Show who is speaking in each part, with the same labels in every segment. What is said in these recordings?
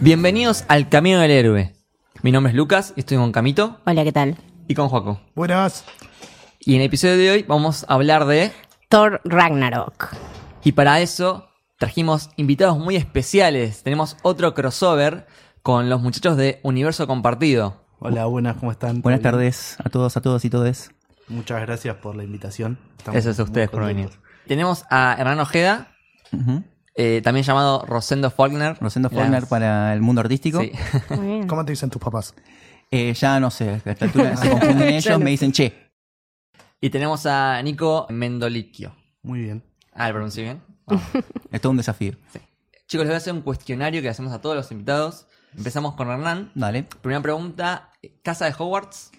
Speaker 1: Bienvenidos al Camino del Héroe. Mi nombre es Lucas y estoy con Camito
Speaker 2: Hola, ¿qué tal?
Speaker 1: y con Joaco.
Speaker 3: Buenas.
Speaker 1: Y en el episodio de hoy vamos a hablar de...
Speaker 2: Thor Ragnarok.
Speaker 1: Y para eso trajimos invitados muy especiales. Tenemos otro crossover con los muchachos de Universo Compartido.
Speaker 3: Hola, buenas, ¿cómo están?
Speaker 4: Buenas
Speaker 3: ¿Todo bien?
Speaker 4: tardes a todos, a todos y todes.
Speaker 3: Muchas gracias por la invitación. Estamos
Speaker 1: Eso es a
Speaker 3: muy
Speaker 1: ustedes por venir.
Speaker 3: contentos.
Speaker 1: Tenemos a Hernán Ojeda,
Speaker 4: Ujú.
Speaker 1: eh, también llamado Rosendo Faulkner.
Speaker 4: Rosendo Faulkner
Speaker 1: Las-
Speaker 4: para el mundo artístico.
Speaker 1: Sí.
Speaker 2: Muy bien.
Speaker 3: ¿Cómo te dicen tus papás?
Speaker 4: Eh, ya no sé, a esta altura se confunden ellos, me dicen che.
Speaker 1: Y tenemos a Nico Mendolicchio.
Speaker 3: Muy bien.
Speaker 1: Ah, ¿lo pronuncié bien? Vamos.
Speaker 4: Es todo un desafío.
Speaker 1: Chicos, les voy a hacer un cuestionario que hacemos a todos los invitados. Empezamos con Hernán.
Speaker 4: Dale.
Speaker 1: Primera pregunta, ¿casa de Hogwarts?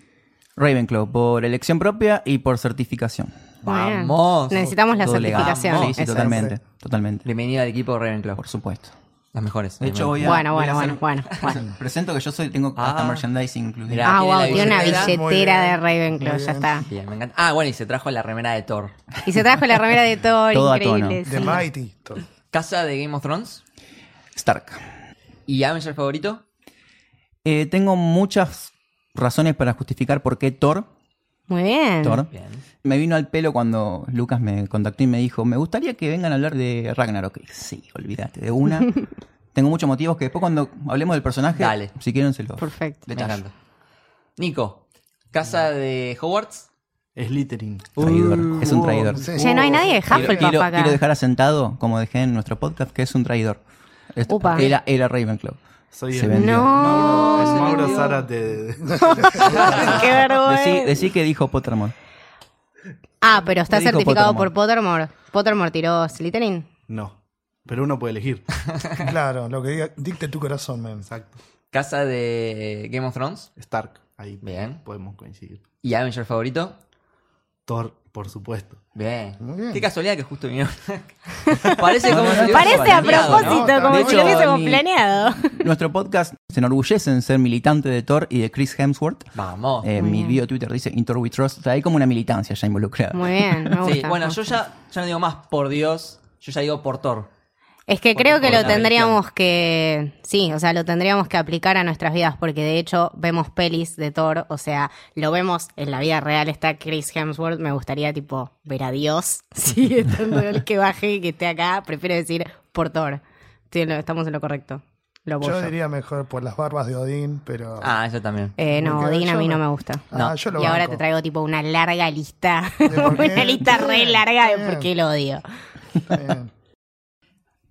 Speaker 4: Ravenclaw, por elección propia y por certificación.
Speaker 2: Muy bien.
Speaker 1: Vamos.
Speaker 2: Necesitamos la
Speaker 4: Todo legal.
Speaker 2: certificación.
Speaker 1: Vamos.
Speaker 4: Sí, sí,
Speaker 2: Eso.
Speaker 4: totalmente. Totalmente.
Speaker 1: Bienvenida al equipo Ravenclaw.
Speaker 4: Por supuesto.
Speaker 1: Las mejores.
Speaker 4: De hecho, voy a.
Speaker 2: Bueno,
Speaker 4: voy a
Speaker 2: bueno,
Speaker 4: hacer-
Speaker 2: bueno, bueno, bueno.
Speaker 4: Presento que yo soy, tengo
Speaker 1: Ah.
Speaker 4: hasta merchandising incluido.
Speaker 1: Mirá.
Speaker 2: Ah,
Speaker 1: tiene
Speaker 2: wow,
Speaker 1: la
Speaker 2: tiene una
Speaker 1: billetera.
Speaker 2: billetera
Speaker 3: Muy
Speaker 2: de
Speaker 3: bien.
Speaker 2: Ravenclaw,
Speaker 3: Muy
Speaker 2: ya
Speaker 3: bien.
Speaker 2: está.
Speaker 1: Bien, me encanta. Ah, bueno, y se trajo la remera de Thor.
Speaker 2: Y se trajo la remera de Thor,
Speaker 4: Todo a
Speaker 2: increíble.
Speaker 3: The
Speaker 2: sí.
Speaker 3: Mighty.
Speaker 1: Casa de Game of Thrones.
Speaker 4: Stark.
Speaker 1: ¿Y Avenger favorito?
Speaker 4: Eh, tengo muchas razones para justificar por qué Thor.
Speaker 2: Muy bien.
Speaker 4: Thor.
Speaker 1: Bien.
Speaker 4: Me vino al pelo cuando Lucas me contactó y me dijo, me gustaría que vengan a hablar de Ragnarok. Y dije, sí, olvídate, de una. Tengo muchos motivos que después cuando hablemos del personaje,
Speaker 1: Dale.
Speaker 4: si quieren se los...
Speaker 2: Perfecto.
Speaker 1: Me
Speaker 4: Detalle.
Speaker 1: encanta. Nico, casa de Hogwarts.
Speaker 3: Slittering.
Speaker 4: Traidor. es un traidor.
Speaker 5: Uh,
Speaker 3: Sí.
Speaker 2: Ya no hay nadie de Hufflepuff
Speaker 4: Quiero,
Speaker 2: acá.
Speaker 4: quiero dejar asentado, como dejé en nuestro podcast, que es un traidor. Esto-
Speaker 2: Upa.
Speaker 4: Era, era Ravenclaw.
Speaker 3: Soy
Speaker 4: Se
Speaker 3: el
Speaker 4: vendió.
Speaker 2: No.
Speaker 3: Mauro, Mauro
Speaker 1: vendió.
Speaker 3: Zárate.
Speaker 2: Qué vergüenza.
Speaker 4: Decí, decí que dijo Pottermore.
Speaker 2: Ah, pero está
Speaker 4: Lo dijo
Speaker 2: certificado
Speaker 4: Pottermore.
Speaker 2: por Pottermore. Pottermore tiró Slytherin.
Speaker 3: No. Pero uno puede elegir.
Speaker 5: Claro, lo que diga, dicte tu corazón, men.
Speaker 3: Exacto.
Speaker 1: Casa de Game of Thrones.
Speaker 3: Stark. Ahí
Speaker 1: Bien.
Speaker 3: podemos coincidir.
Speaker 1: ¿Y Avenger favorito?
Speaker 3: Thor, por supuesto.
Speaker 1: Bien.
Speaker 5: Muy bien.
Speaker 1: Qué casualidad que justo vinieron. Parece como si lo
Speaker 2: Parece a
Speaker 1: hubiésemos planeado, ¿no?
Speaker 2: propósito,
Speaker 5: Está
Speaker 2: como
Speaker 4: bien.
Speaker 2: si
Speaker 4: De
Speaker 2: lo
Speaker 4: hecho,
Speaker 2: hubiésemos
Speaker 4: ni-
Speaker 2: planeado.
Speaker 4: Nuestro podcast se enorgullece en ser militante de Thor y de Chris Hemsworth.
Speaker 1: Vamos.
Speaker 4: Eh, mi video de Twitter dice In Thor We Trust. O sea, hay como una militancia ya involucrada.
Speaker 2: Muy bien, me gusta.
Speaker 1: sí, bueno,
Speaker 2: me
Speaker 1: yo
Speaker 2: gusta.
Speaker 1: ya, ya no digo más por Dios, yo ya digo por Thor.
Speaker 2: Es que
Speaker 1: Por-
Speaker 2: creo que
Speaker 1: por
Speaker 2: lo
Speaker 1: la
Speaker 2: tendríamos que, sí, o sea, lo tendríamos que aplicar a nuestras vidas, porque de hecho vemos pelis de Thor, o sea, lo vemos en la vida real, está Chris Hemsworth, me gustaría tipo ver a Dios, sí, es tan real que baje y que esté acá, prefiero decir por Thor, Sí, lo- estamos en lo correcto, lo apoyo.
Speaker 5: Yo diría mejor por las barbas de Odín, pero.
Speaker 1: Ah, eso también.
Speaker 2: Eh, no,
Speaker 5: Porque
Speaker 2: Odín a
Speaker 5: yo
Speaker 2: mí no
Speaker 5: no-
Speaker 2: me gusta.
Speaker 5: Ah,
Speaker 1: no.
Speaker 5: yo
Speaker 2: Y
Speaker 5: lo
Speaker 2: ahora
Speaker 5: banco.
Speaker 2: te traigo tipo una larga lista,
Speaker 5: por qué?
Speaker 2: una lista
Speaker 5: Está
Speaker 2: re
Speaker 5: bien,
Speaker 2: larga de
Speaker 5: está
Speaker 2: por qué
Speaker 5: bien.
Speaker 2: lo odio.
Speaker 5: Está bien.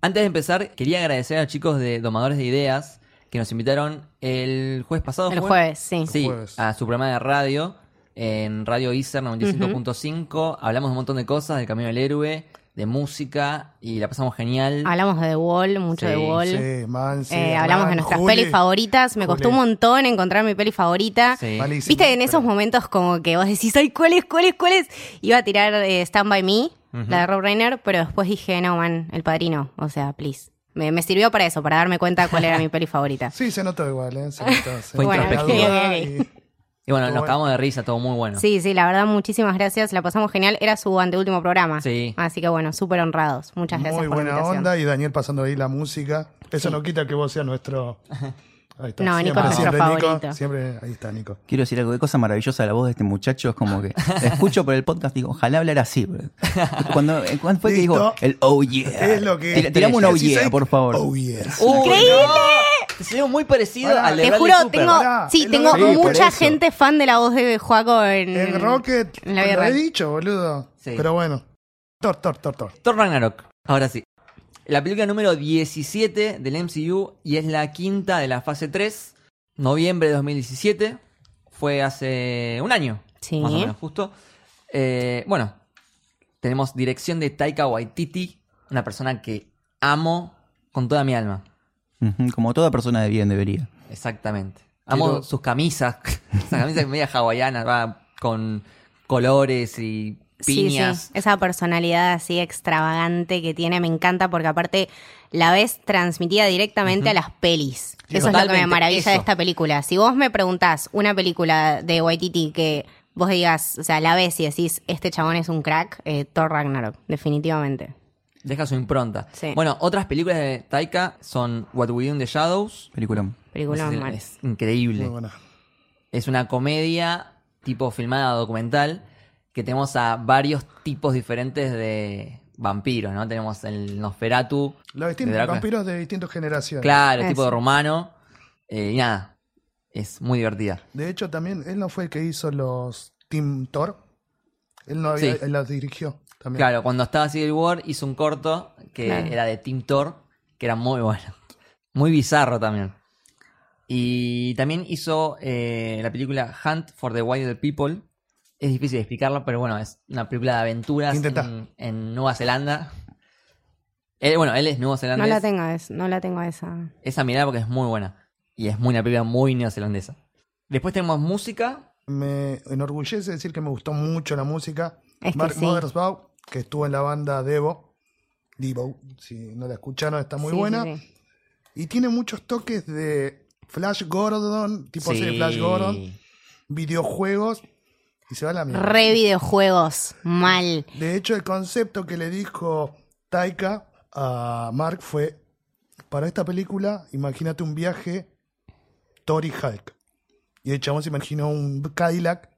Speaker 1: Antes de empezar, quería agradecer a los chicos de Domadores de Ideas que nos invitaron el jueves pasado.
Speaker 2: El
Speaker 1: ¿fue?
Speaker 2: jueves, sí.
Speaker 1: Sí,
Speaker 5: Jueves.
Speaker 1: a su programa de radio, en Radio Iser 95.5. Hablamos de un montón de cosas, del Camino del Héroe, de música, y la pasamos genial.
Speaker 2: Hablamos de The Wall, mucho
Speaker 1: Sí,
Speaker 2: de Wall.
Speaker 5: Sí, man, sí,
Speaker 2: Eh, hablamos de
Speaker 5: Hernán,
Speaker 2: nuestras
Speaker 5: Juli.
Speaker 2: pelis favoritas. Me costó un
Speaker 5: Juli.
Speaker 2: montón encontrar mi peli favorita.
Speaker 1: Sí.
Speaker 5: Malísimo,
Speaker 2: Viste, en esos
Speaker 5: pero-
Speaker 2: momentos como que vos decís, ay, ¿cuál es, cuál es, cuál es? Iba a tirar eh, Stand By Me, la de Rob Reiner, pero después dije, no, man, El Padrino. O sea, please. Me, me sirvió para eso, para darme cuenta cuál era mi peli favorita.
Speaker 5: Sí, se notó igual, ¿eh? Se notó. se
Speaker 1: Fue
Speaker 5: notó la
Speaker 2: introspectivo.
Speaker 5: duda
Speaker 2: Ok,
Speaker 5: y-
Speaker 1: Y bueno, nos
Speaker 5: bueno.
Speaker 1: acabamos de risa, todo muy bueno.
Speaker 2: Sí, sí, la verdad, muchísimas gracias. La pasamos genial. Era su anteúltimo programa.
Speaker 1: Sí.
Speaker 2: Así que bueno, súper honrados. Muchas gracias
Speaker 5: Muy
Speaker 2: por la
Speaker 5: buena
Speaker 2: invitación.
Speaker 5: onda y Daniel pasando ahí la música. Eso no quita que vos seas nuestro. Ahí está.
Speaker 2: No, Nico es nuestro favorito.
Speaker 5: Siempre, ahí está, Nico.
Speaker 4: Quiero decir algo, qué cosa maravillosa la voz de este muchacho, es como que la escucho por el podcast, digo, ojalá hablar así. bro. Cuando, eh, ¿Cuándo fue que
Speaker 5: Listo.
Speaker 4: dijo el oh yeah?
Speaker 2: Eh,
Speaker 5: Es lo que-
Speaker 4: Tira- tiramos un oh
Speaker 5: Sí,
Speaker 4: yeah,
Speaker 5: sí.
Speaker 4: por favor.
Speaker 5: Oh, yes.
Speaker 1: ¡Uy,
Speaker 2: ¡Increíble!
Speaker 1: no! Te salió muy parecido
Speaker 5: Pará,
Speaker 1: al de
Speaker 2: Te
Speaker 1: Bradley
Speaker 2: juro,
Speaker 1: Cooper.
Speaker 2: tengo,
Speaker 5: Pará,
Speaker 2: sí,
Speaker 5: es lo
Speaker 2: tengo
Speaker 5: que- Sí, por
Speaker 2: mucha
Speaker 5: eso.
Speaker 2: gente fan de la voz de Joaco en,
Speaker 5: En Rocket,
Speaker 2: Mm, en la vida
Speaker 5: lo he
Speaker 2: real.
Speaker 5: dicho, boludo.
Speaker 1: Sí.
Speaker 5: Pero bueno. Tor, tor, tor, tor.
Speaker 1: Thor Ragnarok. Ahora sí. La película número 17 del MCU y es la quinta de la fase 3. Noviembre de 2017. Fue hace un año.
Speaker 2: Sí.
Speaker 1: Más o menos, justo. Eh, bueno, tenemos dirección de Taika Waititi, una persona que amo con toda mi alma.
Speaker 4: Ujú, Como toda persona de bien debería.
Speaker 1: Exactamente. Amo
Speaker 3: Quiero-
Speaker 1: sus camisas. Esas camisas media hawaianas, va, con colores y
Speaker 2: Sí,
Speaker 1: piñas.
Speaker 2: sí, esa personalidad así extravagante que tiene me encanta porque aparte la ves transmitida directamente a las pelis.
Speaker 1: Sí,
Speaker 2: eso es lo que
Speaker 1: totalmente,
Speaker 2: me maravilla de
Speaker 1: eso.
Speaker 2: esta película. Si vos me preguntás una película de Waititi que vos digas, o sea, la ves y decís, este chabón es un crack, eh, Thor Ragnarok, definitivamente.
Speaker 1: Deja su impronta.
Speaker 2: Sí.
Speaker 1: Bueno, otras películas de Taika son What We Do in the Shadows.
Speaker 4: Peliculón.
Speaker 2: Película
Speaker 1: es,
Speaker 2: mal.
Speaker 1: es increíble.
Speaker 5: Muy buena.
Speaker 1: Es una comedia tipo filmada documental que tenemos a varios tipos diferentes de vampiros, ¿no? Tenemos el Nosferatu,
Speaker 5: Los
Speaker 1: De
Speaker 5: distintos
Speaker 1: Drácula.
Speaker 5: vampiros de distintas generaciones.
Speaker 1: claro, el
Speaker 2: Eso.
Speaker 1: tipo de romano. eh, y nada, es muy divertida.
Speaker 5: De hecho, también él no fue el que hizo los Team Thor. Él no había,
Speaker 1: Sí.
Speaker 5: él los dirigió también.
Speaker 1: Claro, cuando estaba Civil War hizo un corto que
Speaker 2: Claro.
Speaker 1: era de Tim Thor, que era muy bueno. Muy bizarro también. Y también hizo eh, la película Hunt for the Wild People. Es difícil de explicarla, pero bueno, es una película de aventuras
Speaker 5: Intentá.
Speaker 1: en, en Nueva Zelanda. Él- bueno, él es Nueva Zelanda.
Speaker 2: No la tengo, es- no la tengo esa.
Speaker 1: Esa mirada porque es muy buena. Y es muy una película muy neozelandesa. Después tenemos música.
Speaker 5: Me enorgullece decir que me gustó mucho la música.
Speaker 2: Es que
Speaker 5: Mark
Speaker 2: sí.
Speaker 5: Mothersbaugh, que estuvo en la banda Devo. Devo, si no la escucharon, está muy
Speaker 2: Sí,
Speaker 5: buena.
Speaker 2: sí, sí.
Speaker 5: Y tiene muchos toques de Flash Gordon, tipo serie Flash Gordon, videojuegos. Y se va a la mierda.
Speaker 2: Re videojuegos, mal.
Speaker 5: De hecho, el concepto que le dijo Taika a Mark fue: para esta película, imagínate un viaje Tori Hulk. Y el chabón se imaginó un Cadillac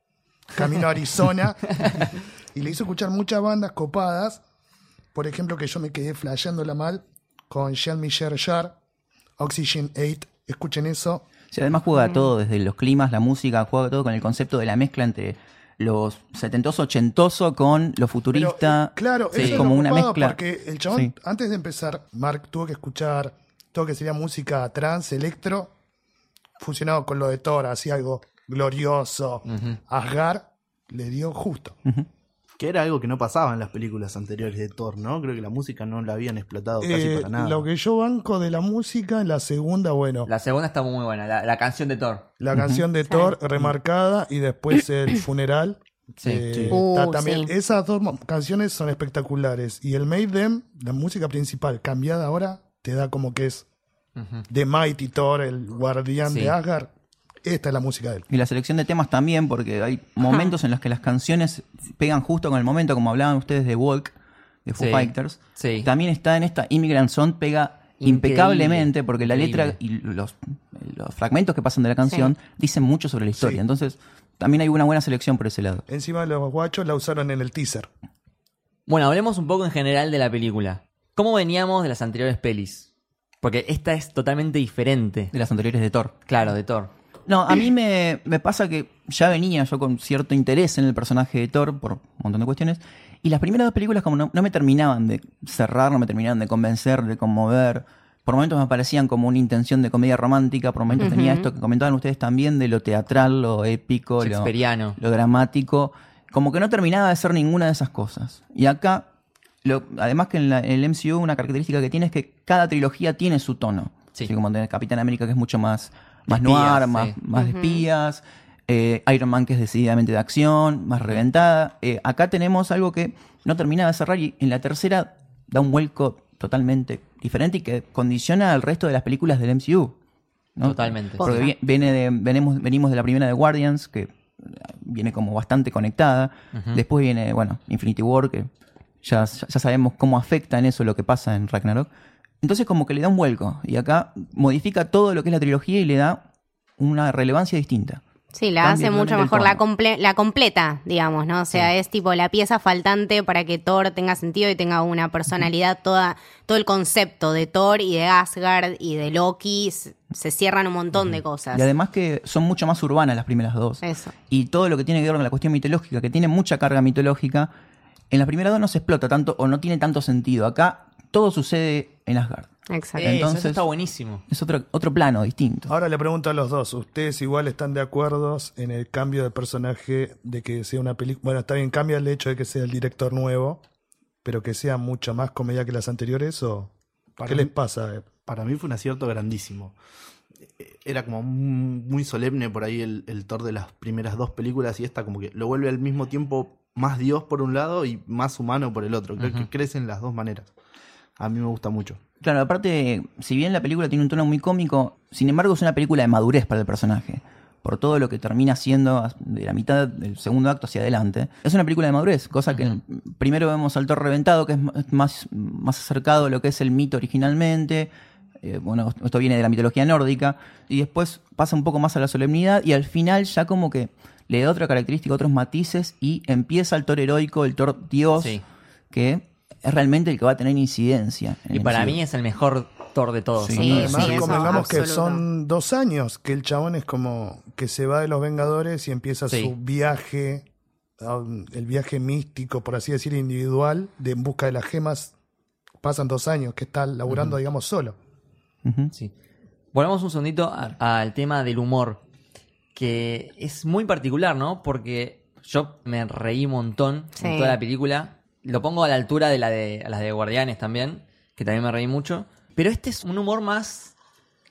Speaker 5: camino a Arizona y le hizo escuchar muchas bandas copadas. Por ejemplo, que yo me quedé flasheándola mal con Jean Michel Jarre, Oxygen 8. Escuchen eso.
Speaker 4: Sí, además
Speaker 5: Mm.
Speaker 4: juega todo, desde los climas, la música, juega todo con el concepto de la mezcla entre los setentoso, ochentoso con lo
Speaker 5: Pero,
Speaker 4: futurista.
Speaker 5: eh, claro,
Speaker 4: Sí,
Speaker 5: eso es
Speaker 4: como
Speaker 5: lo
Speaker 4: una
Speaker 5: copado,
Speaker 4: mezcla.
Speaker 5: Porque el chabón,
Speaker 4: Sí.
Speaker 5: antes de empezar, Mark tuvo que escuchar todo que sería música trans, electro, fusionado con lo de Thor, así algo glorioso. Asgard le dio justo.
Speaker 3: Que era algo que no pasaba en las películas anteriores de Thor, ¿no? Creo que la música no la habían explotado casi
Speaker 5: Eh,
Speaker 3: para nada.
Speaker 5: lo que yo banco de la música, la segunda, bueno, la,
Speaker 1: La segunda está muy buena, la, la canción de Thor.
Speaker 5: canción de Thor remarcada y después el funeral.
Speaker 1: Sí.
Speaker 5: eh,
Speaker 3: Sí.
Speaker 5: está
Speaker 2: Uh,
Speaker 5: también.
Speaker 2: sí.
Speaker 5: Esas dos mo- canciones son espectaculares. Y el Made Them, la música principal cambiada ahora, te da como que es
Speaker 1: Ujú.
Speaker 5: de Mighty Thor, el guardián
Speaker 1: Sí.
Speaker 5: de Asgard. Esta es la música de él.
Speaker 4: Y la selección de temas también, porque hay momentos en los que las canciones pegan justo con el momento, como hablaban ustedes de Walk, de Foo
Speaker 1: Sí,
Speaker 4: Fighters.
Speaker 1: sí.
Speaker 4: También está en esta Immigrant Song, pega
Speaker 1: Increíble,
Speaker 4: impecablemente, porque la
Speaker 1: increíble.
Speaker 4: letra y los, los fragmentos que pasan de la canción dicen mucho sobre la historia.
Speaker 5: Sí.
Speaker 4: Entonces, también hay una buena selección por ese lado.
Speaker 5: Encima los guachos la usaron en el teaser.
Speaker 1: Bueno, hablemos un poco en general de la película. ¿Cómo veníamos de las anteriores pelis? Porque esta es totalmente diferente.
Speaker 4: De las anteriores de Thor.
Speaker 1: Claro, de Thor.
Speaker 4: No, a mí me, me pasa que ya venía yo con cierto interés en el personaje de Thor por un montón de cuestiones. Y las primeras dos películas como no, no me terminaban de cerrar, no me terminaban de convencer, de conmover. Por momentos me parecían como una intención de comedia romántica, por momentos tenía esto que comentaban ustedes también de lo teatral, lo épico, lo,
Speaker 1: Shakespeareano.
Speaker 4: lo dramático. Como que no terminaba de ser ninguna de esas cosas. Y acá, lo- además que en, la- en el MCU una característica que tiene es que cada trilogía tiene su tono.
Speaker 1: Sí.
Speaker 4: Así como tenés Capitán América que es mucho más, más
Speaker 1: De espías,
Speaker 4: noir,
Speaker 1: sí.
Speaker 4: más, más de espías. eh, Iron Man que es decididamente de acción, más reventada. Eh, acá tenemos algo que no terminaba de cerrar y en la tercera da un vuelco totalmente diferente y que condiciona al resto de las películas del MCU. ¿no?
Speaker 1: Totalmente.
Speaker 4: Este, Porque vi- viene de- venimos, venimos de la primera de Guardians, que viene como bastante conectada. Después viene, bueno, Infinity War, que ya, ya sabemos cómo afecta en eso lo que pasa en Ragnarok. Entonces como que le da un vuelco. Y acá modifica todo lo que es la trilogía y le da una relevancia distinta.
Speaker 2: Sí, la
Speaker 4: Cambia
Speaker 2: hace mucho
Speaker 4: totalmente el
Speaker 2: mejor, la,
Speaker 4: tono.
Speaker 2: comple- la completa, digamos, ¿no? O sea, es tipo la pieza faltante para que Thor tenga sentido y tenga una personalidad, toda, todo el concepto de Thor y de Asgard y de Loki, se, se cierran un montón de cosas.
Speaker 4: Y además que son mucho más urbanas las primeras dos.
Speaker 2: Eso.
Speaker 4: Y todo lo que tiene que ver con la cuestión mitológica, que tiene mucha carga mitológica, en las primeras dos no se explota tanto o no tiene tanto sentido. Acá todo sucede en Asgard.
Speaker 2: Exacto.
Speaker 1: Eso,
Speaker 4: Entonces-
Speaker 1: eso está buenísimo.
Speaker 4: Es otro, otro plano distinto.
Speaker 5: Ahora le pregunto a los dos, ¿ustedes igual están de acuerdo en el cambio de personaje de que sea una película? Bueno, está bien, cambia el hecho de que sea el director nuevo, pero que sea mucho más comedia que las anteriores o
Speaker 3: Para
Speaker 5: ¿qué
Speaker 3: mí-
Speaker 5: les pasa?
Speaker 3: Para mí fue un acierto grandísimo. Eh, Era como mu- muy solemne por ahí el, el Thor de las primeras dos películas y esta como que lo vuelve al mismo tiempo más Dios por un lado y más humano por el otro. Creo que crecen las dos maneras. A mí me gusta mucho.
Speaker 4: Claro, aparte, si bien la película tiene un tono muy cómico, sin embargo es una película de madurez para el personaje. por todo lo que termina siendo de la mitad del segundo acto hacia adelante. Es una película de madurez, cosa que primero vemos al Thor reventado, que es m- es más, más acercado a lo que es el mito originalmente. Eh, bueno, esto viene de la mitología nórdica. Y después pasa un poco más a la solemnidad y al final ya como que le da otra característica, otros matices y empieza el Thor heroico, el Thor Dios,
Speaker 1: Sí.
Speaker 4: que es realmente el que va a tener incidencia. en
Speaker 1: Y
Speaker 4: el
Speaker 1: para
Speaker 4: MCU.
Speaker 1: mí es el mejor Thor de todos.
Speaker 4: Sí.
Speaker 2: Sí,
Speaker 5: Además,
Speaker 2: sí, eso,
Speaker 5: convengamos que
Speaker 2: absoluto.
Speaker 5: son dos años que el chabón es como que se va de los Vengadores y empieza
Speaker 1: Sí.
Speaker 5: su viaje, um, el viaje místico, por así decir, individual, de en busca de las gemas. Pasan dos años que está laburando, digamos, solo.
Speaker 4: Ujú.
Speaker 1: Sí. Volvamos un segundito a- al tema del humor, que es muy particular, ¿no? Porque yo me reí un montón en
Speaker 2: Sí.
Speaker 1: toda la película. Lo pongo a la altura de la de a las de Guardianes también, que también me reí mucho. Pero este es un humor más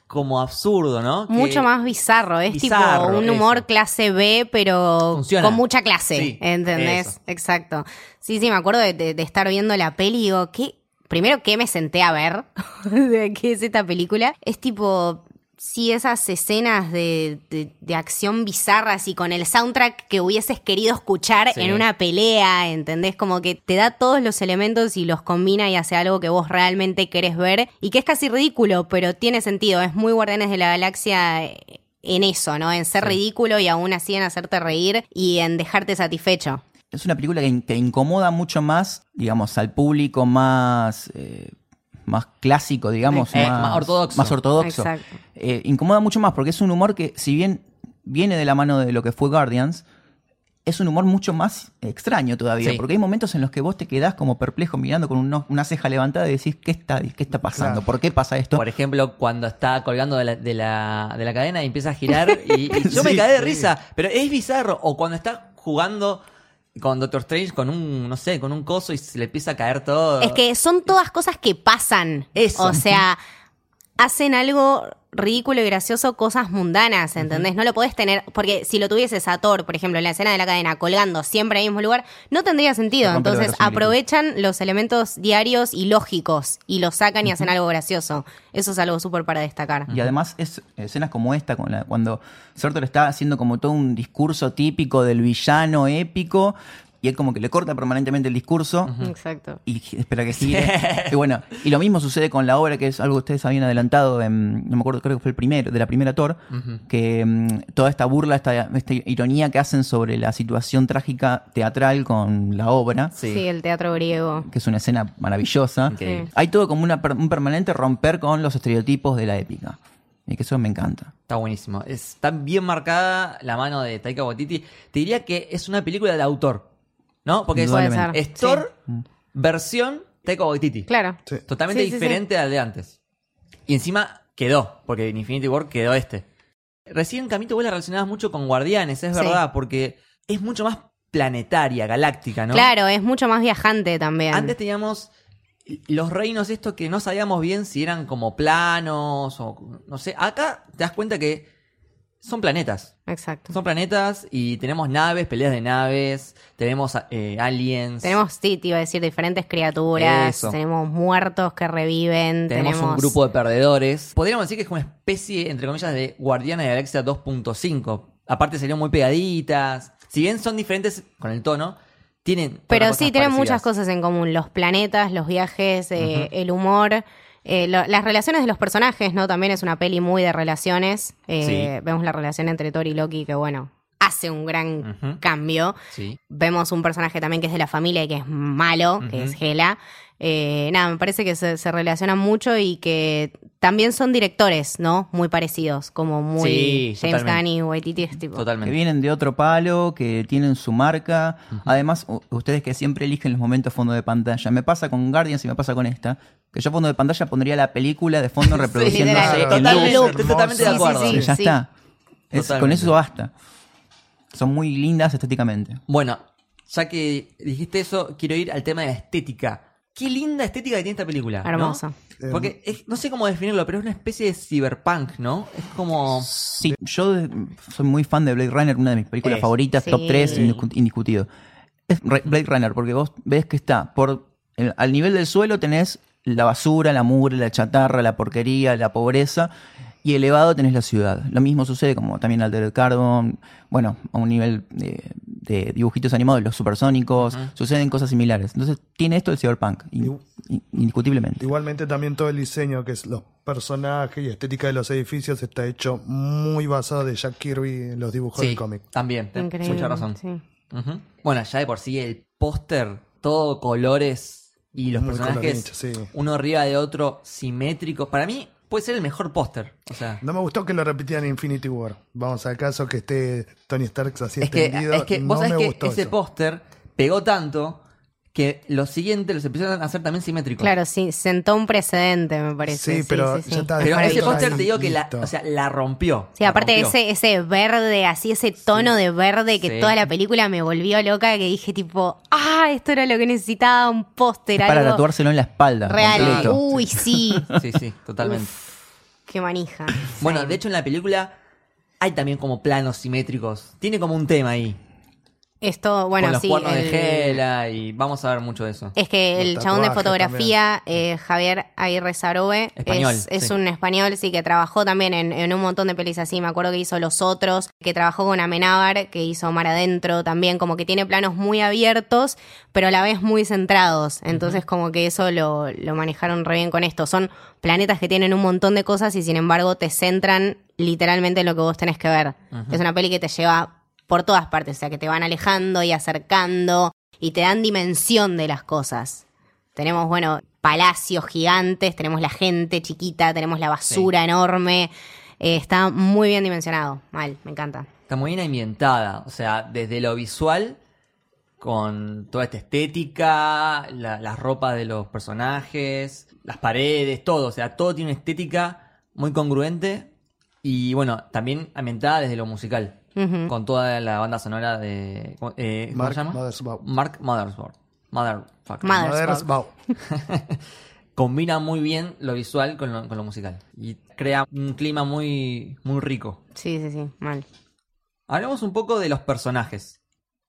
Speaker 1: como absurdo, ¿no? Que-
Speaker 2: Mucho más bizarro, es
Speaker 1: Bizarro,
Speaker 2: tipo un humor
Speaker 1: eso.
Speaker 2: clase B, pero
Speaker 1: Funciona.
Speaker 2: con mucha clase,
Speaker 1: Sí,
Speaker 2: ¿entendés?
Speaker 1: eso.
Speaker 2: Exacto. Sí, sí, me acuerdo de, de- de estar viendo la peli y digo, ¿qué? Primero, ¿qué me senté a ver? ¿De qué es esta película? Es tipo, sí, esas escenas de, de- de acción bizarras y con el soundtrack que hubieses querido escuchar
Speaker 1: Sí.
Speaker 2: en una pelea, ¿entendés? Como que te da todos los elementos y los combina y hace algo que vos realmente querés ver y que es casi ridículo, pero tiene sentido. Es muy Guardianes de la Galaxia eh, en eso, ¿no? En ser
Speaker 1: Sí.
Speaker 2: ridículo y aún así en hacerte reír y en dejarte satisfecho.
Speaker 4: Es una película que, in- que incomoda mucho más, digamos, al público más, eh, más clásico, digamos.
Speaker 1: Eh, más ortodoxo.
Speaker 4: Más ortodoxo.
Speaker 2: Exacto.
Speaker 4: Eh, incomoda mucho más porque es un humor que, si bien viene de la mano de lo que fue Guardians, es un humor mucho más extraño todavía.
Speaker 1: Sí.
Speaker 4: Porque hay momentos en los que vos te quedás como perplejo mirando con uno- una ceja levantada y decís, ¿qué está, qué está pasando?
Speaker 5: Claro.
Speaker 4: ¿Por qué pasa esto?
Speaker 1: Por ejemplo, cuando está colgando de la, de la, de la cadena y empieza a girar y, y yo me
Speaker 4: Sí,
Speaker 1: caí de
Speaker 4: sí.
Speaker 1: risa, pero es bizarro. O cuando está jugando con Doctor Strange con un, no sé, con un coso y se le empieza a caer todo.
Speaker 2: Es que son todas cosas que pasan.
Speaker 1: Eso.
Speaker 2: O sea, hacen algo ridículo y gracioso, cosas mundanas, ¿entendés? No lo podés tener, porque si lo tuvieses a Thor, por ejemplo, en la escena de la cadena, colgando siempre en el mismo lugar, no tendría sentido.
Speaker 4: Te rompe la
Speaker 2: Entonces
Speaker 4: verosimilitud.
Speaker 2: aprovechan los elementos diarios y lógicos y los sacan y hacen algo gracioso. Eso es algo súper para destacar.
Speaker 4: Y además es escenas como esta, con la- cuando Surtur está haciendo como todo un discurso típico del villano épico, y él como que le corta permanentemente el discurso.
Speaker 2: Exacto.
Speaker 4: Y gi- espera que gire. Y bueno, y lo mismo sucede con la obra, que es algo que ustedes habían adelantado, en, no me acuerdo, creo que fue el primero, de la primera Thor, que mm, toda esta burla, esta, esta ironía que hacen sobre la situación trágica teatral con la obra,
Speaker 2: Sí, el teatro griego.
Speaker 4: que es una escena maravillosa.
Speaker 1: Increíble.
Speaker 4: Hay todo como una per- un permanente romper con los estereotipos de la épica. Y que eso me encanta.
Speaker 1: Está buenísimo. Está bien marcada la mano de Taika Waititi. Te diría que es una película de autor, ¿no? Porque es,
Speaker 4: Puede
Speaker 2: ser,
Speaker 1: es Thor versión Taika Waititi.
Speaker 2: Mm. Claro.
Speaker 5: Sí.
Speaker 1: Totalmente
Speaker 2: Sí, sí,
Speaker 1: diferente al de antes. Y encima quedó, porque en Infinity War quedó este. Recién Camito vos la relacionabas mucho con Guardianes, es
Speaker 2: Sí.
Speaker 1: verdad, porque es mucho más planetaria, galáctica, ¿no?
Speaker 2: Claro, es mucho más viajante también.
Speaker 1: Antes teníamos los reinos estos que no sabíamos bien si eran como planos o no sé. Acá te das cuenta que son planetas.
Speaker 2: Exacto.
Speaker 1: Son planetas y tenemos naves, peleas de naves, tenemos eh, aliens.
Speaker 2: Tenemos, sí, te iba a decir, diferentes criaturas.
Speaker 1: Eso.
Speaker 2: Tenemos muertos que reviven.
Speaker 1: Tenemos,
Speaker 2: Tenemos,
Speaker 1: un grupo de perdedores. Podríamos decir que es como una especie, entre comillas, de Guardianes de la Galaxia 2.5. Aparte salieron muy pegaditas. Si bien son diferentes con el tono, tienen...
Speaker 2: Pero
Speaker 1: otras
Speaker 2: sí,
Speaker 1: cosas
Speaker 2: tienen
Speaker 1: parecidas.
Speaker 2: muchas cosas en común. Los planetas, los viajes, eh, el humor. eh, lo- las relaciones de los personajes, ¿no? También es una peli muy de relaciones. Eh, Vemos la relación entre Thor y Loki, que bueno, hace un gran
Speaker 1: Ujú.
Speaker 2: cambio.
Speaker 1: Sí.
Speaker 2: Vemos un personaje también que es de la familia y que es malo, que es Hela. Eh, nada, me parece que se, se relacionan mucho y que también son directores, ¿no? Muy parecidos, como muy
Speaker 1: Sí,
Speaker 2: James Gunn
Speaker 1: totalmente.
Speaker 2: y Waititi es tipo.
Speaker 4: Que
Speaker 1: Totalmente.
Speaker 4: vienen de otro palo, que tienen su marca. Además, u- ustedes que siempre eligen los momentos fondo de pantalla. Me pasa con Guardians y me pasa con esta. Que yo fondo de pantalla pondría la película de fondo reproduciendo.
Speaker 2: literal.
Speaker 5: Claro,
Speaker 1: totalmente,
Speaker 5: claro.
Speaker 1: estoy totalmente de
Speaker 5: Sí, sí,
Speaker 1: acuerdo.
Speaker 2: sí.
Speaker 4: ya está. Es- con
Speaker 1: Totalmente.
Speaker 4: eso basta. Son muy lindas estéticamente.
Speaker 1: Bueno, ya que dijiste eso, quiero ir al tema de la estética. Qué linda estética que tiene esta película. ¿no?
Speaker 2: Hermosa.
Speaker 1: Porque
Speaker 5: Eh,
Speaker 1: es- no sé cómo definirlo, pero es una especie de cyberpunk, ¿no? Es como...
Speaker 4: Sí, yo de- soy muy fan de Blade Runner, una de mis películas
Speaker 1: Es.
Speaker 4: favoritas,
Speaker 2: Sí.
Speaker 4: top 3, indiscutido. Es Ra- Blade Runner, porque vos ves que está por el- al nivel del suelo tenés la basura, la mugre, la chatarra, la porquería, la pobreza. y elevado tenés la ciudad. Lo mismo sucede como también Altered Carbon, bueno, a un nivel de, de dibujitos animados, los supersónicos, suceden cosas similares. Entonces tiene esto el cyberpunk, in-
Speaker 5: Igu-
Speaker 4: in- indiscutiblemente.
Speaker 5: Igualmente también todo el diseño, que es los personajes y estética de los edificios, está hecho muy basado de Jack Kirby en los dibujos
Speaker 1: Sí,
Speaker 5: del cómic.
Speaker 1: también. tenés
Speaker 2: Increíble.
Speaker 1: Mucha razón.
Speaker 2: sí.
Speaker 1: Ujú. Bueno, ya de por sí el póster, todo colores y los
Speaker 5: Muy
Speaker 1: personajes
Speaker 5: colorido, sí.
Speaker 1: uno arriba de otro, simétricos. Para mí puede ser el mejor póster. O sea,
Speaker 5: No me gustó que lo repitieran en Infinity War. Vamos al caso que esté Tony Stark así
Speaker 1: es que,
Speaker 5: extendido.
Speaker 1: es que
Speaker 5: no
Speaker 1: vos sabés
Speaker 5: me
Speaker 1: que
Speaker 5: gustó
Speaker 1: ese
Speaker 5: eso.
Speaker 1: póster pegó tanto que los siguientes los empezaron a hacer también simétricos.
Speaker 2: Claro, sí, sentó un precedente, me parece.
Speaker 5: Sí, pero
Speaker 2: sí.
Speaker 5: ya está.
Speaker 1: Pero
Speaker 5: Dejaron
Speaker 1: ese
Speaker 5: todo
Speaker 1: póster
Speaker 5: ahí,
Speaker 1: te digo que la,
Speaker 5: listo.
Speaker 1: o sea, la rompió.
Speaker 2: Sí,
Speaker 1: la
Speaker 2: aparte
Speaker 1: rompió.
Speaker 2: ese, ese verde, así ese tono de verde que
Speaker 1: Sí.
Speaker 2: toda la película me volvió loca, que dije tipo, ah, esto era lo que necesitaba, un póster,
Speaker 4: Para
Speaker 2: algo
Speaker 4: tatuárselo en la espalda.
Speaker 2: real. Uh,
Speaker 1: completo.
Speaker 2: Uy, sí,
Speaker 1: Sí, sí, totalmente.
Speaker 2: qué manija.
Speaker 1: Bueno, de hecho en la película hay también como planos simétricos. Tiene como un tema ahí.
Speaker 2: Esto, bueno,
Speaker 1: con los
Speaker 2: sí.
Speaker 1: cuernos
Speaker 2: el- Eh.
Speaker 1: de Gela y vamos a ver mucho de eso.
Speaker 2: Es que el
Speaker 5: Los
Speaker 2: chabón de
Speaker 5: tatuajes
Speaker 2: fotografía, eh, Javier Aguirre Sarobe,
Speaker 1: Español,
Speaker 2: es, es
Speaker 1: sí.
Speaker 2: un español, sí, que trabajó también en, en un montón de pelis así. Me acuerdo que hizo Los Otros, que trabajó con Amenábar, que hizo Mar Adentro también, como que tiene planos muy abiertos, pero a la vez muy centrados. Entonces, como que eso lo, lo manejaron re bien con esto. Son planetas que tienen un montón de cosas y sin embargo te centran literalmente en lo que vos tenés que ver. Es una peli que te lleva por todas partes, o sea, que te van alejando y acercando y te dan dimensión de las cosas. Tenemos, bueno, palacios gigantes, tenemos la gente chiquita, tenemos la basura enorme. Eh, está muy bien dimensionado. Mal, me encanta.
Speaker 1: Está muy bien ambientada, o sea, desde lo visual, con toda esta estética, la- las ropas de los personajes, las paredes, todo, o sea, todo tiene una estética muy congruente y bueno, también ambientada desde lo musical,
Speaker 2: Ujú.
Speaker 1: con toda la banda sonora de... ¿cómo- eh, ¿Cómo
Speaker 5: Mark
Speaker 1: se llama?
Speaker 5: Mothersbaugh.
Speaker 1: Mark Mothersbaugh. Motherfucker.
Speaker 2: Mother-
Speaker 5: Mothersbaugh.
Speaker 1: Combina muy bien lo visual con lo, con lo musical y crea un clima muy, muy rico.
Speaker 2: Sí, sí, sí, mal.
Speaker 1: Hablemos un poco de los personajes.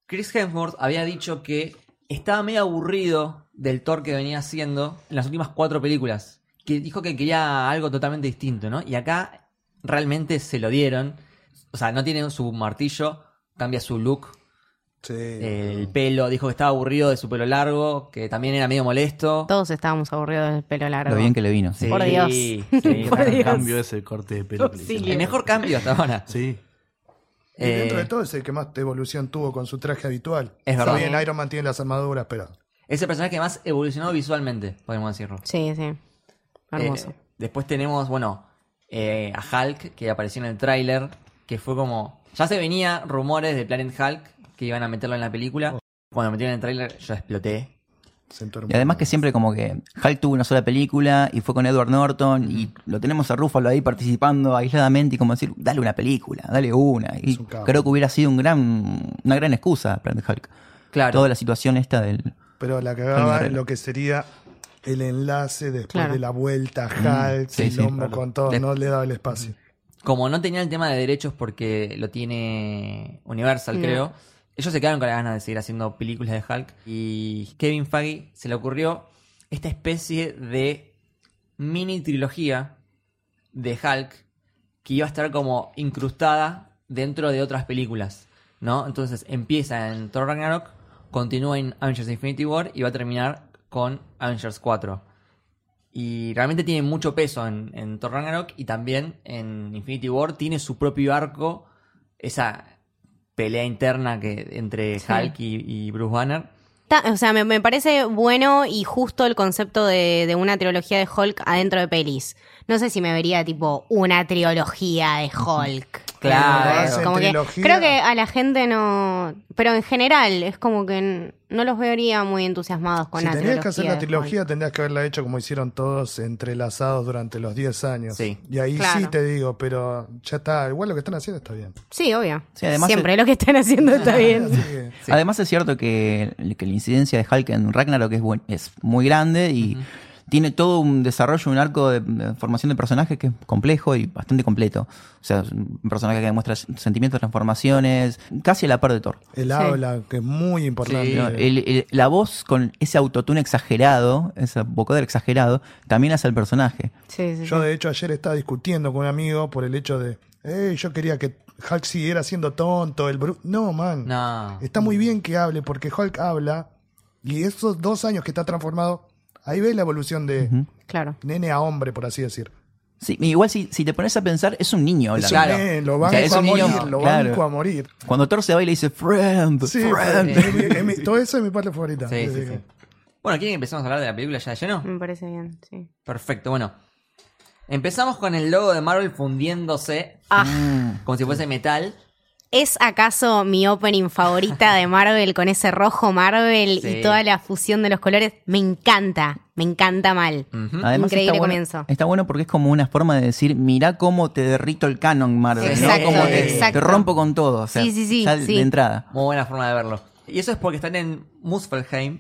Speaker 1: Chris Hemsworth había dicho que estaba medio aburrido del Thor que venía haciendo en las últimas cuatro películas. Que dijo que quería algo totalmente distinto, ¿no? Y acá realmente se lo dieron. O sea, no tiene su martillo, cambia su look,
Speaker 5: Sí.
Speaker 1: el pelo. Dijo que estaba aburrido de su pelo largo, que también era medio molesto.
Speaker 2: Todos estábamos aburridos del pelo largo.
Speaker 4: Lo bien que le vino. sí.
Speaker 1: Sí,
Speaker 2: Por Dios.
Speaker 1: sí,
Speaker 2: Por
Speaker 1: el
Speaker 3: El
Speaker 2: Dios.
Speaker 3: cambio ese corte de pelo. que le hicieron.
Speaker 1: El mejor cambio hasta ahora.
Speaker 3: Sí.
Speaker 5: Y dentro
Speaker 1: Eh,
Speaker 5: de todo es el que más evolución tuvo con su traje habitual.
Speaker 1: Es
Speaker 5: Está
Speaker 1: verdad.
Speaker 5: bien, Iron Man tiene las armaduras, pero
Speaker 1: es el personaje que más evolucionó visualmente, podemos decirlo.
Speaker 2: Sí, sí. Hermoso.
Speaker 1: Eh, después tenemos, bueno, eh, a Hulk, que apareció en el tráiler, que fue como... Ya se venía rumores de Planet Hulk, que iban a meterlo en la película.
Speaker 5: Oh.
Speaker 1: Cuando lo metieron en el tráiler, yo exploté.
Speaker 5: sentó hermoso.
Speaker 4: Y además que siempre como que Hulk tuvo una sola película y fue con Edward Norton y lo tenemos a Ruffalo ahí participando aisladamente y como decir, dale una película, dale una. Y
Speaker 5: Es un capo.
Speaker 4: creo que hubiera sido un gran, una gran excusa para Hulk.
Speaker 1: Claro.
Speaker 4: Toda la situación esta del...
Speaker 5: Pero la
Speaker 4: Tony
Speaker 5: cagaba
Speaker 4: Guerrero.
Speaker 5: en lo que sería el enlace después
Speaker 2: Claro.
Speaker 5: de la vuelta a Hulk,
Speaker 4: sí,
Speaker 5: el
Speaker 4: sí,
Speaker 5: hombro
Speaker 4: claro.
Speaker 5: con todo,
Speaker 1: Mm, De-
Speaker 5: no le daba el espacio.
Speaker 1: Como no tenía el tema de derechos porque lo tiene Universal,
Speaker 2: No.
Speaker 1: creo, ellos se quedaron con las ganas de seguir haciendo películas de Hulk. Y Kevin Feige se le ocurrió esta especie de mini trilogía de Hulk que iba a estar como incrustada dentro de otras películas, ¿no? Entonces empieza en Thor Ragnarok, continúa en Avengers Infinity War y va a terminar con Avengers 4. Y realmente tiene mucho peso en, en Thor Ragnarok y también en Infinity War tiene su propio arco, esa pelea interna que entre
Speaker 2: Sí.
Speaker 1: Hulk y, y Bruce Banner.
Speaker 2: Ta- o sea, me, me parece bueno y justo el concepto de, de una trilogía de Hulk adentro de pelis. No sé si me vería tipo una trilogía de Hulk.
Speaker 1: Claro.
Speaker 2: Es como que-
Speaker 5: Trilogía.
Speaker 2: creo que a la gente no. Pero en general es como que n- no los vería muy entusiasmados con
Speaker 5: si
Speaker 2: la
Speaker 5: tenías que hacer la
Speaker 2: de
Speaker 5: trilogía,
Speaker 2: Hulk.
Speaker 5: tendrías que haberla hecho como hicieron todos entrelazados durante los 10 años.
Speaker 1: Sí.
Speaker 5: Y ahí sí
Speaker 2: Claro.
Speaker 5: te digo, pero ya está, igual lo que están haciendo está bien.
Speaker 2: Sí, obvio.
Speaker 4: Sí, además
Speaker 2: Siempre lo que están haciendo está
Speaker 5: Así
Speaker 2: bien.
Speaker 5: que-
Speaker 1: Sí.
Speaker 4: Además es cierto que, que la incidencia de Hulk en Ragnarok es, buen- es muy grande y tiene todo un desarrollo, un arco de, de formación de personajes que es complejo y bastante completo. O sea, es un personaje que demuestra sentimientos, transformaciones, casi a la par de Thor.
Speaker 5: El habla, que es muy importante.
Speaker 4: No, el- el- la voz con ese autotune exagerado, ese vocoder exagerado, también hace al personaje.
Speaker 2: Sí, sí, sí.
Speaker 5: Yo de hecho ayer estaba discutiendo con un amigo por el hecho de, "Ey, yo quería que Hulk siguiera siendo tonto, el bru-". No, man.
Speaker 1: No.
Speaker 5: Está muy bien que hable porque Hulk habla y esos dos años que está transformado, ahí ves la evolución de
Speaker 2: Claro.
Speaker 5: nene a hombre, por así decir.
Speaker 4: Sí, igual si, si te pones a pensar, es un niño
Speaker 5: Es
Speaker 4: hablando.
Speaker 5: un
Speaker 1: Claro.
Speaker 5: nene, lo
Speaker 4: O
Speaker 5: banco
Speaker 4: sea, es
Speaker 5: a
Speaker 4: un niño,
Speaker 5: morir, lo
Speaker 4: claro.
Speaker 5: banco a morir.
Speaker 4: Cuando Thor se va y le dice, friend,
Speaker 5: Sí,
Speaker 4: friend.
Speaker 5: es mi- es mi- todo eso es mi parte favorita.
Speaker 1: Sí, sí,
Speaker 5: Desde
Speaker 1: sí.
Speaker 5: que-
Speaker 1: Bueno, ¿quieren que empecemos a hablar de la película ya de lleno?
Speaker 2: Me parece bien, sí.
Speaker 1: Perfecto, bueno. Empezamos con el logo de Marvel fundiéndose mm, como si fuese metal.
Speaker 2: ¿Es acaso mi opening favorita de Marvel con ese rojo Marvel
Speaker 1: Sí.
Speaker 2: y toda la fusión de los colores? Me encanta, me encanta mal.
Speaker 1: Ujú.
Speaker 4: Además,
Speaker 2: Increíble
Speaker 4: está bueno,
Speaker 2: comienzo.
Speaker 4: Está bueno porque es como una forma de decir, mirá cómo te derrito el canon, Marvel. ¿no?
Speaker 2: Exacto,
Speaker 4: Como te,
Speaker 2: exacto.
Speaker 4: te rompo con todo. o sea,
Speaker 2: Sí, sí, sí,
Speaker 4: ya de
Speaker 2: sí.
Speaker 4: entrada.
Speaker 1: Muy buena forma de verlo. Y eso es porque están en Muspelheim,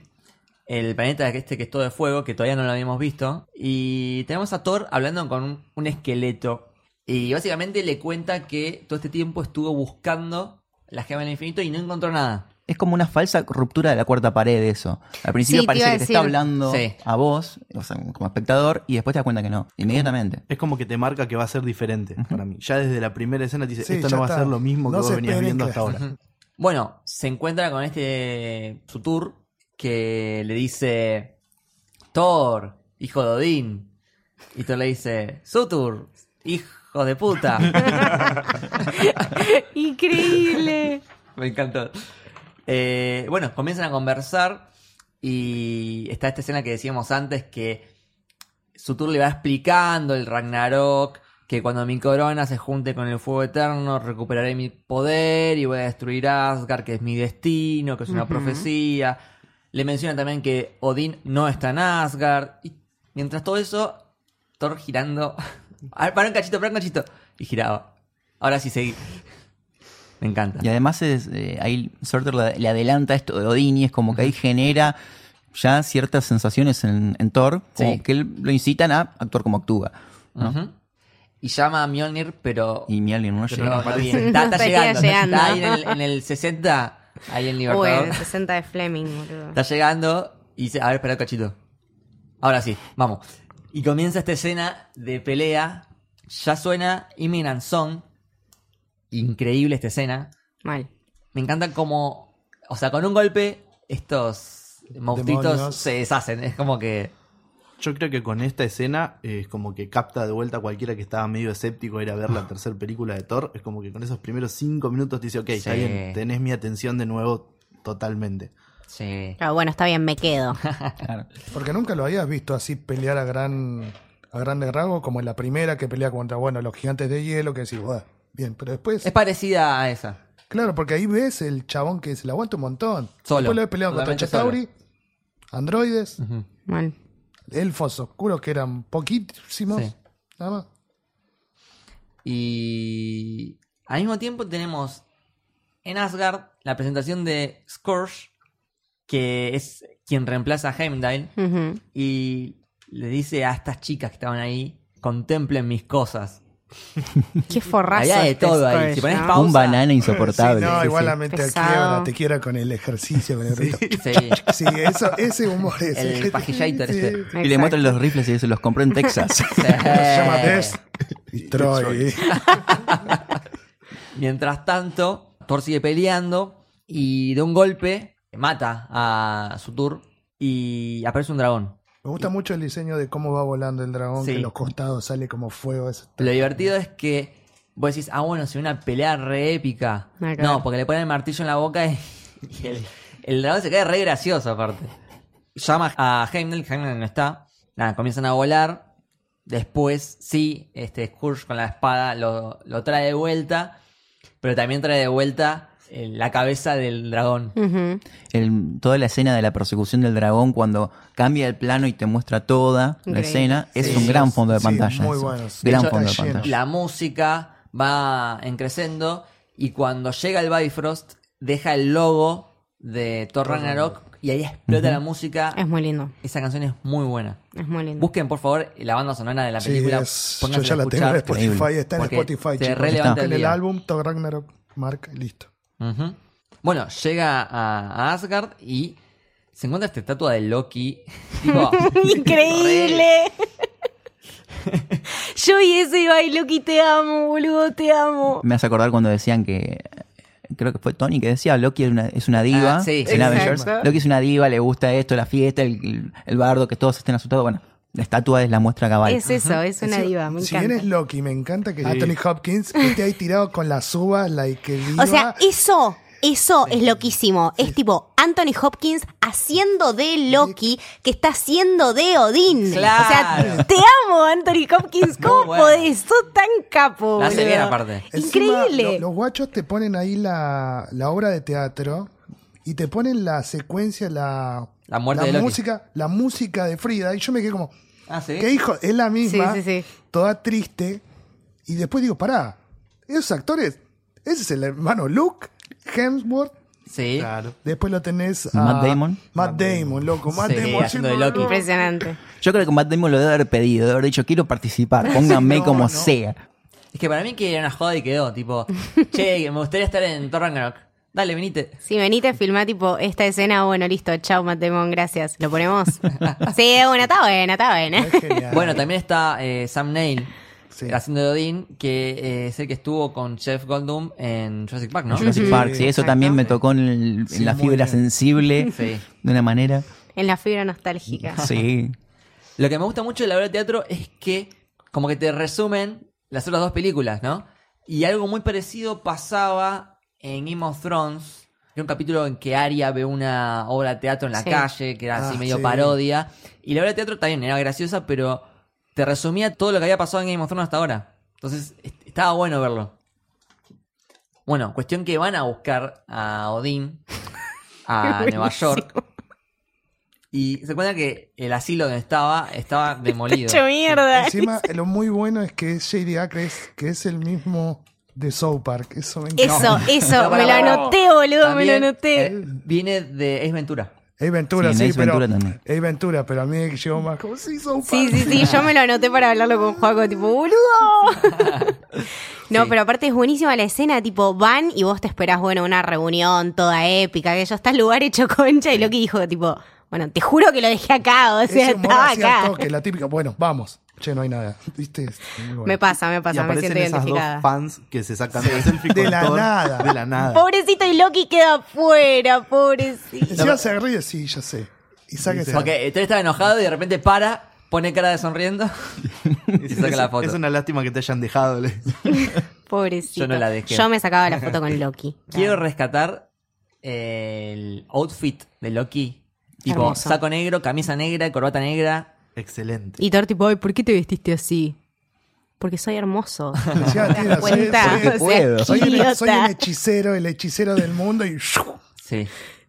Speaker 1: el planeta este que es todo de fuego, que todavía no lo habíamos visto. Y tenemos a Thor hablando con un, un esqueleto. Y básicamente le cuenta que todo este tiempo estuvo buscando la gema del infinito y no encontró nada.
Speaker 4: Es como una falsa ruptura de la cuarta pared eso. Al principio
Speaker 2: Sí, te
Speaker 4: parece
Speaker 2: iba
Speaker 4: que
Speaker 2: a
Speaker 4: te
Speaker 2: decir.
Speaker 4: está hablando
Speaker 1: Sí.
Speaker 4: a vos, o sea, como espectador, y después te das cuenta que no, inmediatamente.
Speaker 3: Es como que te marca que va a ser diferente para mí. Ya desde la primera escena te dice,
Speaker 5: Sí,
Speaker 3: esto
Speaker 5: ya
Speaker 3: no va a
Speaker 5: está.
Speaker 3: ser lo mismo que
Speaker 5: No se
Speaker 3: vos venías
Speaker 5: esperen
Speaker 3: viendo
Speaker 5: que-
Speaker 3: hasta ahora.
Speaker 1: Bueno, se encuentra con este Sutur que le dice Thor, hijo de Odín. Y Thor le dice Sutur, hijo de puta.
Speaker 2: Increíble.
Speaker 1: Me encantó. Eh, bueno, comienzan a conversar y está esta escena que decíamos antes que Sutur le va explicando el Ragnarok, que cuando mi corona se junte con el fuego eterno recuperaré mi poder y voy a destruir Asgard, que es mi destino, que es una
Speaker 2: Ujú.
Speaker 1: profecía. Le menciona también que Odín no está en Asgard. Y mientras todo eso, Thor girando. A ver, para un cachito, para un cachito. Y giraba. Ahora sí seguí. Me encanta.
Speaker 4: Y además es, eh, ahí Sorter le, le adelanta esto de Odín y es como que ahí genera ya ciertas sensaciones en, en Thor, como
Speaker 1: Sí.
Speaker 4: que él- lo incitan a actuar como actúa. ¿no?
Speaker 1: Ujú. Y llama a Mjolnir, pero.
Speaker 4: Y Mjolnir no
Speaker 1: pero
Speaker 4: llega.
Speaker 1: no, no viene. Está, está
Speaker 2: Estaría
Speaker 1: llegando.
Speaker 2: llegando.
Speaker 1: Está ahí en el, en el 60, ahí en
Speaker 2: Uy,
Speaker 1: Libertador.
Speaker 2: el 60 de Fleming, boludo.
Speaker 1: Está llegando y dice: A ver, espera, cachito. Ahora sí, vamos. Y comienza esta escena de pelea. Ya suena Imminent Song. Increíble esta escena.
Speaker 2: Mal.
Speaker 1: Me encanta como. O sea, con un golpe, estos monstruitos
Speaker 5: Demonios.
Speaker 1: se deshacen. Es como que.
Speaker 3: Yo creo que con esta escena eh, es como que capta de vuelta a cualquiera que estaba medio escéptico a ir a ver la tercera película de Thor. Es como que con esos primeros cinco minutos te dice, ok, está
Speaker 1: Sí.
Speaker 3: bien, tenés mi atención de nuevo totalmente.
Speaker 1: Sí.
Speaker 2: Pero bueno, está bien, me quedo.
Speaker 4: Claro.
Speaker 5: Porque nunca lo habías visto así pelear a gran a grande rango como en la primera que pelea contra bueno los gigantes de hielo que decís, bueno, bien, pero después
Speaker 1: Es parecida a esa.
Speaker 5: Claro, porque ahí ves el chabón que se la aguanta un montón.
Speaker 1: Solo.
Speaker 5: Después lo he peleado contra
Speaker 1: Totalmente
Speaker 5: Chitauri, androides,
Speaker 2: Mal.
Speaker 5: elfos oscuros que eran poquísimos.
Speaker 1: Sí.
Speaker 5: Nada más.
Speaker 1: Y al mismo tiempo tenemos en Asgard la presentación de Scourge, que es quien reemplaza a Heimdall,
Speaker 2: Ujú.
Speaker 1: y le dice a estas chicas que estaban ahí, contemplen mis cosas.
Speaker 2: Qué forrazo.
Speaker 1: Había de
Speaker 2: este
Speaker 1: todo ahí.
Speaker 2: Scourge,
Speaker 1: Si ponés
Speaker 2: ¿no?
Speaker 1: pausa-
Speaker 4: Un banana insoportable.
Speaker 5: Sí, no,
Speaker 4: Sí, sí.
Speaker 5: igualmente te
Speaker 2: Pesado.
Speaker 5: quiebra, te quiebra con el ejercicio, con el ruido.
Speaker 1: Sí,
Speaker 5: Sí, eso, ese humor es.
Speaker 1: El pajillator este.
Speaker 4: Y le muestran los rifles y dice, los compré en Texas.
Speaker 1: Eh,
Speaker 5: Se llama
Speaker 1: sí.
Speaker 5: Tess y Troy.
Speaker 1: Mientras tanto, Thor sigue peleando y de un golpe mata a Sutur y aparece un dragón.
Speaker 5: Me gusta mucho el diseño de cómo va volando el dragón,
Speaker 1: Sí.
Speaker 5: que los costados sale como fuego. eso está-
Speaker 1: Lo divertido es que vos decís, ah, bueno, si una pelea re épica.
Speaker 2: Nada que
Speaker 1: No,
Speaker 2: ver.
Speaker 1: porque le ponen el martillo en la boca y, y el, el dragón se cae re gracioso, aparte. Llama a Heimdall, Heimdall no está. Nada, comienzan a volar. Después, sí, este Scourge con la espada lo, lo trae de vuelta. Pero también trae de vuelta eh, la cabeza del dragón.
Speaker 2: Ujú.
Speaker 4: El- toda la escena de la persecución del dragón cuando cambia el plano y te muestra toda la
Speaker 2: Increíble.
Speaker 4: escena es
Speaker 5: Sí.
Speaker 4: un gran fondo de
Speaker 5: Sí,
Speaker 4: pantalla.
Speaker 5: muy
Speaker 4: eso.
Speaker 5: bueno.
Speaker 4: Gran
Speaker 5: Está
Speaker 4: fondo de
Speaker 5: lleno.
Speaker 4: pantalla.
Speaker 1: La música va en creciendo y cuando llega el Bifrost deja el logo de Thor Ragnarok y ahí explota la música.
Speaker 2: Es muy lindo.
Speaker 1: Esa canción es muy buena.
Speaker 2: Es muy lindo.
Speaker 1: Busquen, por favor, la banda sonora de la
Speaker 5: Sí,
Speaker 1: película.
Speaker 5: es- yo
Speaker 1: pónganse
Speaker 5: ya
Speaker 1: a
Speaker 5: la tengo en
Speaker 1: escuchar.
Speaker 5: Spotify, está en
Speaker 1: porque
Speaker 5: Spotify,
Speaker 1: te
Speaker 5: chicos.
Speaker 1: relevanta
Speaker 5: Está
Speaker 1: el
Speaker 5: en el
Speaker 1: día.
Speaker 5: álbum, Thor Ragnarok, Mark, y listo.
Speaker 1: Ujú. Bueno, llega a a Asgard y se encuentra esta estatua de Loki. Tipo,
Speaker 2: Increíble. Yo y ese Ibai Loki te amo, boludo, te amo.
Speaker 4: Me hace acordar cuando decían que. Creo que fue Tony que decía: Loki es una, es una diva.
Speaker 1: Ah, sí,
Speaker 4: en
Speaker 1: sí, sí.
Speaker 4: Avengers.
Speaker 2: Exacto.
Speaker 4: Loki es una diva, le gusta esto, la fiesta, el, el- el bardo, que todos estén asustados. Bueno, la estatua es la muestra cabal.
Speaker 2: Es eso, es una
Speaker 5: Si-
Speaker 2: diva, me
Speaker 5: si
Speaker 2: encanta.
Speaker 5: bien es Loki, me encanta que Anthony Hopkins que esté ahí tirado con las uvas, like que viva.
Speaker 2: O sea, eso, eso es loquísimo. Es tipo Anthony Hopkins haciendo de Loki que está haciendo de Odín. O
Speaker 1: Claro.
Speaker 2: sea, te amo, Anthony Hopkins.
Speaker 1: Muy
Speaker 2: ¿Cómo
Speaker 1: bueno.
Speaker 2: podés? Sos tan capo.
Speaker 1: La hace
Speaker 2: boludo.
Speaker 1: bien, aparte.
Speaker 5: Encima,
Speaker 2: Increíble.
Speaker 5: lo- los guachos te ponen ahí la, la obra de teatro y te ponen la secuencia, la,
Speaker 1: La muerte de Loki.
Speaker 5: música, la música de Frida. Y yo me quedé como,
Speaker 1: Ah, ¿sí?
Speaker 5: ¿qué hijo? Es la misma,
Speaker 2: Sí, sí, sí.
Speaker 5: toda triste. Y después digo, pará, esos actores, ese es el hermano Luke Hemsworth.
Speaker 1: Sí.
Speaker 3: Claro.
Speaker 5: Después lo tenés a
Speaker 4: Matt Damon.
Speaker 5: Matt Damon, loco. Matt
Speaker 1: Sí,
Speaker 5: Damon.
Speaker 1: haciendo de
Speaker 5: no,
Speaker 1: Loki.
Speaker 5: no.
Speaker 2: Impresionante.
Speaker 4: Yo creo que Matt Damon lo debe haber pedido, debe haber dicho: Quiero participar, pónganme como sea.
Speaker 1: Es que para mí que era una joda y quedó. Tipo, che, me gustaría estar en Thor Ragnarok. Dale, venite.
Speaker 2: Si venite a filmar tipo esta escena, bueno, listo, chao Matt Damon, gracias. ¿Lo ponemos? sí, bueno, está buena, está buena.
Speaker 5: Es genial.
Speaker 1: Bueno, también está eh, Sam Neill
Speaker 5: Sí.
Speaker 1: haciendo de Odín, que eh, es el que estuvo con Jeff Goldblum en Jurassic Park, ¿no?
Speaker 4: Jurassic Park, sí, eso
Speaker 2: exacto.
Speaker 4: también me tocó en, el-
Speaker 5: Sí,
Speaker 4: en la
Speaker 5: muy
Speaker 4: fibra
Speaker 5: bien.
Speaker 4: sensible
Speaker 1: Sí.
Speaker 4: de una manera.
Speaker 2: En la fibra nostálgica.
Speaker 4: Sí.
Speaker 1: Lo que me gusta mucho de la obra de teatro es que como que te resumen las otras dos películas, ¿no? Y algo muy parecido pasaba en Game of Thrones, que era un capítulo en que Arya ve una obra de teatro en la
Speaker 2: Sí.
Speaker 1: calle, que era así
Speaker 5: Ah,
Speaker 1: medio
Speaker 5: sí.
Speaker 1: parodia. Y la obra de teatro también era graciosa, pero te resumía todo lo que había pasado en Game of Thrones hasta ahora. Entonces est- estaba bueno verlo. Bueno, cuestión que van a buscar a Odín a Ah, Nueva York. Y se cuenta que el asilo donde estaba estaba demolido.
Speaker 2: Hecho mierda.
Speaker 5: Encima, lo muy bueno es que es J.D. Acres, que es el mismo de South Park. Eso me encanta.
Speaker 2: Eso,
Speaker 1: No.
Speaker 2: eso,
Speaker 1: No,
Speaker 2: me lo
Speaker 1: para-
Speaker 2: anoté, boludo, me
Speaker 1: También,
Speaker 2: lo anoté.
Speaker 1: eh, viene de Es Ventura.
Speaker 5: Ace Ventura,
Speaker 4: Sí,
Speaker 5: sí,
Speaker 4: en Ace
Speaker 5: pero.
Speaker 4: Ventura también.
Speaker 5: Ace Ventura, pero a mí me llegó más como, sí, South Park.
Speaker 2: Sí, sí, sí, yo me lo anoté para hablarlo con Juaco, tipo, boludo. No, pero aparte es buenísima la escena, tipo, van y vos te esperás, bueno, una reunión toda épica, que yo está el lugar hecho concha y Loki dijo, tipo, bueno, te juro que lo dejé acá, o sea,
Speaker 5: Ese humor
Speaker 2: estaba
Speaker 5: así
Speaker 2: acá.
Speaker 5: al toque, la típica, bueno, vamos. Che, no hay nada. ¿Viste? Es muy bueno.
Speaker 2: Me pasa, me
Speaker 3: y
Speaker 2: pasa, me
Speaker 3: aparecen
Speaker 2: siento
Speaker 3: esas dos
Speaker 2: identificada.
Speaker 3: fans que se sacan la selfie
Speaker 5: De
Speaker 3: con
Speaker 5: la
Speaker 3: Thor,
Speaker 5: nada.
Speaker 3: De la nada.
Speaker 2: Pobrecito y Loki queda afuera, pobrecito.
Speaker 5: Encima se ríe, sí, ya sé. Y saca esa-
Speaker 1: Porque Ted estaba enojado y de repente para, pone cara de sonriendo y se saca
Speaker 3: Es-
Speaker 1: la foto.
Speaker 3: Es una lástima que te hayan dejado. le-
Speaker 2: Pobrecito.
Speaker 1: Yo no la dejé.
Speaker 2: Yo me sacaba la foto con Loki.
Speaker 1: Quiero rescatar el outfit de Loki. Tipo,
Speaker 2: Hermoso.
Speaker 1: saco negro, camisa negra, corbata negra.
Speaker 3: Excelente.
Speaker 2: Y Thor tipo, ay, ¿por qué te vestiste así? Porque soy hermoso.
Speaker 5: Encima,
Speaker 2: ¿Te
Speaker 5: tira,
Speaker 2: das
Speaker 5: soy,
Speaker 2: cuenta?
Speaker 5: soy-
Speaker 2: O sea,
Speaker 5: soy el, soy el
Speaker 2: idiota.
Speaker 5: hechicero, el hechicero del mundo y.
Speaker 1: Sí.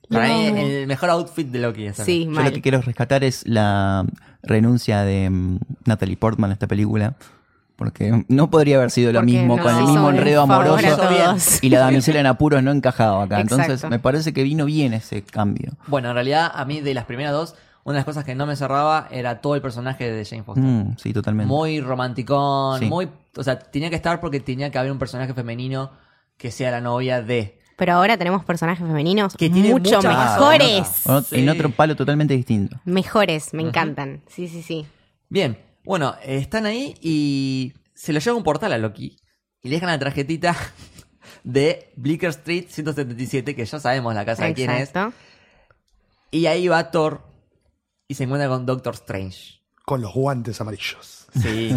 Speaker 1: Para mí,
Speaker 2: amo.
Speaker 1: el mejor outfit de Loki es acá.
Speaker 2: Sí,
Speaker 4: Yo lo que
Speaker 2: mal.
Speaker 4: quiero rescatar es la renuncia de mm, Natalie Portman a esta película. Porque no podría haber sido lo
Speaker 2: Porque
Speaker 4: mismo,
Speaker 2: nos
Speaker 4: con el
Speaker 2: hizo
Speaker 4: mismo
Speaker 2: un
Speaker 4: enredo
Speaker 2: favor
Speaker 1: a
Speaker 4: amoroso.
Speaker 2: todos.
Speaker 4: Y la damisela en apuros no encajaba acá. Entonces
Speaker 2: Exacto.
Speaker 4: me parece que vino bien ese cambio.
Speaker 1: Bueno, en realidad, a mí de las primeras dos, una de las cosas que no me cerraba era todo el personaje de Jane Foster.
Speaker 4: Mm, sí, totalmente.
Speaker 1: Muy romanticón,
Speaker 4: Sí.
Speaker 1: muy. O sea, tenía que estar porque tenía que haber un personaje femenino que sea la novia de.
Speaker 2: Pero ahora tenemos personajes femeninos
Speaker 1: Que tienen
Speaker 2: mucho
Speaker 1: mucha más
Speaker 2: mejores.
Speaker 4: O-
Speaker 1: Sí.
Speaker 4: En otro palo totalmente distinto.
Speaker 2: Mejores, me encantan. Sí, sí, sí.
Speaker 1: Bien, bueno, eh, están ahí y se lo lleva un portal a Loki y le dejan la tarjetita de Blicker Street 177, que ya sabemos la casa de quién es.
Speaker 2: Exacto.
Speaker 1: Y ahí va Thor y se encuentra con Doctor Strange.
Speaker 5: Con los guantes amarillos.
Speaker 1: Sí.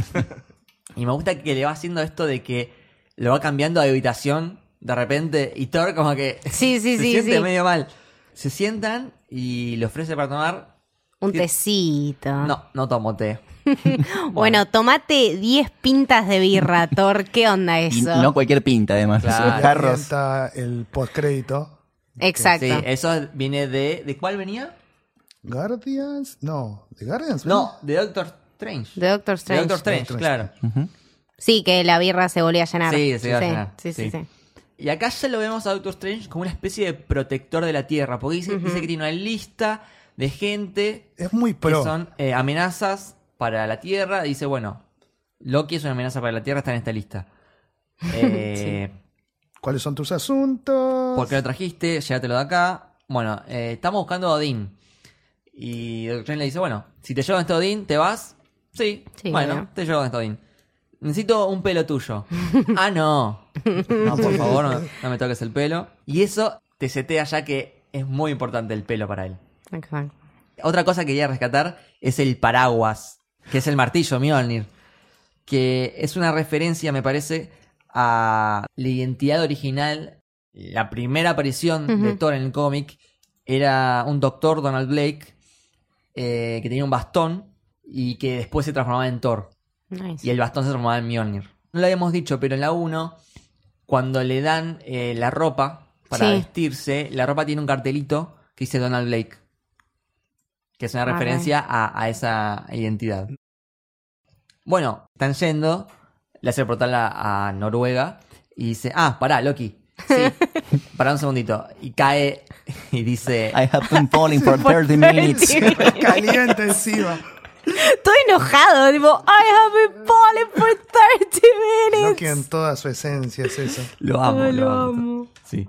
Speaker 1: y me gusta que le va haciendo esto de que lo va cambiando de habitación de repente y Thor como que
Speaker 2: Sí, sí,
Speaker 1: se
Speaker 2: sí,
Speaker 1: siente
Speaker 2: sí.
Speaker 1: medio mal. Se sientan y le ofrece para tomar.
Speaker 2: Un
Speaker 1: Sí.
Speaker 2: tecito.
Speaker 1: No, no tomo té.
Speaker 2: Bueno, tomate 10 pintas de birra, Thor. ¿Qué onda
Speaker 4: Y
Speaker 2: eso?
Speaker 4: no cualquier pinta, además.
Speaker 1: Claro.
Speaker 4: Esos
Speaker 5: Y
Speaker 4: jarros.
Speaker 5: avienta el postcrédito.
Speaker 2: Exacto.
Speaker 1: Sí, eso viene de... ¿De cuál venía?
Speaker 5: Guardians. No, de Guardians.
Speaker 1: No, de Doctor Strange.
Speaker 2: De Doctor Strange.
Speaker 1: De Doctor Strange, claro.
Speaker 2: Sí, que la birra se volvió a llenar.
Speaker 1: Sí, se volvió a llenar,
Speaker 2: Sí, sí,
Speaker 1: sí.
Speaker 2: sí.
Speaker 1: Y acá ya lo vemos a Doctor Strange como una especie de protector de la Tierra, porque dice, dice que tiene una lista de gente
Speaker 5: Es muy
Speaker 1: que
Speaker 5: pro.
Speaker 1: son eh, amenazas para la Tierra. Dice, bueno, Loki es una amenaza para la Tierra, está en esta lista. Eh,
Speaker 5: ¿Cuáles son tus asuntos?
Speaker 1: ¿Por qué lo trajiste? Llévatelo de acá. Bueno, eh, estamos buscando a Odín. Y Doctor Strange le dice, bueno, si te llevo donde está Odín, ¿te vas? Sí,
Speaker 2: Sí,
Speaker 1: bueno,
Speaker 2: obvio.
Speaker 1: te llevo donde está Odín. Necesito un pelo tuyo. ah, no. No, por favor, no, no me toques el pelo. Y eso te setea ya que es muy importante el pelo para él.
Speaker 2: Exacto.
Speaker 1: Otra cosa que quería rescatar es el paraguas, que es el martillo Mjolnir, que es una referencia, me parece, a la identidad original. La primera aparición de
Speaker 2: Ujú.
Speaker 1: Thor en el cómic era un doctor, Donald Blake, eh, que tenía un bastón y que después se transformaba en Thor.
Speaker 2: Nice.
Speaker 1: Y el bastón se transformaba en Mjolnir. No lo habíamos dicho, pero en la 1, cuando le dan eh, la ropa para
Speaker 2: Sí.
Speaker 1: vestirse, la ropa tiene un cartelito que dice Donald Blake. Que es una
Speaker 2: Arre.
Speaker 1: referencia a, a esa identidad. Bueno, están yendo, le hace el portal a, a Noruega y dice, ah, pará, Loki. Sí, pará un segundito. Y cae y dice,
Speaker 4: I have been falling for 30 minutes.
Speaker 5: Caliente encima.
Speaker 2: Estoy enojado, tipo, I have been falling for 30
Speaker 5: No
Speaker 2: minutes.
Speaker 5: que en toda su esencia es eso.
Speaker 1: lo amo,
Speaker 2: Ay,
Speaker 1: lo,
Speaker 2: lo
Speaker 1: amo.
Speaker 2: amo.
Speaker 1: Sí.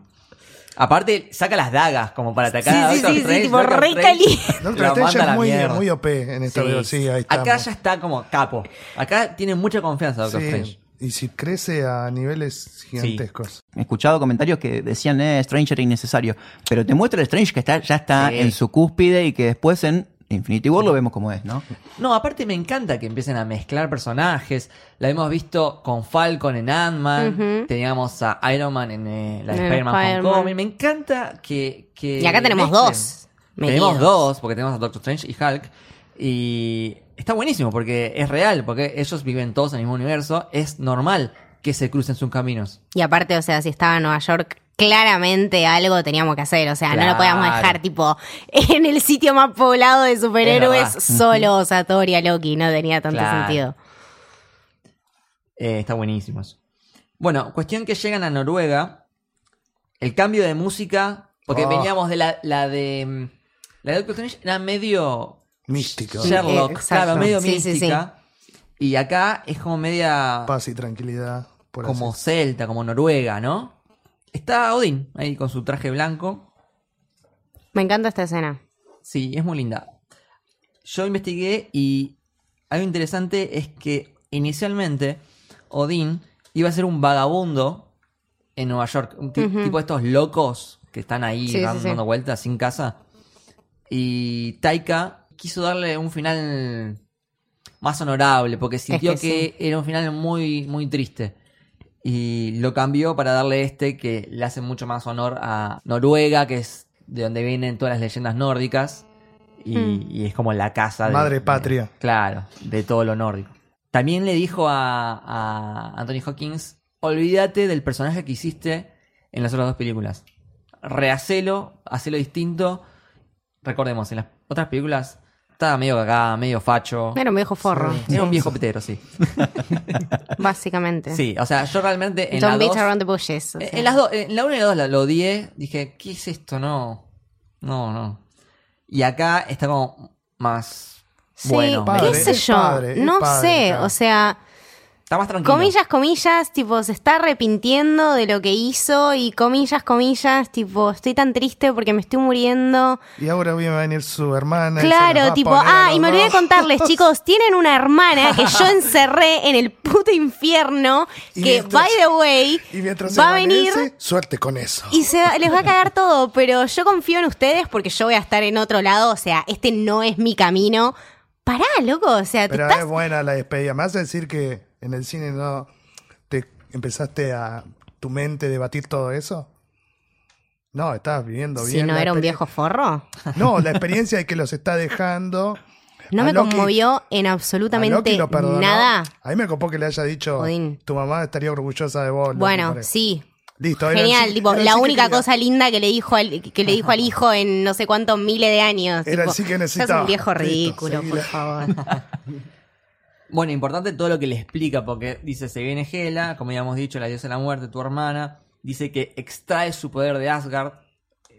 Speaker 1: Aparte, saca las dagas como para atacar a
Speaker 2: Sí, sí,
Speaker 1: Doctor
Speaker 2: sí, sí,
Speaker 1: Strange.
Speaker 2: tipo,
Speaker 1: Doctor
Speaker 2: re
Speaker 1: Strange
Speaker 2: caliente.
Speaker 1: lo
Speaker 5: Doctor
Speaker 1: manda a
Speaker 5: Strange
Speaker 1: la
Speaker 5: es muy,
Speaker 1: mierda.
Speaker 5: muy OP en esta sí. sí, ahí está.
Speaker 1: Acá ya está como capo. Acá tiene mucha confianza Doctor Strange.
Speaker 5: Y si crece a niveles gigantescos.
Speaker 4: He escuchado comentarios que decían, eh, Strange era innecesario. Pero te muestra el Strange que está, ya está
Speaker 1: Sí.
Speaker 4: en su cúspide y que después en Infinity War lo vemos como es, ¿no?
Speaker 1: No, aparte me encanta que empiecen a mezclar personajes. La hemos visto con Falcon en Ant-Man.
Speaker 2: Ujú.
Speaker 1: Teníamos a Iron Man en eh, la de
Speaker 2: En
Speaker 1: Spider-Man
Speaker 2: Spider-Man.
Speaker 1: Homecoming. Me encanta que, que
Speaker 2: Y acá tenemos
Speaker 1: mezclen.
Speaker 2: dos.
Speaker 1: este. Tenemos
Speaker 2: medidos.
Speaker 1: dos, porque tenemos a Doctor Strange y Hulk. Y está buenísimo, porque es real, porque ellos viven todos en el mismo universo. Es normal que se crucen sus caminos.
Speaker 2: Y aparte, o sea, si estaba en Nueva York, claramente algo teníamos que hacer. O sea, no
Speaker 1: Claro.
Speaker 2: lo podíamos dejar, tipo, en el sitio más poblado de superhéroes,
Speaker 1: Es
Speaker 2: solo a Thor y a Loki. No tenía tanto
Speaker 1: Claro.
Speaker 2: sentido.
Speaker 1: Eh, está buenísimo eso. Bueno, cuestión que llegan a Noruega. El cambio de música, porque
Speaker 5: Oh.
Speaker 1: veníamos de la, la de. mm, La de Doctor Strange era medio
Speaker 5: Místico.
Speaker 1: Sherlock,
Speaker 2: Eh, exacto.
Speaker 1: claro, medio
Speaker 2: Sí, sí, sí.
Speaker 1: mística. Y acá es como media.
Speaker 5: Paz y tranquilidad. Por así
Speaker 1: como
Speaker 5: decirlo.
Speaker 1: celta, como noruega, ¿no? Está Odín ahí con su traje blanco.
Speaker 2: Me encanta esta escena.
Speaker 1: Sí, es muy linda. Yo investigué y algo interesante es que inicialmente Odín iba a ser un vagabundo en Nueva York, un ti- tipo de estos locos que están ahí
Speaker 2: Sí, sí,
Speaker 1: dan-
Speaker 2: sí.
Speaker 1: dando vueltas sin casa. Y Taika quiso darle un final más honorable porque sintió que,
Speaker 2: que
Speaker 1: era un final muy muy triste. Y lo cambió para darle este que le hace mucho más honor a Noruega, que es de donde vienen todas las leyendas nórdicas. Y, y es como la casa de-
Speaker 5: Madre
Speaker 1: de-
Speaker 5: patria.
Speaker 1: claro, de todo lo nórdico. También le dijo a, a Anthony Hawkins: olvídate del personaje que hiciste en las otras dos películas. Rehacelo, hacelo distinto. Recordemos, en las otras películas estaba medio cagada, medio facho.
Speaker 2: Era un viejo forro,
Speaker 1: Era un viejo petero, sí.
Speaker 2: básicamente.
Speaker 1: Sí, o sea, yo realmente en
Speaker 2: Don't
Speaker 1: la
Speaker 2: beat
Speaker 1: dos-
Speaker 2: around the bushes. o
Speaker 1: Eh,
Speaker 2: sea.
Speaker 1: En las dos, en la 1 y la 2 la, lo odié. Dije, ¿qué es esto? No. No, no. Y acá está como más
Speaker 2: Sí,
Speaker 1: bueno.
Speaker 5: Padre,
Speaker 2: qué sé
Speaker 5: es
Speaker 2: yo.
Speaker 5: padre, es
Speaker 2: no
Speaker 5: padre,
Speaker 2: sé,
Speaker 5: claro.
Speaker 2: o sea,
Speaker 1: Está más tranquilo.
Speaker 2: comillas, comillas, tipo, se está arrepintiendo de lo que hizo y comillas, comillas, tipo, estoy tan triste porque me estoy muriendo.
Speaker 5: Y ahora viene a venir su hermana. y se los va
Speaker 2: Claro,
Speaker 5: a
Speaker 2: tipo,
Speaker 5: poner a
Speaker 2: ah,
Speaker 5: los
Speaker 2: y me olvidé de
Speaker 5: dos.
Speaker 2: contarles, chicos, tienen una hermana que yo encerré en el puto infierno,
Speaker 5: Y
Speaker 2: que,
Speaker 5: mientras-
Speaker 2: by the way,
Speaker 5: Y mientras
Speaker 2: va a
Speaker 5: se
Speaker 2: venir
Speaker 5: venir. Suerte con eso.
Speaker 2: y se va- les va a cagar todo, pero yo confío en ustedes porque yo voy a estar en otro lado, o sea, este no es mi camino. Pará, loco, o sea, te
Speaker 5: Pero
Speaker 2: estás...
Speaker 5: es buena la despedida. Me vas a decir que en el cine no te empezaste a tu mente debatir todo eso. No, estabas viviendo bien.
Speaker 2: Si no
Speaker 5: la
Speaker 2: era un
Speaker 5: experien-
Speaker 2: viejo forro.
Speaker 5: No, la experiencia de que los está dejando.
Speaker 2: No
Speaker 5: A
Speaker 2: me
Speaker 5: Loki-
Speaker 2: conmovió en
Speaker 5: a Loki
Speaker 2: absolutamente
Speaker 5: lo perdonó.
Speaker 2: nada.
Speaker 5: A mí me copó que le haya dicho,
Speaker 2: Odín.
Speaker 5: tu mamá estaría orgullosa de vos. Loki",
Speaker 2: Bueno,
Speaker 5: por eso.
Speaker 2: sí.
Speaker 5: Listo, era el
Speaker 2: Genial,
Speaker 5: sí-
Speaker 2: tipo,
Speaker 5: era el
Speaker 2: la
Speaker 5: sí que
Speaker 2: única
Speaker 5: quería.
Speaker 2: cosa linda que le dijo al, que le dijo al hijo en no sé cuántos miles de años.
Speaker 5: Era el
Speaker 2: tipo,
Speaker 5: sí que
Speaker 2: "Sos
Speaker 5: necesitaba".
Speaker 2: un viejo
Speaker 5: Listo,
Speaker 2: ridículo, por
Speaker 5: seguila.
Speaker 2: favor.
Speaker 1: Bueno, importante todo lo que le explica, porque dice, se viene Gela, como ya hemos dicho, la diosa de la muerte, tu hermana. dice que extrae su poder de Asgard.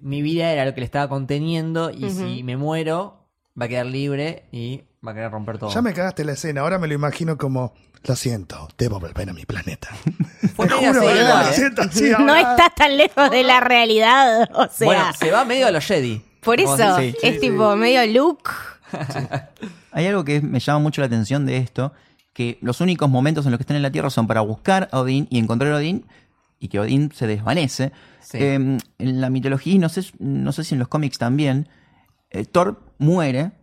Speaker 1: Mi vida era lo que le estaba conteniendo y
Speaker 2: Ujú.
Speaker 1: si me muero, va a quedar libre y va a querer romper todo.
Speaker 5: Ya me cagaste la escena, ahora me lo imagino como, lo siento, debo volver a mi planeta.
Speaker 1: Fue
Speaker 5: Te
Speaker 1: medio
Speaker 5: juro,
Speaker 1: así,
Speaker 5: boludo,
Speaker 1: igual,
Speaker 5: lo
Speaker 1: ¿eh?
Speaker 5: siento, sí,
Speaker 2: no
Speaker 5: ahora-
Speaker 2: estás tan lejos de la realidad. O sea,
Speaker 1: Bueno, se va medio a los Jedi.
Speaker 2: por
Speaker 1: Como
Speaker 2: eso
Speaker 1: así, sí.
Speaker 2: es tipo medio look.
Speaker 4: Hay algo que me llama mucho la atención de esto, que los únicos momentos en los que están en la Tierra son para buscar a Odín y encontrar a Odín, y que Odín se desvanece.
Speaker 1: Sí.
Speaker 4: Eh, en la mitología, y no sé, no sé si en los cómics también, eh, Thor muere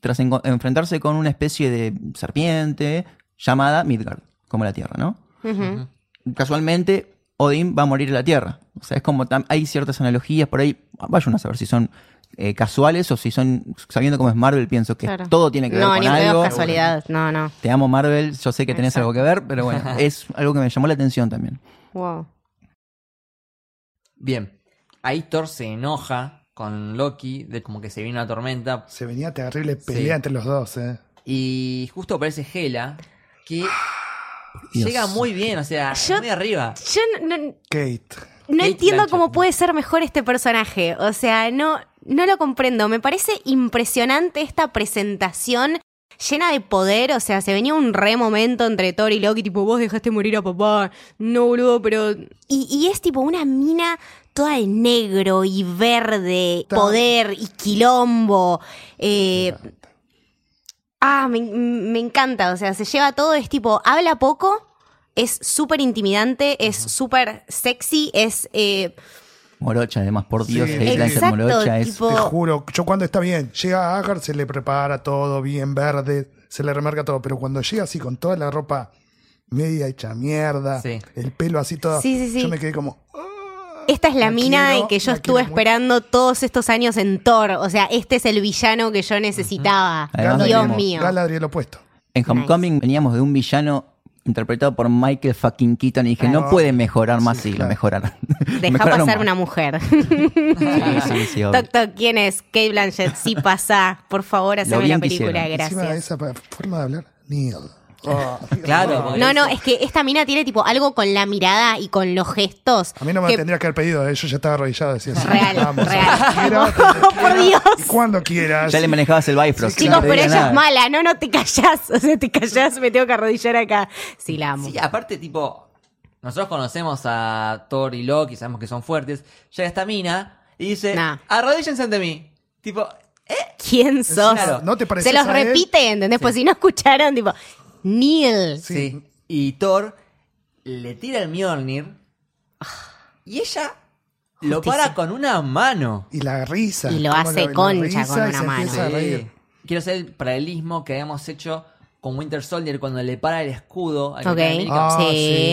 Speaker 4: tras enco- enfrentarse con una especie de serpiente llamada Midgard, como la Tierra, ¿no?
Speaker 2: Ujú.
Speaker 4: casualmente Odín va a morir en la Tierra. O sea, es como tam- hay ciertas analogías por ahí. Vayan a saber si son eh, casuales o si son, sabiendo cómo es Marvel, pienso que
Speaker 2: Claro.
Speaker 4: todo tiene que ver
Speaker 2: no,
Speaker 4: con
Speaker 2: ni pedo
Speaker 4: algo.
Speaker 2: casualidad. No, no.
Speaker 4: Te amo Marvel, yo sé que tenés
Speaker 2: Exacto.
Speaker 4: algo que ver, pero bueno, es algo que me llamó la atención también.
Speaker 2: Wow.
Speaker 1: Bien. Ahí Thor se enoja con Loki, de como que se vino una tormenta.
Speaker 5: Se venía terrible pelea
Speaker 1: Sí.
Speaker 5: entre los dos, eh.
Speaker 1: Y justo aparece Hela, que
Speaker 4: Dios.
Speaker 1: llega muy bien, o sea,
Speaker 2: Yo-
Speaker 1: muy arriba.
Speaker 2: Yo no, no-
Speaker 5: Kate.
Speaker 2: no
Speaker 1: Kate
Speaker 2: entiendo
Speaker 1: Blanchett.
Speaker 2: cómo puede ser mejor este personaje. O sea, no, no lo comprendo. Me parece impresionante esta presentación llena de poder. O sea, se venía un re momento entre Thor y Loki, tipo, vos dejaste morir a papá. No, boludo, pero. Y, y es tipo una mina toda de negro y verde,
Speaker 5: Ta-
Speaker 2: poder y quilombo. Eh, Ah, me, me encanta, o sea, se lleva todo, es tipo, habla poco, es súper intimidante, es súper sexy, es... eh,
Speaker 4: Morocha, además, por
Speaker 5: Sí,
Speaker 4: Dios,
Speaker 5: sí.
Speaker 4: Kate Blanchett
Speaker 2: Exacto,
Speaker 4: Morocha es.
Speaker 2: tipo-
Speaker 5: Te
Speaker 2: Po-
Speaker 5: juro, yo cuando está bien, llega a Agar, se le prepara todo bien verde, se le remarca todo, pero cuando llega así con toda la ropa media hecha mierda,
Speaker 1: Sí.
Speaker 5: el pelo así todo,
Speaker 2: Sí, sí, sí.
Speaker 5: yo me quedé como,
Speaker 2: esta es la
Speaker 5: La
Speaker 2: mina
Speaker 5: quiero,
Speaker 2: y que yo
Speaker 5: la
Speaker 2: estuve
Speaker 5: quiero mucho.
Speaker 2: esperando todos estos años en Thor, o sea, este es el villano que yo necesitaba.
Speaker 4: Además,
Speaker 2: Dios
Speaker 5: Galadriel,
Speaker 2: mío.
Speaker 5: Galadriel opuesto.
Speaker 4: En Homecoming veníamos de un villano interpretado por Michael fucking Keaton y dije,
Speaker 2: Claro.
Speaker 4: no puede mejorar más, sí,
Speaker 5: Sí,
Speaker 4: lo
Speaker 5: claro.
Speaker 4: mejoraron.
Speaker 2: Deja
Speaker 4: Mejoraron
Speaker 2: pasar una
Speaker 4: más.
Speaker 2: mujer.
Speaker 4: Sí, sí, sí, obvio.
Speaker 2: toc, toc, ¿quién es? Kate Blanchett, sí pasa, por favor, haceme la
Speaker 4: bien que
Speaker 2: película,
Speaker 4: hicieron.
Speaker 2: gracias.
Speaker 5: Encima de esa pa- forma de hablar, Neil. Oh,
Speaker 1: Claro, porque
Speaker 2: No, no, es que esta mina tiene tipo algo con la mirada y con los gestos.
Speaker 5: A mí no me
Speaker 2: que-
Speaker 5: tendría que haber pedido, eh, yo ya estaba arrodillado, decía así,
Speaker 2: Real,
Speaker 5: vamos,
Speaker 2: real.
Speaker 5: cuando quieras,
Speaker 2: Oh, por Dios.
Speaker 5: y cuando quieras.
Speaker 4: Ya le manejabas el Bifrost.
Speaker 5: Sí,
Speaker 2: Chicos,
Speaker 5: no te
Speaker 2: pero
Speaker 5: diga
Speaker 2: ella es mala, no, no te callás. O sea, te callás, me tengo que arrodillar acá. Sí, la amo.
Speaker 1: Sí, aparte, tipo, nosotros conocemos a Thor y Loki, sabemos que son fuertes. Llega esta mina y dice,
Speaker 2: Nah.
Speaker 1: arrodíllense ante mí. Tipo,
Speaker 2: ¿Quién sos?
Speaker 1: Claro.
Speaker 5: ¿No te
Speaker 2: Se
Speaker 5: pareces
Speaker 2: los
Speaker 5: a él?
Speaker 2: repite, ¿entendés? Pues si no escucharon, tipo, Neil.
Speaker 1: sí.
Speaker 5: Sí.
Speaker 1: Y Thor le tira el Mjolnir
Speaker 2: Ah.
Speaker 1: y ella lo
Speaker 2: Justicia.
Speaker 1: para con una mano.
Speaker 5: Y la risa.
Speaker 2: Y lo
Speaker 5: cómo
Speaker 2: hace
Speaker 5: la
Speaker 2: concha
Speaker 5: risa
Speaker 2: con
Speaker 5: y
Speaker 2: una
Speaker 5: se
Speaker 2: mano.
Speaker 5: empieza a
Speaker 1: Sí.
Speaker 5: reír.
Speaker 1: Quiero hacer el paralelismo que habíamos hecho con Winter Soldier cuando le para el escudo a
Speaker 2: Ok.
Speaker 1: Capitán América.
Speaker 5: Ah,
Speaker 2: sí.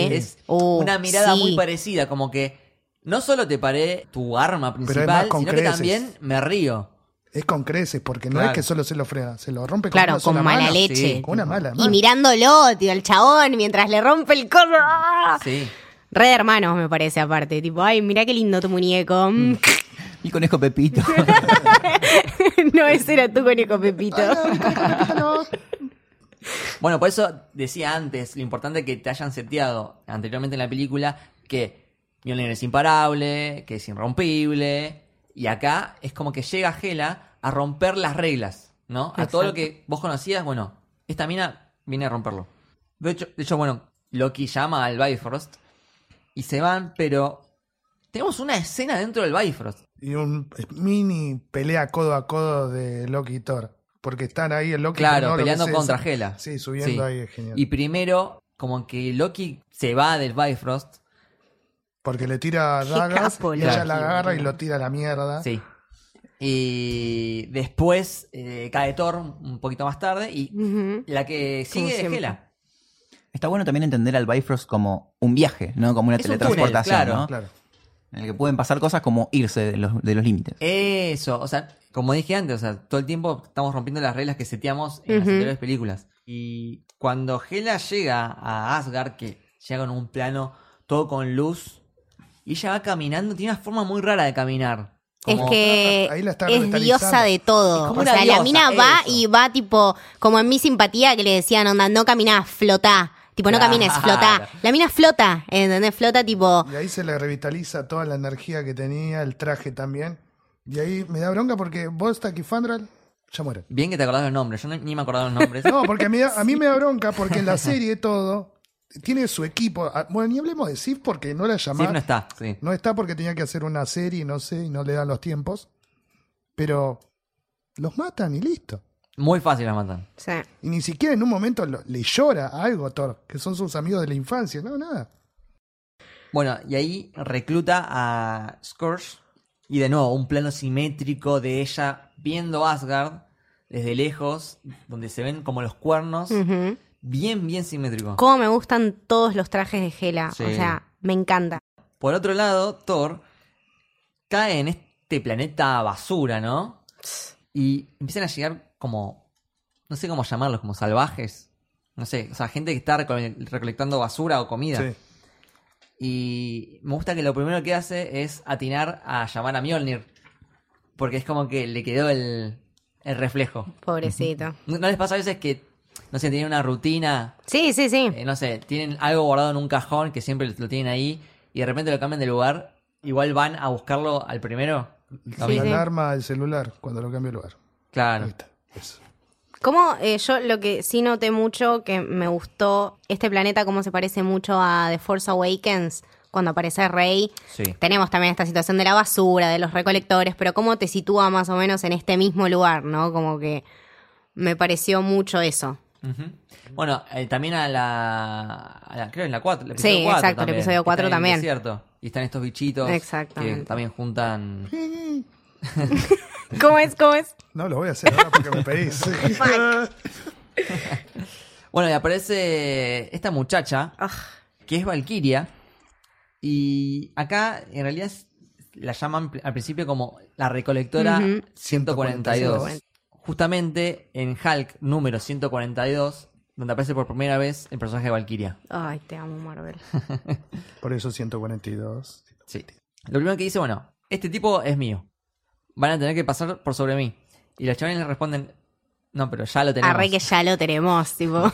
Speaker 5: sí.
Speaker 1: Es
Speaker 2: Uh,
Speaker 1: una mirada
Speaker 2: sí.
Speaker 1: muy parecida, como que no solo te paré tu arma
Speaker 5: más
Speaker 1: principal,
Speaker 5: con
Speaker 1: sino que
Speaker 5: creces.
Speaker 1: también me río.
Speaker 5: Es con creces, porque no
Speaker 1: Claro.
Speaker 5: es que solo se lo frena, se lo rompe con
Speaker 2: Claro,
Speaker 5: una
Speaker 2: con
Speaker 5: sola
Speaker 2: mala
Speaker 5: mano.
Speaker 2: leche.
Speaker 1: sí,
Speaker 5: Con una mala
Speaker 2: Y
Speaker 5: mano.
Speaker 2: mirándolo, tío, el chabón, mientras le rompe el codo. ¡Ah!
Speaker 1: Sí.
Speaker 2: Re de hermanos, me parece, aparte. Tipo, ay, mirá qué lindo tu muñeco. Mm.
Speaker 4: Y conejo Pepito.
Speaker 2: no, ese era tu conejo Pepito.
Speaker 1: Bueno, por eso decía antes, lo importante que te hayan seteado anteriormente en la película que Mjolnir es imparable, que es irrompible, y acá es como que llega Hela a romper las reglas, ¿no? A todo
Speaker 2: Exacto.
Speaker 1: lo que vos conocías, bueno, esta mina viene a romperlo. De hecho, de hecho bueno, Loki llama al Bifrost y se van, pero tenemos una escena dentro del Bifrost.
Speaker 5: Y un mini pelea codo a codo de Loki y Thor. Porque están ahí el Loki.
Speaker 1: Claro,
Speaker 5: con oro,
Speaker 1: peleando
Speaker 5: que se-
Speaker 1: contra Hela.
Speaker 5: Sí, subiendo
Speaker 1: Sí.
Speaker 5: ahí es genial.
Speaker 1: Y primero, como que Loki se va del Bifrost.
Speaker 5: Porque le tira
Speaker 2: Qué
Speaker 5: dagas
Speaker 2: capo,
Speaker 5: y ella
Speaker 1: Loki,
Speaker 5: la agarra y
Speaker 1: boludo.
Speaker 5: lo tira a la mierda.
Speaker 1: Sí. Y después eh, cae Thor un poquito más tarde y
Speaker 2: Ujú.
Speaker 1: la que
Speaker 2: Como
Speaker 1: sigue es
Speaker 2: siempre.
Speaker 1: Hela.
Speaker 4: Está bueno también entender al Bifrost como un viaje, no como una
Speaker 1: Es un
Speaker 4: teletransportación,
Speaker 1: túnel, claro,
Speaker 4: ¿no?
Speaker 5: Claro.
Speaker 4: En el que pueden pasar cosas como irse de los, de los límites.
Speaker 1: Eso, o sea, como dije antes, o sea, todo el tiempo estamos rompiendo las reglas que seteamos en las
Speaker 2: Ujú.
Speaker 1: anteriores películas. Y cuando Hela llega a Asgard, que llega con un plano todo con luz, y ella va caminando, tiene una forma muy rara de caminar.
Speaker 2: Es
Speaker 1: Como-
Speaker 2: que
Speaker 5: Ahí la está
Speaker 2: es
Speaker 5: revitalizando.
Speaker 2: diosa de
Speaker 1: Es
Speaker 2: todo.
Speaker 1: como
Speaker 2: O
Speaker 1: una
Speaker 2: sea, la
Speaker 1: diosa,
Speaker 2: mina va
Speaker 1: eso.
Speaker 2: y va tipo, como en mi simpatía que le decían, onda, no caminás, flotá. Tipo, no camines, flota.
Speaker 1: Claro.
Speaker 2: La mina flota, ¿entendés? Flota tipo...
Speaker 5: Y ahí se le revitaliza toda la energía que tenía, el traje también. Y ahí me da bronca porque Bostack y Fandral ya mueren.
Speaker 1: Bien que te acordás los nombres, yo no- ni me acordaba los nombres.
Speaker 5: No, porque me da- a mí me da bronca porque en la serie todo tiene su equipo. Ah, Bueno, ni hablemos de Sif porque no la
Speaker 1: Sif
Speaker 5: llamaron.
Speaker 1: no está, sí.
Speaker 5: No está porque tenía que hacer una serie, no sé, y no le dan los tiempos. Pero los matan y listo.
Speaker 1: Muy fácil la matan.
Speaker 2: Sí.
Speaker 5: Y ni siquiera en un momento lo- le llora algo Thor, que son sus amigos de la infancia. No, nada.
Speaker 1: Bueno, y ahí recluta a Scourge. Y de nuevo, un plano simétrico de ella viendo Asgard desde lejos, donde se ven como los cuernos.
Speaker 2: Ujú.
Speaker 1: Bien, bien simétrico.
Speaker 2: Cómo me gustan todos los trajes de Gela.
Speaker 1: Sí.
Speaker 2: O sea, me encanta.
Speaker 1: Por otro lado, Thor cae en este planeta basura, ¿no? Y empiezan a llegar como, no sé cómo llamarlos, como salvajes. No sé, o sea, gente que está reco- recolectando basura o comida.
Speaker 5: Sí.
Speaker 1: Y me gusta que lo primero que hace es atinar a llamar a Mjolnir. Porque es como que le quedó el, el reflejo.
Speaker 2: Pobrecito.
Speaker 1: ¿No no les pasa a veces que, no sé, tienen una rutina,
Speaker 2: Sí, sí, sí.
Speaker 1: eh, no sé, tienen algo guardado en un cajón que siempre lo tienen ahí y de repente lo cambian de lugar? Igual van a buscarlo al primero.
Speaker 5: La
Speaker 2: Sí, sí.
Speaker 5: alarma del celular cuando lo cambio de lugar. Ahí
Speaker 1: Claro.
Speaker 5: está. Eso.
Speaker 2: Como eh, yo lo que sí noté mucho que me gustó este planeta, cómo se parece mucho a The Force Awakens, cuando aparece Rey.
Speaker 1: Sí.
Speaker 2: Tenemos también esta situación de la basura, de los recolectores, pero cómo te sitúa más o menos en este mismo lugar, ¿no? Como que me pareció mucho eso.
Speaker 1: Ujú. Bueno, eh, también a la, a la- Creo en la 4.
Speaker 2: Sí, exacto, el episodio cuatro también.
Speaker 1: Cierto. Y están estos bichitos que
Speaker 2: Exactamente.
Speaker 1: también juntan.
Speaker 2: ¿Cómo es? ¿Cómo es?
Speaker 5: No, lo voy a hacer ahora porque me pedís.
Speaker 1: Bueno, y aparece esta muchacha,
Speaker 2: Ah.
Speaker 1: que es Valkyria. Y acá, en realidad, es- la llaman pr- al principio como la recolectora
Speaker 2: Ujú.
Speaker 1: 142.
Speaker 2: 142.
Speaker 1: Justamente en Hulk número 142, donde aparece por primera vez el personaje de Valkyria.
Speaker 2: Ay, te amo, Marvel.
Speaker 5: Por eso 142.
Speaker 1: Sí. Lo primero que dice, bueno, este tipo es mío. Van a tener que pasar por sobre mí. Y los chavales le responden, no, pero ya lo tenemos.
Speaker 2: Arre que ya lo tenemos, tipo.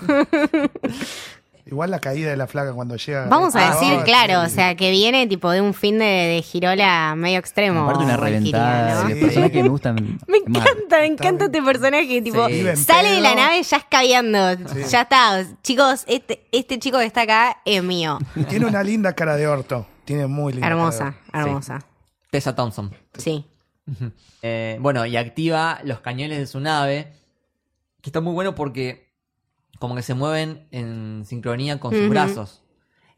Speaker 5: Igual la caída de la flaca cuando llega.
Speaker 2: Vamos a
Speaker 5: Ah,
Speaker 2: decir,
Speaker 5: sí.
Speaker 2: claro, o sea, que viene tipo de un fin de, de girola medio extremo.
Speaker 4: Aparte una
Speaker 2: Valkyria,
Speaker 4: reventada
Speaker 2: ¿no?
Speaker 4: de
Speaker 5: Sí.
Speaker 4: personas que me gustan.
Speaker 2: Me
Speaker 4: mal.
Speaker 2: encanta, me encanta
Speaker 5: bien.
Speaker 2: este personaje. Tipo,
Speaker 1: Vive
Speaker 5: en
Speaker 2: sale de la
Speaker 5: pedo.
Speaker 2: nave ya escabeando. Ya está. Chicos, este, este chico que está acá es mío.
Speaker 5: Y tiene una linda cara de orto. Tiene muy linda. cara de
Speaker 2: Hermosa,
Speaker 5: orto.
Speaker 2: hermosa.
Speaker 1: Tessa Thompson.
Speaker 2: Sí.
Speaker 1: Eh, bueno, y activa los cañones de su nave. Que está muy bueno porque como que se mueven en sincronía con sus
Speaker 2: Ujú.
Speaker 1: brazos.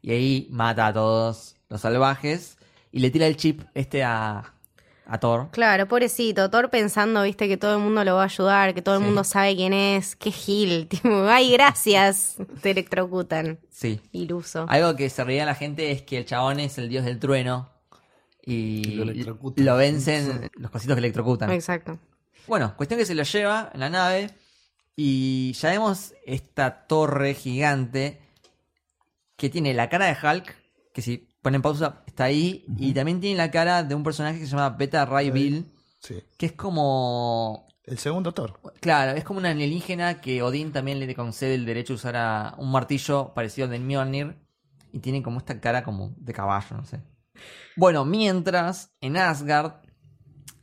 Speaker 1: Y ahí mata a todos los salvajes. Y le tira el chip este a, a Thor.
Speaker 2: Claro, pobrecito. Thor pensando, viste, que todo el mundo lo va a ayudar, que todo el
Speaker 1: Sí.
Speaker 2: mundo sabe quién es. Qué gil. Tipo, ay, gracias. Te electrocutan.
Speaker 1: Sí.
Speaker 2: Iluso.
Speaker 1: Algo que se reía la gente es que el chabón es el dios del trueno. Y
Speaker 3: Lo
Speaker 1: lo,
Speaker 3: electrocutan.
Speaker 1: vencen los cositos que electrocutan.
Speaker 2: Exacto.
Speaker 1: Bueno, cuestión que se lo lleva en la nave. Y ya vemos esta torre gigante que tiene la cara de Hulk, que si ponen pausa está ahí, y también tiene la cara de un personaje que se llama Beta Ray Bill,
Speaker 5: Sí.
Speaker 1: que es como...
Speaker 5: El segundo Thor.
Speaker 1: Claro, es como una alienígena que Odín también le concede el derecho a usar a un martillo parecido al de Mjolnir, y tiene como esta cara como de caballo, no sé. Bueno, mientras en Asgard,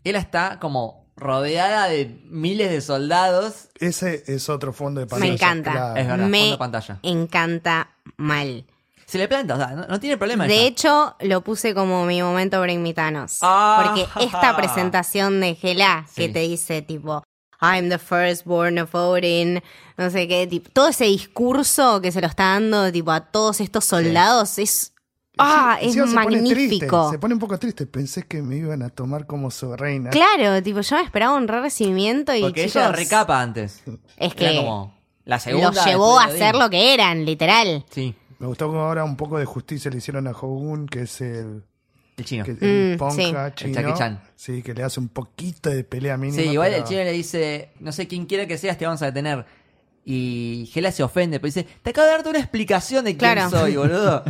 Speaker 1: ella está como rodeada de miles de soldados.
Speaker 5: Ese es otro fondo de pantalla.
Speaker 2: Me encanta.
Speaker 5: claro.
Speaker 1: Es verdad,
Speaker 2: Me-
Speaker 1: fondo pantalla.
Speaker 2: Encanta mal.
Speaker 1: Se le planta, o sea, no, no tiene problema.
Speaker 2: De
Speaker 1: ella.
Speaker 2: hecho, lo puse como mi momento Bring Me Thanos.
Speaker 1: Ah.
Speaker 2: Porque esta presentación de Gelá que
Speaker 1: Sí.
Speaker 2: te dice tipo, I'm the firstborn of Odin, no sé qué, tipo, todo ese discurso que se lo está dando tipo a todos estos soldados es... Ah,
Speaker 5: Sí,
Speaker 2: es
Speaker 5: encima se pone triste,
Speaker 2: magnífico.
Speaker 5: se pone un poco triste. Pensé que me iban a tomar como su reina.
Speaker 2: Claro, tipo, yo me esperaba un re recibimiento y
Speaker 1: porque
Speaker 2: chicos,
Speaker 1: ella recapa antes.
Speaker 2: es
Speaker 1: Era
Speaker 2: que
Speaker 1: como la segunda.
Speaker 2: los llevó a
Speaker 1: después de
Speaker 2: ser
Speaker 1: Odín.
Speaker 2: lo que eran, literal.
Speaker 1: Sí,
Speaker 5: Me gustó como ahora un poco de justicia le hipieron a Hogun, que es el,
Speaker 1: el chino.
Speaker 5: que, el
Speaker 2: Mm,
Speaker 5: ponja chino.
Speaker 1: Jackie Chan.
Speaker 5: Sí, que le hace un poquito de pelea mínima.
Speaker 1: Sí, igual el
Speaker 5: pero-
Speaker 1: chino le dice, no sé quién quiera que seas, te vamos a detener. Y Gela se ofende, pero dice, te acabo de darte una explicación de quién
Speaker 2: Claro.
Speaker 1: soy, boludo.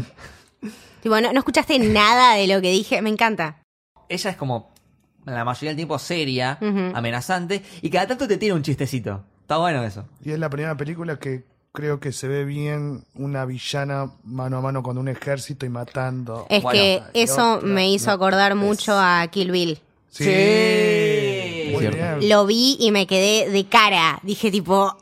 Speaker 2: Tipo, no, no escuchaste nada de lo que dije, me encanta.
Speaker 1: ella es como la mayoría del tiempo seria,
Speaker 2: Ujú.
Speaker 1: amenazante, y cada tanto te tira un chistecito. Está bueno eso.
Speaker 5: Y es la primera película que creo que se ve bien una villana mano a mano con un ejército y matando.
Speaker 2: Es
Speaker 1: Bueno,
Speaker 2: que
Speaker 5: la
Speaker 2: eso
Speaker 5: otra,
Speaker 2: me hizo acordar
Speaker 5: es-
Speaker 2: mucho a Kill Bill.
Speaker 5: Sí.
Speaker 1: Sí.
Speaker 5: Muy
Speaker 4: Cierto.
Speaker 5: bien.
Speaker 2: Lo vi y me quedé de cara. Dije tipo,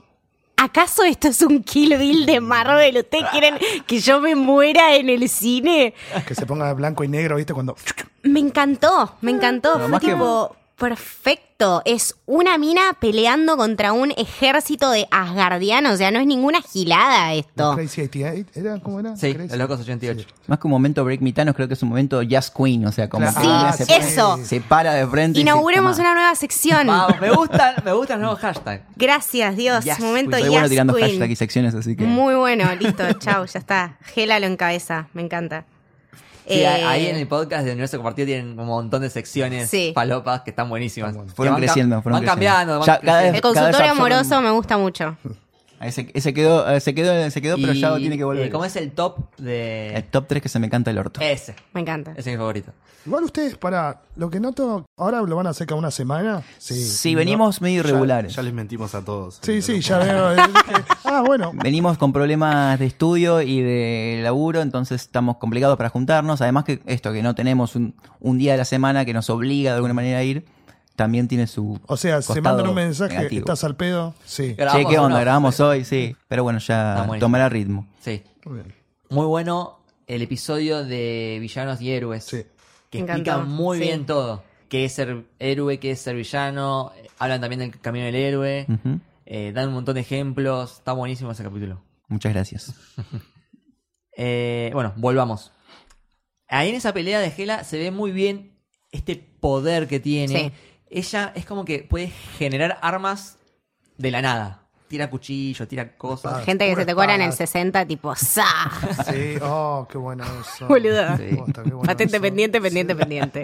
Speaker 2: ¿acaso esto es un Kill Bill de Marvel? ¿Ustedes quieren que yo me muera en el cine?
Speaker 5: Que se ponga blanco y negro, ¿viste? Cuando.
Speaker 2: Me encantó, me encantó.
Speaker 4: Ah. Pero
Speaker 2: Fue
Speaker 4: más que-
Speaker 2: tipo, perfecto. Es una mina peleando contra un ejército de asgardianos. O sea, no es ninguna gilada esto.
Speaker 5: Crazy 88, ¿era? ¿Cómo era?
Speaker 1: Ah, Sí,
Speaker 5: Crazy.
Speaker 1: los locos 88.
Speaker 4: Más que un momento break mitanos, creo que es un momento jazz queen, o sea, como
Speaker 5: Claro.
Speaker 4: que ella
Speaker 2: Sí,
Speaker 4: se,
Speaker 2: eso.
Speaker 4: se para de frente. y dice,
Speaker 2: Inauguremos
Speaker 4: "Toma".
Speaker 2: una nueva sección.
Speaker 1: Vamos, me gustan, me gustan los nuevos hashtags.
Speaker 2: Gracias, Dios.
Speaker 1: Yes,
Speaker 2: Momento
Speaker 4: Soy
Speaker 2: yes,
Speaker 4: bueno tirando
Speaker 2: queen.
Speaker 4: hashtag y secciones, así que.
Speaker 2: Muy bueno, listo, chau, ya está. Gela lo encabeza, me encanta.
Speaker 1: Sí,
Speaker 2: Eh,
Speaker 1: ahí en el podcast de Universo Compartido tienen un montón de secciones
Speaker 2: sí.
Speaker 1: palopas que están buenísimas.
Speaker 4: Fueron
Speaker 1: Que van ca-
Speaker 4: creciendo, fueron
Speaker 1: van
Speaker 4: creciendo.
Speaker 1: cambiando. van
Speaker 4: Ya, cada
Speaker 1: creciendo.
Speaker 2: el
Speaker 4: vez
Speaker 2: consultorio
Speaker 4: absorben-
Speaker 2: amoroso me gusta mucho.
Speaker 4: Ese, ese quedó, eh, se quedó, se quedó, pero
Speaker 1: Y,
Speaker 4: ya lo tiene que volver.
Speaker 1: eh, ¿Cómo es Eh, el top de...?
Speaker 4: El top 3 que se me encanta el orto.
Speaker 1: Ese.
Speaker 2: Me encanta.
Speaker 1: Ese es mi favorito.
Speaker 5: Igual ustedes, para. Lo que noto, ahora lo van a hacer cada una semana. Sí.
Speaker 4: sí, venimos medio irregulares.
Speaker 3: Ya les mentimos a todos.
Speaker 5: Sí, sí, ya veo. eh, dije, ah, bueno.
Speaker 4: Venimos con problemas de estudio y de laburo, entonces estamos complicados para juntarnos. Además que esto, que no tenemos un, un día de la semana que nos obliga de alguna manera a ir, también tiene su...
Speaker 5: O sea, se
Speaker 4: costado
Speaker 5: mandan un mensaje,
Speaker 4: negativo.
Speaker 5: estás al pedo. Sí.
Speaker 4: Che, ¿qué
Speaker 1: o
Speaker 4: onda?
Speaker 1: no?
Speaker 4: Grabamos hoy, sí. Pero bueno,
Speaker 1: Está
Speaker 4: ya
Speaker 1: buenísimo.
Speaker 4: tomará ritmo.
Speaker 1: Sí.
Speaker 5: Muy bien.
Speaker 1: Muy bueno el episodio de Villanos y Héroes.
Speaker 5: Sí.
Speaker 1: Que
Speaker 2: Me
Speaker 1: explica
Speaker 2: encantó,
Speaker 1: muy
Speaker 2: sí.
Speaker 1: bien todo. Qué es ser héroe, qué es ser villano. eh, Hablan también del camino del héroe.
Speaker 4: Ujú.
Speaker 1: eh, dan un montón de ejemplos. Está buenísimo ese capítulo.
Speaker 4: Muchas gracias.
Speaker 1: Eh, bueno, volvamos. Ahí en esa pelea de Gela se ve muy bien este poder que tiene.
Speaker 2: Sí.
Speaker 1: Ella es como que puede generar armas de la nada. Tira cuchillos, tira cosas.
Speaker 2: Gente que
Speaker 5: Pura
Speaker 2: se te cuela en el
Speaker 5: espada.
Speaker 2: 60, tipo, ¡sa!
Speaker 5: Sí, oh, qué bueno eso.
Speaker 2: Boludo.
Speaker 1: Sí.
Speaker 5: Posta, qué bueno
Speaker 2: Patente
Speaker 5: eso.
Speaker 2: pendiente, pendiente, pendiente.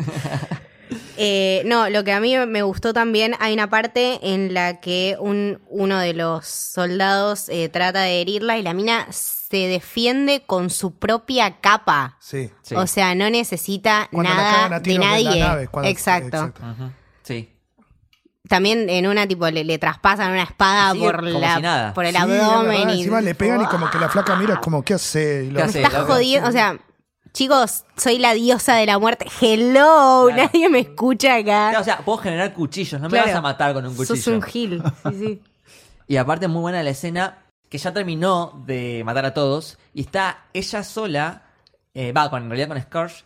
Speaker 2: Eh, no, lo que a mí me gustó también, hay una parte en la que un, uno de los soldados eh, trata de herirla y la mina se defiende con su propia capa.
Speaker 5: Sí.
Speaker 1: Sí.
Speaker 2: O sea, no necesita
Speaker 5: Cuando la cagan
Speaker 2: nada
Speaker 5: a
Speaker 2: de
Speaker 5: tiros
Speaker 2: nadie.
Speaker 5: la nave, cuando-
Speaker 2: exacto.
Speaker 1: Ujú, Sí.
Speaker 2: También en una tipo le, le traspasan una espada
Speaker 1: Sigue
Speaker 2: por
Speaker 1: como
Speaker 2: la
Speaker 1: si nada.
Speaker 2: por el
Speaker 5: Sí, es
Speaker 2: abdomen
Speaker 5: verdad,
Speaker 2: y
Speaker 5: encima le pegan y como que la flaca mira como qué hace Y lo-
Speaker 1: ¿Qué
Speaker 2: me
Speaker 1: hace?
Speaker 2: estás
Speaker 1: loco.
Speaker 2: jodiendo, o sea, chicos, soy la diosa de la muerte. Hello,
Speaker 1: Claro.
Speaker 2: nadie me escucha acá.
Speaker 1: Claro, o sea, puedo generar cuchillos, no me
Speaker 2: Ah. Claro.
Speaker 1: vas a matar con un cuchillo.
Speaker 2: Sos un gil. Sí, sí.
Speaker 1: Y aparte muy buena la escena que ya terminó de matar a todos y está ella sola, eh, va, con, en realidad con Scourge,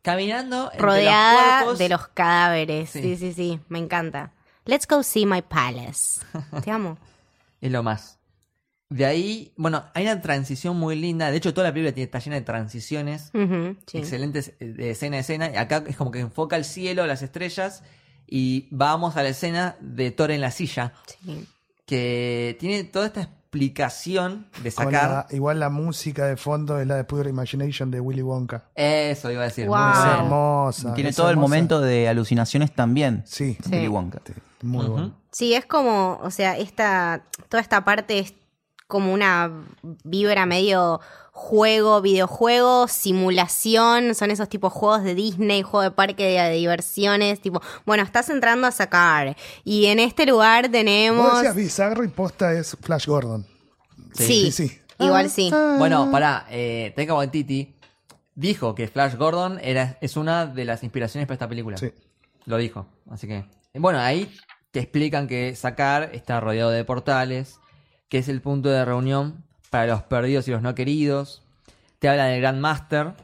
Speaker 1: caminando entre
Speaker 2: Rodeada
Speaker 1: los cuerpos.
Speaker 2: de los cadáveres.
Speaker 1: Sí.
Speaker 2: Sí. sí, sí, Me encanta. Let's go see my palace. Te amo.
Speaker 1: Es lo más. De ahí, bueno, hay una transición muy linda. De hecho, toda la película tiene- está llena de transiciones.
Speaker 2: Ujú, sí.
Speaker 1: Excelentes eh, de escena a escena. Y Acá es como que enfoca el cielo, las estrellas. Y vamos a la escena de Thor en la silla.
Speaker 2: Sí.
Speaker 1: Que tiene toda esta explicación de
Speaker 5: con
Speaker 1: sacar.
Speaker 5: la- igual la música de fondo es la de Pure Imagination de Willy Wonka.
Speaker 1: Eso iba a decir. muy
Speaker 5: Es
Speaker 2: Wow.
Speaker 1: bueno.
Speaker 5: hermosa.
Speaker 4: Tiene
Speaker 5: es
Speaker 4: todo el
Speaker 5: hermosa.
Speaker 4: momento de alucinaciones también.
Speaker 5: Sí,
Speaker 2: Sí.
Speaker 4: Willy Wonka.
Speaker 5: muy
Speaker 1: Ujú.
Speaker 5: bueno.
Speaker 2: Sí, es como, o sea, esta, toda esta parte es como una vibra medio juego, videojuego, simulación, son esos tipos juegos de Disney, juego de parque de, de diversiones, tipo, bueno, estás entrando a sacar y en este lugar
Speaker 5: Vos
Speaker 2: tenemos...
Speaker 5: decías bizarro y posta es Flash Gordon.
Speaker 2: Sí,
Speaker 5: Sí, Ah, sí.
Speaker 2: igual sí.
Speaker 1: Bueno, pará, eh, Taika Waititi dijo que Flash Gordon era, es una de las inspiraciones para esta película.
Speaker 5: Sí.
Speaker 1: Lo dijo, así que... Bueno, ahí te explican que Sakar está rodeado de portales, que es el punto de reunión para los perdidos y los no queridos. Te habla del Grand Master,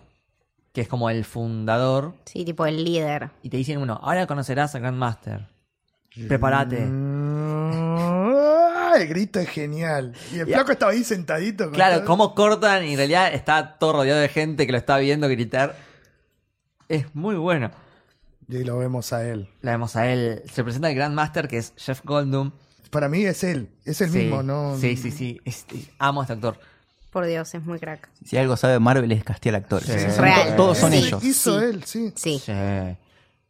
Speaker 1: que es como el fundador,
Speaker 2: Sí, tipo el líder.
Speaker 1: y te dicen, bueno, ahora conocerás al Grand Master. Prepárate.
Speaker 5: Ah, El grito es genial. Y el flaco estaba ahí sentadito. con
Speaker 1: Claro,
Speaker 5: todo-
Speaker 1: cómo cortan y en realidad está todo rodeado de gente que lo está viendo gritar. Es muy bueno.
Speaker 5: Y lo vemos a él.
Speaker 1: La vemos a él. Se presenta el Grand Master, que es Jeff Goldblum.
Speaker 5: Para mí es él. Es el
Speaker 1: Sí,
Speaker 5: mismo, ¿no?
Speaker 1: Sí, sí, sí. Este, amo a este actor.
Speaker 2: Por Dios, es muy crack.
Speaker 4: Si algo sabe Marvel es castear actores.
Speaker 1: Sí.
Speaker 4: Son
Speaker 2: Real.
Speaker 4: to- Todos son
Speaker 5: Eso
Speaker 4: ellos.
Speaker 5: Hizo
Speaker 2: Sí.
Speaker 5: él, sí.
Speaker 2: Sí.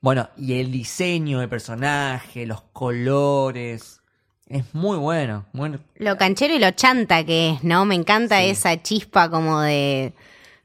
Speaker 1: Bueno, y el diseño del personaje, los colores. Es muy bueno. Bueno,
Speaker 2: Lo canchero y lo chanta que es, ¿no? Me encanta esa chispa como de,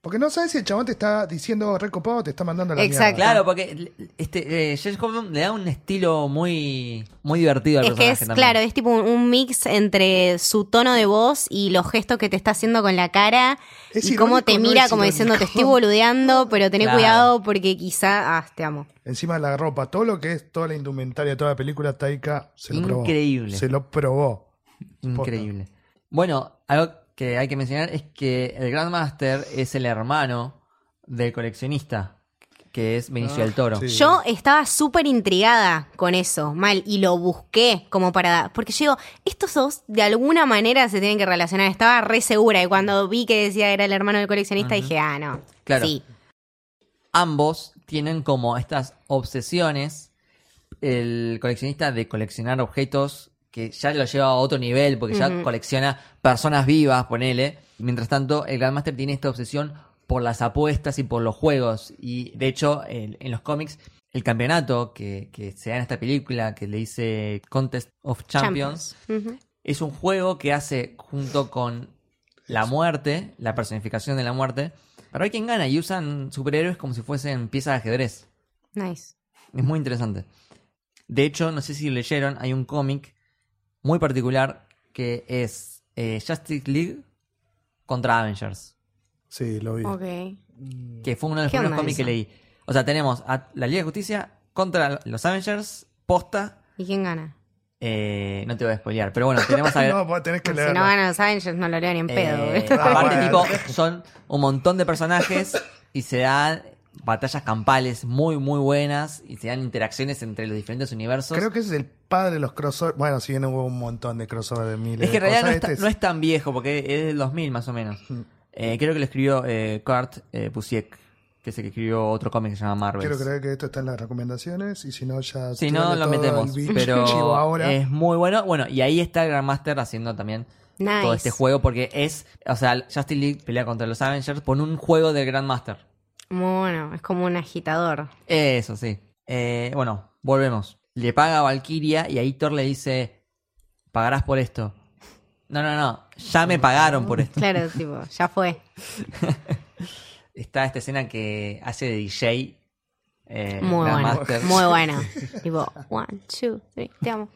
Speaker 5: Porque no sabes si el chabón te está diciendo recopado o te está mandando a la
Speaker 2: Exacto.
Speaker 5: mierda.
Speaker 1: Claro, porque este, eh, James Coburn le da un estilo muy, muy divertido al
Speaker 2: Es que
Speaker 1: personaje
Speaker 2: es,
Speaker 1: también.
Speaker 2: claro, es tipo un, un mix entre su tono de voz y los gestos que te está haciendo con la cara
Speaker 5: Es
Speaker 2: y cómo
Speaker 5: irónico,
Speaker 2: te
Speaker 5: no
Speaker 2: mira
Speaker 5: es
Speaker 2: como diciendo te
Speaker 5: irónico.
Speaker 2: estoy boludeando, pero tené
Speaker 1: Claro.
Speaker 2: cuidado porque quizá... Ah, te amo.
Speaker 5: Encima la ropa, todo lo que es toda la indumentaria, toda la película Taika se lo probó.
Speaker 1: Increíble.
Speaker 5: Se lo probó.
Speaker 1: Increíble. Bueno, algo que hay que mencionar es que el Grandmaster es el hermano del coleccionista, que es Benicio
Speaker 5: Ah,
Speaker 1: del Toro.
Speaker 5: sí.
Speaker 2: Yo estaba súper intrigada con eso, mal, y lo busqué como para... Porque yo digo, estos dos de alguna manera se tienen que relacionar, estaba re segura y cuando vi que decía era el hermano del coleccionista dije, ah, no.
Speaker 1: Claro.
Speaker 2: Sí,
Speaker 1: Ambos tienen como estas obsesiones. El coleccionista de coleccionar objetos que ya lo lleva a otro nivel, porque ya
Speaker 2: Ujú.
Speaker 1: colecciona personas vivas, ponele. Y mientras tanto, el Grandmaster tiene esta obsesión por las apuestas y por los juegos. Y de hecho, en, en los cómics, el campeonato que, que se da en esta película, que le dice Contest of Champions.
Speaker 2: Ujú.
Speaker 1: Es un juego que hace junto con la muerte, la personificación de la muerte, para ver quién gana y usan superhéroes como si fuesen piezas de ajedrez.
Speaker 2: Nice.
Speaker 1: Es muy interesante. De hecho, no sé si leyeron, hay un cómic muy particular que es eh, Justice League contra Avengers,
Speaker 5: Sí, lo vi.
Speaker 2: Ok.
Speaker 1: que fue uno de los primeros
Speaker 2: ¿Qué onda
Speaker 1: cómics que
Speaker 2: eso?
Speaker 1: leí. O sea, tenemos a la Liga de Justicia contra los Avengers, posta.
Speaker 2: ¿Y quién gana?
Speaker 1: eh, no te voy a spoilear, pero bueno, tenemos a,
Speaker 5: No, vos tenés que
Speaker 2: si
Speaker 5: leerlo.
Speaker 2: no ganan los Avengers no lo leo ni en pedo.
Speaker 1: Eh,
Speaker 2: boludo.
Speaker 1: aparte,
Speaker 5: Bueno.
Speaker 1: tipo, son un montón de personajes y se dan batallas campales muy, muy buenas y se dan interacciones entre los diferentes universos.
Speaker 5: Creo que ese es el padre de los crossovers. Bueno, si bien hubo un montón de crossovers de miles
Speaker 1: es que en
Speaker 5: de
Speaker 1: realidad no,
Speaker 5: cosas,
Speaker 1: es tan-
Speaker 5: este Hmm.
Speaker 1: no es tan viejo, porque es del 2000 más o menos. Eh, creo que lo escribió eh, Kurt eh, Busiek, que es el que escribió otro cómic que se llama Marvel.
Speaker 5: Quiero creer que esto está en las recomendaciones y si no ya...
Speaker 1: Si no,
Speaker 5: tírale
Speaker 1: lo
Speaker 5: todo
Speaker 1: metemos.
Speaker 5: al bicho
Speaker 1: Pero
Speaker 5: chivo ahora.
Speaker 1: es muy bueno. Bueno, y ahí está el Grandmaster haciendo también
Speaker 2: Nice.
Speaker 1: todo este juego, porque es. O sea, Justice League pelea contra los Avengers por un juego del Grandmaster.
Speaker 2: Bueno, es como un agitador.
Speaker 1: Eso sí. Eh, bueno, volvemos. Le paga a Valkyria y ahí Thor le dice: Pagarás por esto. No, no, no. Ya me pagaron por esto.
Speaker 2: Claro, tipo, ya fue.
Speaker 1: Está esta escena que hace de DJ. eh,
Speaker 2: Muy bueno.
Speaker 1: Grandmaster.
Speaker 2: Muy bueno. Tipo, one, two, three, te amo.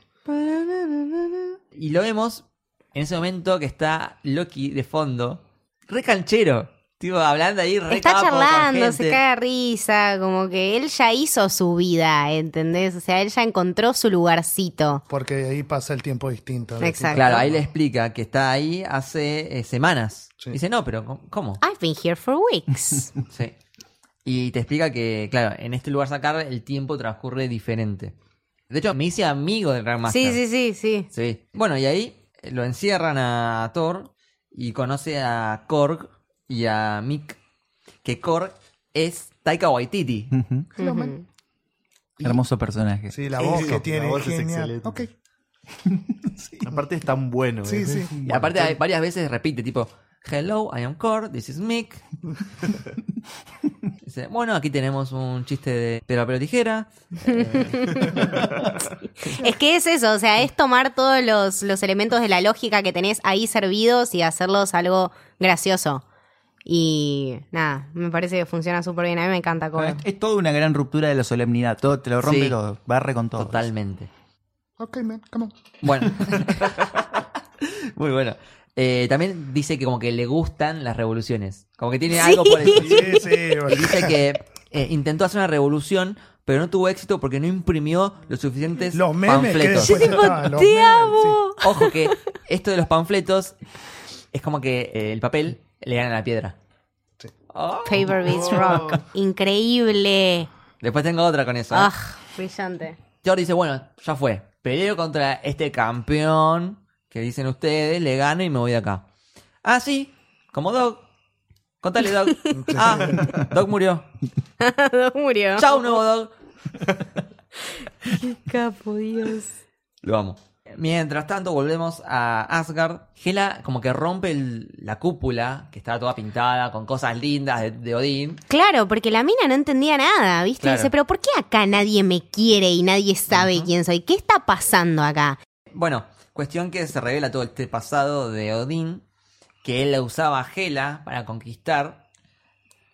Speaker 1: Y lo vemos en ese momento que está Loki de fondo. Re canchero. Tipo, hablando ahí, re
Speaker 2: Está
Speaker 1: capo con
Speaker 2: charlando, se
Speaker 1: gente.
Speaker 2: cae de risa, como que él ya hizo su vida, ¿entendés? O sea, él ya encontró su lugarcito.
Speaker 5: Porque ahí pasa el tiempo distinto. ¿no?
Speaker 2: Exacto.
Speaker 1: Claro, ahí le explica que está ahí hace eh, semanas.
Speaker 5: Sí.
Speaker 1: Dice, no, pero ¿cómo?
Speaker 2: I've been here for weeks.
Speaker 1: Sí. Y te explica que, claro, en este lugar sacar el tiempo transcurre diferente. De hecho, me hice amigo del Grandmaster.
Speaker 2: sí, sí, sí, sí.
Speaker 1: Sí. Bueno, y ahí eh, lo encierran a Thor y conoce a Korg y a Mick. Que Korg es Taika Waititi.
Speaker 4: Ujú.
Speaker 2: Ujú.
Speaker 4: Hermoso personaje.
Speaker 5: Sí, la voz
Speaker 3: Eso,
Speaker 5: que tiene.
Speaker 3: la voz es
Speaker 5: genial.
Speaker 3: excelente.
Speaker 5: Ok,
Speaker 3: Aparte es tan bueno.
Speaker 5: sí,
Speaker 3: ¿eh?
Speaker 5: sí.
Speaker 1: Y aparte hay- varias veces repite, tipo, hello, I am Korg, this is Mick. Dice, bueno, aquí tenemos un chiste de pero pero tijera.
Speaker 2: Es que es eso, o sea, es tomar todos los, los elementos de la lógica que tenés ahí servidos y hacerlos algo gracioso. Y nada, me parece que funciona súper bien. A mí me encanta
Speaker 4: Bueno,
Speaker 2: Cobra.
Speaker 4: es, es toda una gran ruptura de la solemnidad. Todo te lo rompe
Speaker 1: Sí.
Speaker 4: todo. Barre con todo.
Speaker 1: Totalmente.
Speaker 5: Ok, man, come on.
Speaker 1: Bueno. Muy bueno. Eh, también dice que como que le gustan las revoluciones. Como que tiene algo por eso.
Speaker 5: Sí, sí,
Speaker 1: Y
Speaker 5: boludo.
Speaker 1: dice que eh, intentó hacer una revolución, pero no tuvo éxito porque no imprimió los suficientes
Speaker 5: Los memes que
Speaker 1: panfletos.
Speaker 5: después estaban, los
Speaker 2: ¡Te
Speaker 5: memes,
Speaker 2: amo!
Speaker 1: Ojo que esto de los panfletos es como que eh, el papel le gana la piedra. Oh.
Speaker 2: Paper Beats Rock. Increíble.
Speaker 1: Después tengo otra con eso. ¿eh?
Speaker 2: Ah, brillante.
Speaker 1: Thor dice, bueno, ya fue. Peleo contra este campeón que dicen ustedes, le gano y me voy de acá. Ah, sí, como Doc. Contale, Doc. Ah, Doc murió.
Speaker 2: Doc murió.
Speaker 1: Chao, nuevo Doc.
Speaker 2: Capo, Dios.
Speaker 1: Lo vamos. Mientras tanto, volvemos a Asgard. Hela como que rompe el- la cúpula, que estaba toda pintada, con cosas lindas de, de Odín.
Speaker 2: Claro, porque la mina no entendía nada, ¿viste?
Speaker 1: Claro.
Speaker 2: Dice, pero ¿por qué acá nadie me quiere y nadie sabe
Speaker 1: Ujú.
Speaker 2: quién soy? ¿Qué está pasando acá?
Speaker 1: Bueno, cuestión que se revela todo este pasado de Odín, que él la usaba a Hela para conquistar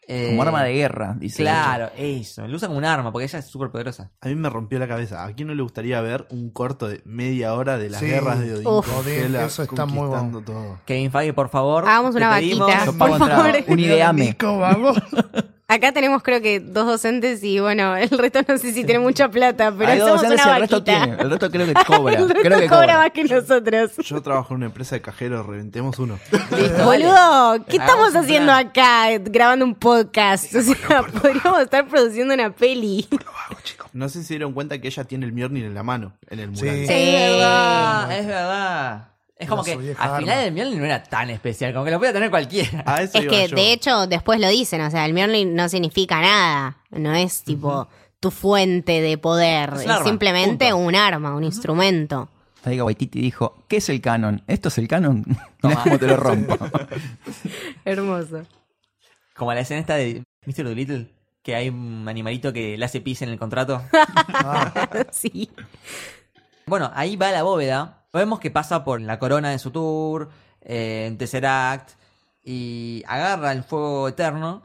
Speaker 1: eh,
Speaker 4: Como arma de guerra, dice.
Speaker 1: Claro, eso. Lo usa como un arma porque ella es súper poderosa.
Speaker 3: A mí me rompió la cabeza. ¿A quién no le gustaría ver un corto de media hora de las
Speaker 5: Sí.
Speaker 3: guerras de Odín?
Speaker 2: Uf.
Speaker 3: Godzilla
Speaker 5: Odín, eso está muy
Speaker 3: conquistando todo.
Speaker 1: Kevin Feige, por favor.
Speaker 2: Hagamos
Speaker 1: te
Speaker 2: una
Speaker 1: pedimos-
Speaker 2: vaquita.
Speaker 4: Yo
Speaker 2: Por
Speaker 4: pago entrada.
Speaker 2: favor.
Speaker 4: Un ideame.
Speaker 5: Nico, vamos.
Speaker 2: Acá tenemos creo que dos docentes y bueno, el resto no sé si tiene mucha plata, pero
Speaker 4: Hay dos
Speaker 2: hacemos
Speaker 4: docentes
Speaker 2: una
Speaker 4: y el resto
Speaker 2: vaquita.
Speaker 4: tiene. El resto creo que cobra.
Speaker 2: El resto
Speaker 4: creo que
Speaker 2: cobra,
Speaker 4: cobra.
Speaker 2: más que nosotros.
Speaker 3: Yo trabajo en una empresa de cajeros, reventemos uno.
Speaker 2: Boludo, ¿qué
Speaker 1: Hagamos
Speaker 2: estamos
Speaker 1: un
Speaker 2: haciendo
Speaker 1: plan.
Speaker 2: acá eh, grabando un podcast? O sea, podríamos estar produciendo una peli.
Speaker 3: No sé si se dieron cuenta que ella tiene el Mjolnir en la mano, en el mural.
Speaker 5: Sí.
Speaker 1: Es verdad, es verdad. Es como
Speaker 5: Una
Speaker 1: que
Speaker 5: vieja
Speaker 1: al
Speaker 5: arma.
Speaker 1: final el miel no era tan especial, como que lo podía tener cualquiera.
Speaker 3: A eso
Speaker 2: Es
Speaker 3: iba
Speaker 2: que
Speaker 3: yo.
Speaker 2: de hecho después lo dicen, o sea, el Merlin no significa nada, no es tipo tu fuente de poder,
Speaker 1: Es
Speaker 2: es,
Speaker 1: un arma,
Speaker 2: simplemente
Speaker 1: punto.
Speaker 2: un arma, un instrumento.
Speaker 4: Taika Waititi dijo, ¿qué es el canon? ¿Esto es el canon? Mirá cómo te lo rompo.
Speaker 2: Hermoso.
Speaker 1: Como la escena esta de Mr. Doolittle, que hay un animalito que le hace pis en el contrato.
Speaker 2: sí.
Speaker 1: bueno, ahí va la bóveda. Vemos que pasa por la corona de Sutur, eh, en Tesseract, y agarra el fuego eterno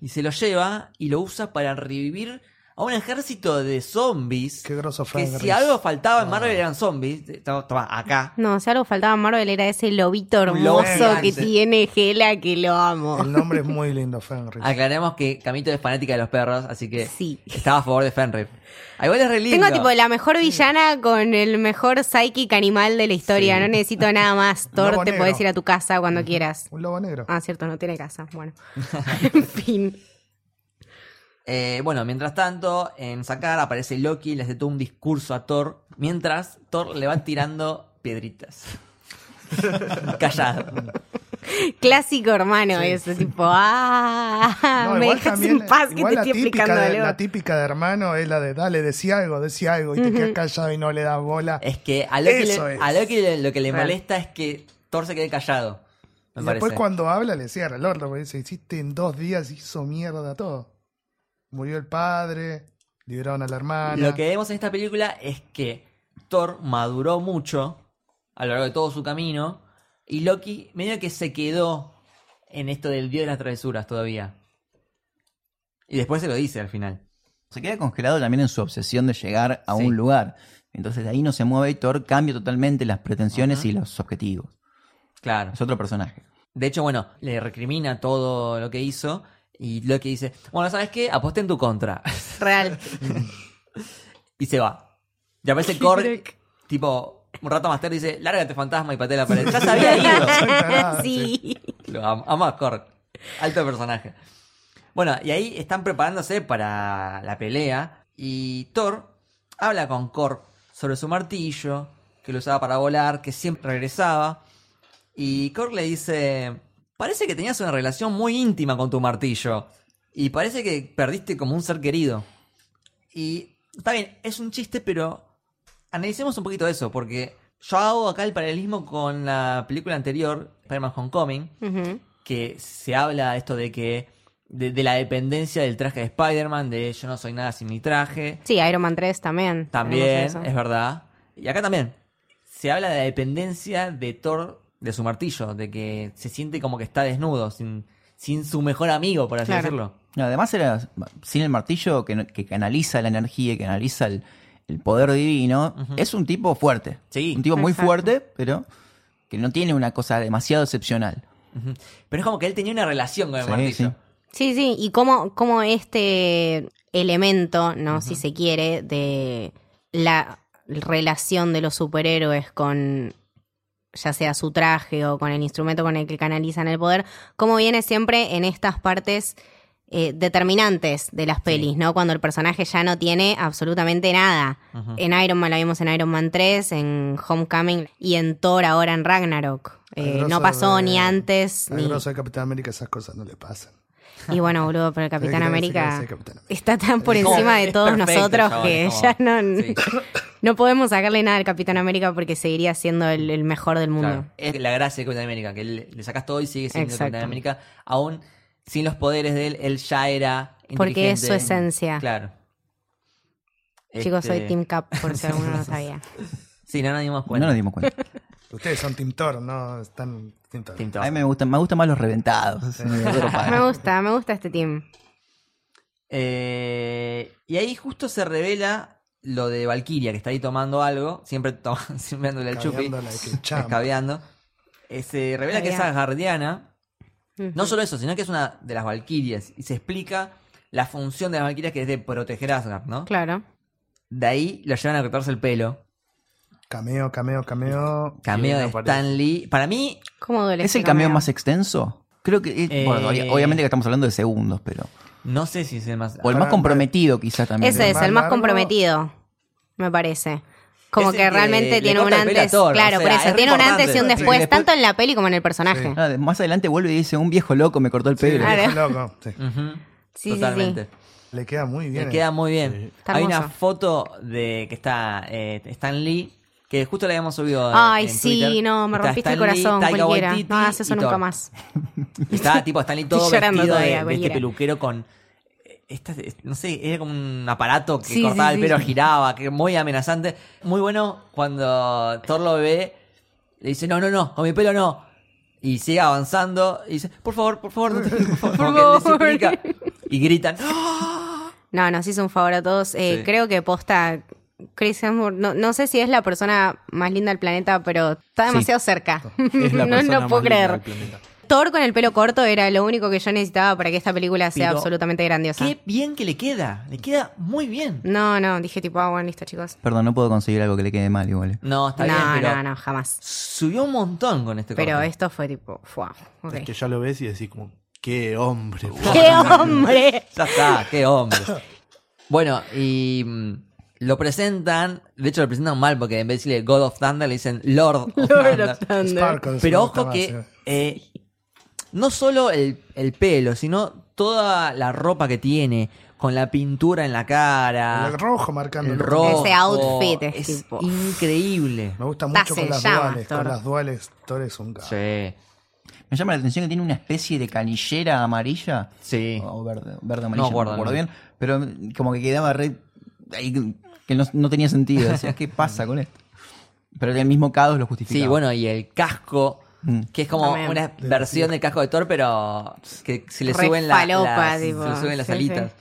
Speaker 1: y se lo lleva y lo usa para revivir a un ejército de zombies.
Speaker 5: Qué grosso Ah.
Speaker 1: que
Speaker 5: Frank
Speaker 1: si
Speaker 5: Gris.
Speaker 1: algo faltaba en Marvel eran zombies. Toma, toma, acá.
Speaker 2: No, si algo faltaba a Marvel era ese lobito
Speaker 1: Un lobo
Speaker 2: hermoso que
Speaker 1: gigante.
Speaker 2: tiene Gela que lo amo.
Speaker 5: El nombre es muy lindo, Fenrir.
Speaker 1: Aclaremos que Camito es fanática de los perros, así que
Speaker 2: Sí.
Speaker 1: estaba a favor de Fenrir. Ah, Igual es re lindo.
Speaker 2: Tengo tipo la mejor villana con el mejor psychic animal de la historia. No necesito nada más. Thor,
Speaker 5: Lobo
Speaker 2: te podés
Speaker 5: negro.
Speaker 2: ir a tu casa cuando quieras.
Speaker 5: Un lobo negro.
Speaker 2: Ah, cierto, no tiene casa. Bueno. en fin.
Speaker 1: Eh, bueno, mientras tanto, en Sakar aparece Loki y le hace todo un discurso a Thor, mientras Thor le va tirando piedritas. Callado.
Speaker 2: Clásico hermano eso. Tipo, ah,
Speaker 5: No,
Speaker 2: me
Speaker 5: igual
Speaker 2: dejas
Speaker 5: también,
Speaker 2: en paz que
Speaker 5: igual
Speaker 2: te estoy explicando
Speaker 5: de,
Speaker 2: algo.
Speaker 5: la típica de hermano es la de dale, decía algo, decía algo, y te quedas callado y no le das bola.
Speaker 1: Es que a Loki, le-
Speaker 5: Eso es.
Speaker 1: a Loki le- lo que le
Speaker 2: Claro.
Speaker 1: molesta es que Thor se quede callado. Me
Speaker 5: y
Speaker 1: parece.
Speaker 5: después cuando habla le cierra el orto, porque dice, hiciste en dos días, hizo mierda todo. Murió el padre, liberaron a la hermana.
Speaker 1: Lo que vemos en esta película es que Thor maduró mucho a lo largo de todo su camino y Loki medio que se quedó en esto del dios de las travesuras todavía. Y después se lo dice al final.
Speaker 4: Se queda congelado también en su obsesión de llegar a
Speaker 1: Sí.
Speaker 4: un lugar. Entonces de ahí no se mueve y Thor cambia totalmente las pretensiones
Speaker 1: Ajá.
Speaker 4: y los objetivos.
Speaker 1: Claro.
Speaker 4: Es otro personaje.
Speaker 1: De hecho, bueno, le recrimina todo lo que hizo y Loki dice, bueno, ¿sabes qué? Aposté en tu contra.
Speaker 2: Real.
Speaker 1: y se va. Y aparece
Speaker 2: Qué
Speaker 1: Cor,
Speaker 2: crack.
Speaker 1: tipo, un rato más tarde dice, lárgate fantasma y patea la pared. Ya sabía ido.
Speaker 5: tarada,
Speaker 2: sí.
Speaker 1: Lo amo, amo a Korg. Alto personaje. Bueno, y ahí están preparándose para la pelea. Y Thor habla con Korg sobre su martillo, que lo usaba para volar, que siempre regresaba. Y Korg le dice: Parece que tenías una relación muy íntima con tu martillo. Y parece que perdiste como un ser querido. Y está bien, es un chiste, pero analicemos un poquito eso, porque yo hago acá el paralelismo con la película anterior, Spider-Man Homecoming,
Speaker 2: Ujú.
Speaker 1: que se habla esto de que de, de la dependencia del traje de Spider-Man, de yo no soy nada sin mi traje.
Speaker 2: Sí, Iron Man 3 también.
Speaker 1: También,
Speaker 2: Tenemos eso.
Speaker 1: es verdad. Y acá también se habla de la dependencia de Thor de su martillo, de que se siente como que está desnudo, sin, sin su mejor amigo, por así
Speaker 2: Claro.
Speaker 1: decirlo.
Speaker 4: No, además era sin el martillo que, que canaliza la energía, que canaliza el, el poder divino. Es un tipo fuerte.
Speaker 1: Sí.
Speaker 4: Un tipo muy
Speaker 2: Exacto.
Speaker 4: fuerte, pero que no tiene una cosa demasiado excepcional.
Speaker 1: Ujú. Pero es como que él tenía una relación con el
Speaker 4: Sí,
Speaker 1: martillo.
Speaker 4: sí.
Speaker 2: Sí, sí, y cómo, cómo este elemento, ¿no? Si se quiere, de la relación de los superhéroes con ya sea su traje o con el instrumento con el que canalizan el poder, cómo viene siempre en estas partes eh, determinantes de las pelis, ¿no? Cuando el personaje ya no tiene absolutamente nada.
Speaker 1: Ujú.
Speaker 2: En Iron Man la vimos en Iron Man 3, en Homecoming y en Thor ahora en Ragnarok. Eh,
Speaker 5: Al grosso
Speaker 2: no pasó
Speaker 5: de-
Speaker 2: ni antes
Speaker 5: Al
Speaker 2: ni...
Speaker 5: grosso de Capitán América esas cosas no le pasan.
Speaker 2: Y bueno, boludo, pero el Capitán
Speaker 5: Sí,
Speaker 2: América
Speaker 5: sí, Capitán América.
Speaker 2: está tan por
Speaker 1: Es como-
Speaker 2: encima de
Speaker 1: es
Speaker 2: todos
Speaker 1: perfecto,
Speaker 2: nosotros
Speaker 1: chabón,
Speaker 2: que
Speaker 1: es como-
Speaker 2: ya no,
Speaker 1: Sí.
Speaker 2: no podemos sacarle nada al Capitán América porque seguiría siendo el, el mejor del mundo.
Speaker 1: Claro, Es la gracia de Capitán América, que le, le sacas todo y sigue siendo
Speaker 2: Exacto.
Speaker 1: Capitán América. Aún sin los poderes de él, él ya era
Speaker 2: Porque es
Speaker 1: inteligente.
Speaker 2: su esencia.
Speaker 1: Claro.
Speaker 2: Chicos, soy
Speaker 1: Este,
Speaker 2: Team Cap, por si alguno no lo sabía.
Speaker 1: Sí, no nos dimos
Speaker 4: Bueno,
Speaker 1: cuenta.
Speaker 4: no nos dimos cuenta.
Speaker 5: Ustedes son Team Thor, no están Team Thor.
Speaker 1: Tim
Speaker 4: A
Speaker 1: Thor.
Speaker 4: mí me gustan, me gustan más los reventados. Otro padre.
Speaker 2: Me gusta, me gusta este team.
Speaker 1: Eh, y ahí justo se revela lo de Valkyria, que está ahí tomando algo, siempre, to- siempre dándole el chupi,
Speaker 5: Caviándola de que chamba.
Speaker 1: escabeando. Eh, se revela que es
Speaker 2: Escabeando.
Speaker 1: asgardiana. No
Speaker 2: Ujú.
Speaker 1: solo eso, sino que es una de las Valkyrias. Y se explica la función de las Valkyrias, que es de proteger a Asgard, ¿no?
Speaker 2: Claro.
Speaker 1: De ahí lo llevan a cortarse el pelo.
Speaker 5: Cameo, cameo, cameo.
Speaker 1: Cameo
Speaker 3: Sí,
Speaker 1: de
Speaker 3: aparece.
Speaker 1: Stan Lee. Para mí,
Speaker 2: ¿Cómo duele
Speaker 4: ¿Es
Speaker 2: este
Speaker 4: el cameo más extenso? Creo que. es-
Speaker 1: Eh,
Speaker 4: bueno, obvia- obviamente que estamos hablando de segundos, pero.
Speaker 1: no sé si es el más.
Speaker 4: O el más
Speaker 5: Pará,
Speaker 4: comprometido, quizás también.
Speaker 2: Ese es,
Speaker 5: más
Speaker 2: el más
Speaker 5: largo.
Speaker 2: comprometido, me parece. Como
Speaker 1: Ese
Speaker 2: que
Speaker 1: que
Speaker 2: realmente
Speaker 1: le
Speaker 2: tiene un
Speaker 1: corta el pelo a
Speaker 2: antes.
Speaker 1: Thor, o
Speaker 2: claro,
Speaker 1: sea,
Speaker 2: por eso.
Speaker 1: es
Speaker 2: Tiene un
Speaker 1: importante.
Speaker 2: antes y un
Speaker 1: Sí,
Speaker 2: después,
Speaker 4: después-
Speaker 2: tanto en la peli como en el personaje.
Speaker 4: Ah, de- más adelante vuelve y dice: Un viejo loco me cortó el
Speaker 5: Sí,
Speaker 4: pelo.
Speaker 2: Ah,
Speaker 5: viejo loco. sí.
Speaker 1: Ujú,
Speaker 2: Sí, sí,
Speaker 1: Totalmente.
Speaker 5: Le queda muy bien.
Speaker 1: Le queda muy bien.
Speaker 2: Está
Speaker 1: Hay una
Speaker 2: hermoso.
Speaker 1: foto de que está eh, Stan Lee, que justo la habíamos subido. en-
Speaker 2: Ay,
Speaker 1: en
Speaker 2: sí,
Speaker 1: Twitter.
Speaker 2: no, me
Speaker 1: Está
Speaker 2: rompiste el
Speaker 1: Stan Lee,
Speaker 2: corazón,
Speaker 1: Taika
Speaker 2: cualquiera.
Speaker 1: Waititi
Speaker 2: no hagas eso
Speaker 1: y
Speaker 2: nunca
Speaker 1: Thor.
Speaker 2: más.
Speaker 1: Está tipo Stan Lee
Speaker 2: Estoy
Speaker 1: todo
Speaker 2: llorando
Speaker 1: vestido de-
Speaker 2: todavía,
Speaker 1: de, este
Speaker 2: cualquiera.
Speaker 1: peluquero con. eh, esta- no sé, era como un aparato que
Speaker 2: Sí,
Speaker 1: cortaba
Speaker 2: sí,
Speaker 1: el
Speaker 2: sí.
Speaker 1: pelo, giraba, que muy amenazante. Muy bueno cuando Thor lo ve, le dice, no, no, no, con mi pelo no. Y sigue avanzando y dice, por favor, por favor, no te- por favor, como
Speaker 2: favor.
Speaker 1: que le suplica. Y gritan, "¡Ah!".
Speaker 2: No, nos hizo un favor a todos. Eh,
Speaker 1: Sí.
Speaker 2: Creo que posta. Chris Hemsworth, no, no sé si es la persona más linda del planeta, pero está demasiado cerca.
Speaker 3: Es la
Speaker 2: no
Speaker 3: persona
Speaker 2: no
Speaker 3: más
Speaker 2: puedo
Speaker 3: linda
Speaker 2: creer.
Speaker 3: del planeta.
Speaker 2: Thor con el pelo corto era lo único que yo necesitaba para que esta película sea
Speaker 1: Pero,
Speaker 2: absolutamente grandiosa.
Speaker 1: qué bien que le queda, le queda muy bien.
Speaker 2: No, no, dije tipo, ah, bueno, listo, chicos.
Speaker 4: Perdón, no puedo conseguir algo que le quede mal igual. eh.
Speaker 1: No, está
Speaker 2: no,
Speaker 1: bien, pero
Speaker 2: no, no, jamás.
Speaker 1: subió un montón con este
Speaker 2: Pero
Speaker 1: corte.
Speaker 2: esto fue tipo, wow. ok.
Speaker 3: Es que ya lo ves y decís como, qué hombre.
Speaker 2: ¡Qué hombre!
Speaker 1: Ya está, qué hombre. Bueno, y mm, lo presentan, de hecho lo presentan mal porque en vez de decirle God of Thunder le dicen Lord of Thunder.
Speaker 5: Sparkles,
Speaker 1: Pero
Speaker 5: me
Speaker 1: ojo
Speaker 5: gusta
Speaker 1: que
Speaker 5: más, eh.
Speaker 1: eh, no solo el, el pelo, sino toda la ropa que tiene, con la pintura en la cara,
Speaker 5: El rojo marcando.
Speaker 1: el
Speaker 5: loco.
Speaker 1: rojo.
Speaker 2: Ese outfit es tipo-
Speaker 1: increíble.
Speaker 5: Me gusta mucho
Speaker 2: Estás
Speaker 5: con
Speaker 2: en
Speaker 5: las
Speaker 2: llamas,
Speaker 5: duales.
Speaker 2: Thor.
Speaker 5: Con las duales, Thor es un gato.
Speaker 1: Sí,
Speaker 4: Me llama la atención que tiene una especie de canillera amarilla.
Speaker 5: Oh.
Speaker 1: sí.
Speaker 4: O verde, verde amarilla,
Speaker 1: No,
Speaker 4: no,
Speaker 1: guarda,
Speaker 4: me acuerdo
Speaker 1: no.
Speaker 4: bien. Pero mm, como que quedaba re. ahí que- que no, no tenía sentido. Decía, ¿qué pasa con esto? Pero el mismo caos lo justificaba.
Speaker 1: Sí, bueno, y el casco,
Speaker 4: Mm.
Speaker 1: que es como
Speaker 2: También.
Speaker 1: una versión del casco de Thor, pero que se le
Speaker 2: Re
Speaker 1: suben, la-
Speaker 2: falopa,
Speaker 1: las,
Speaker 2: tipo,
Speaker 1: se le suben las
Speaker 2: sí,
Speaker 1: alitas.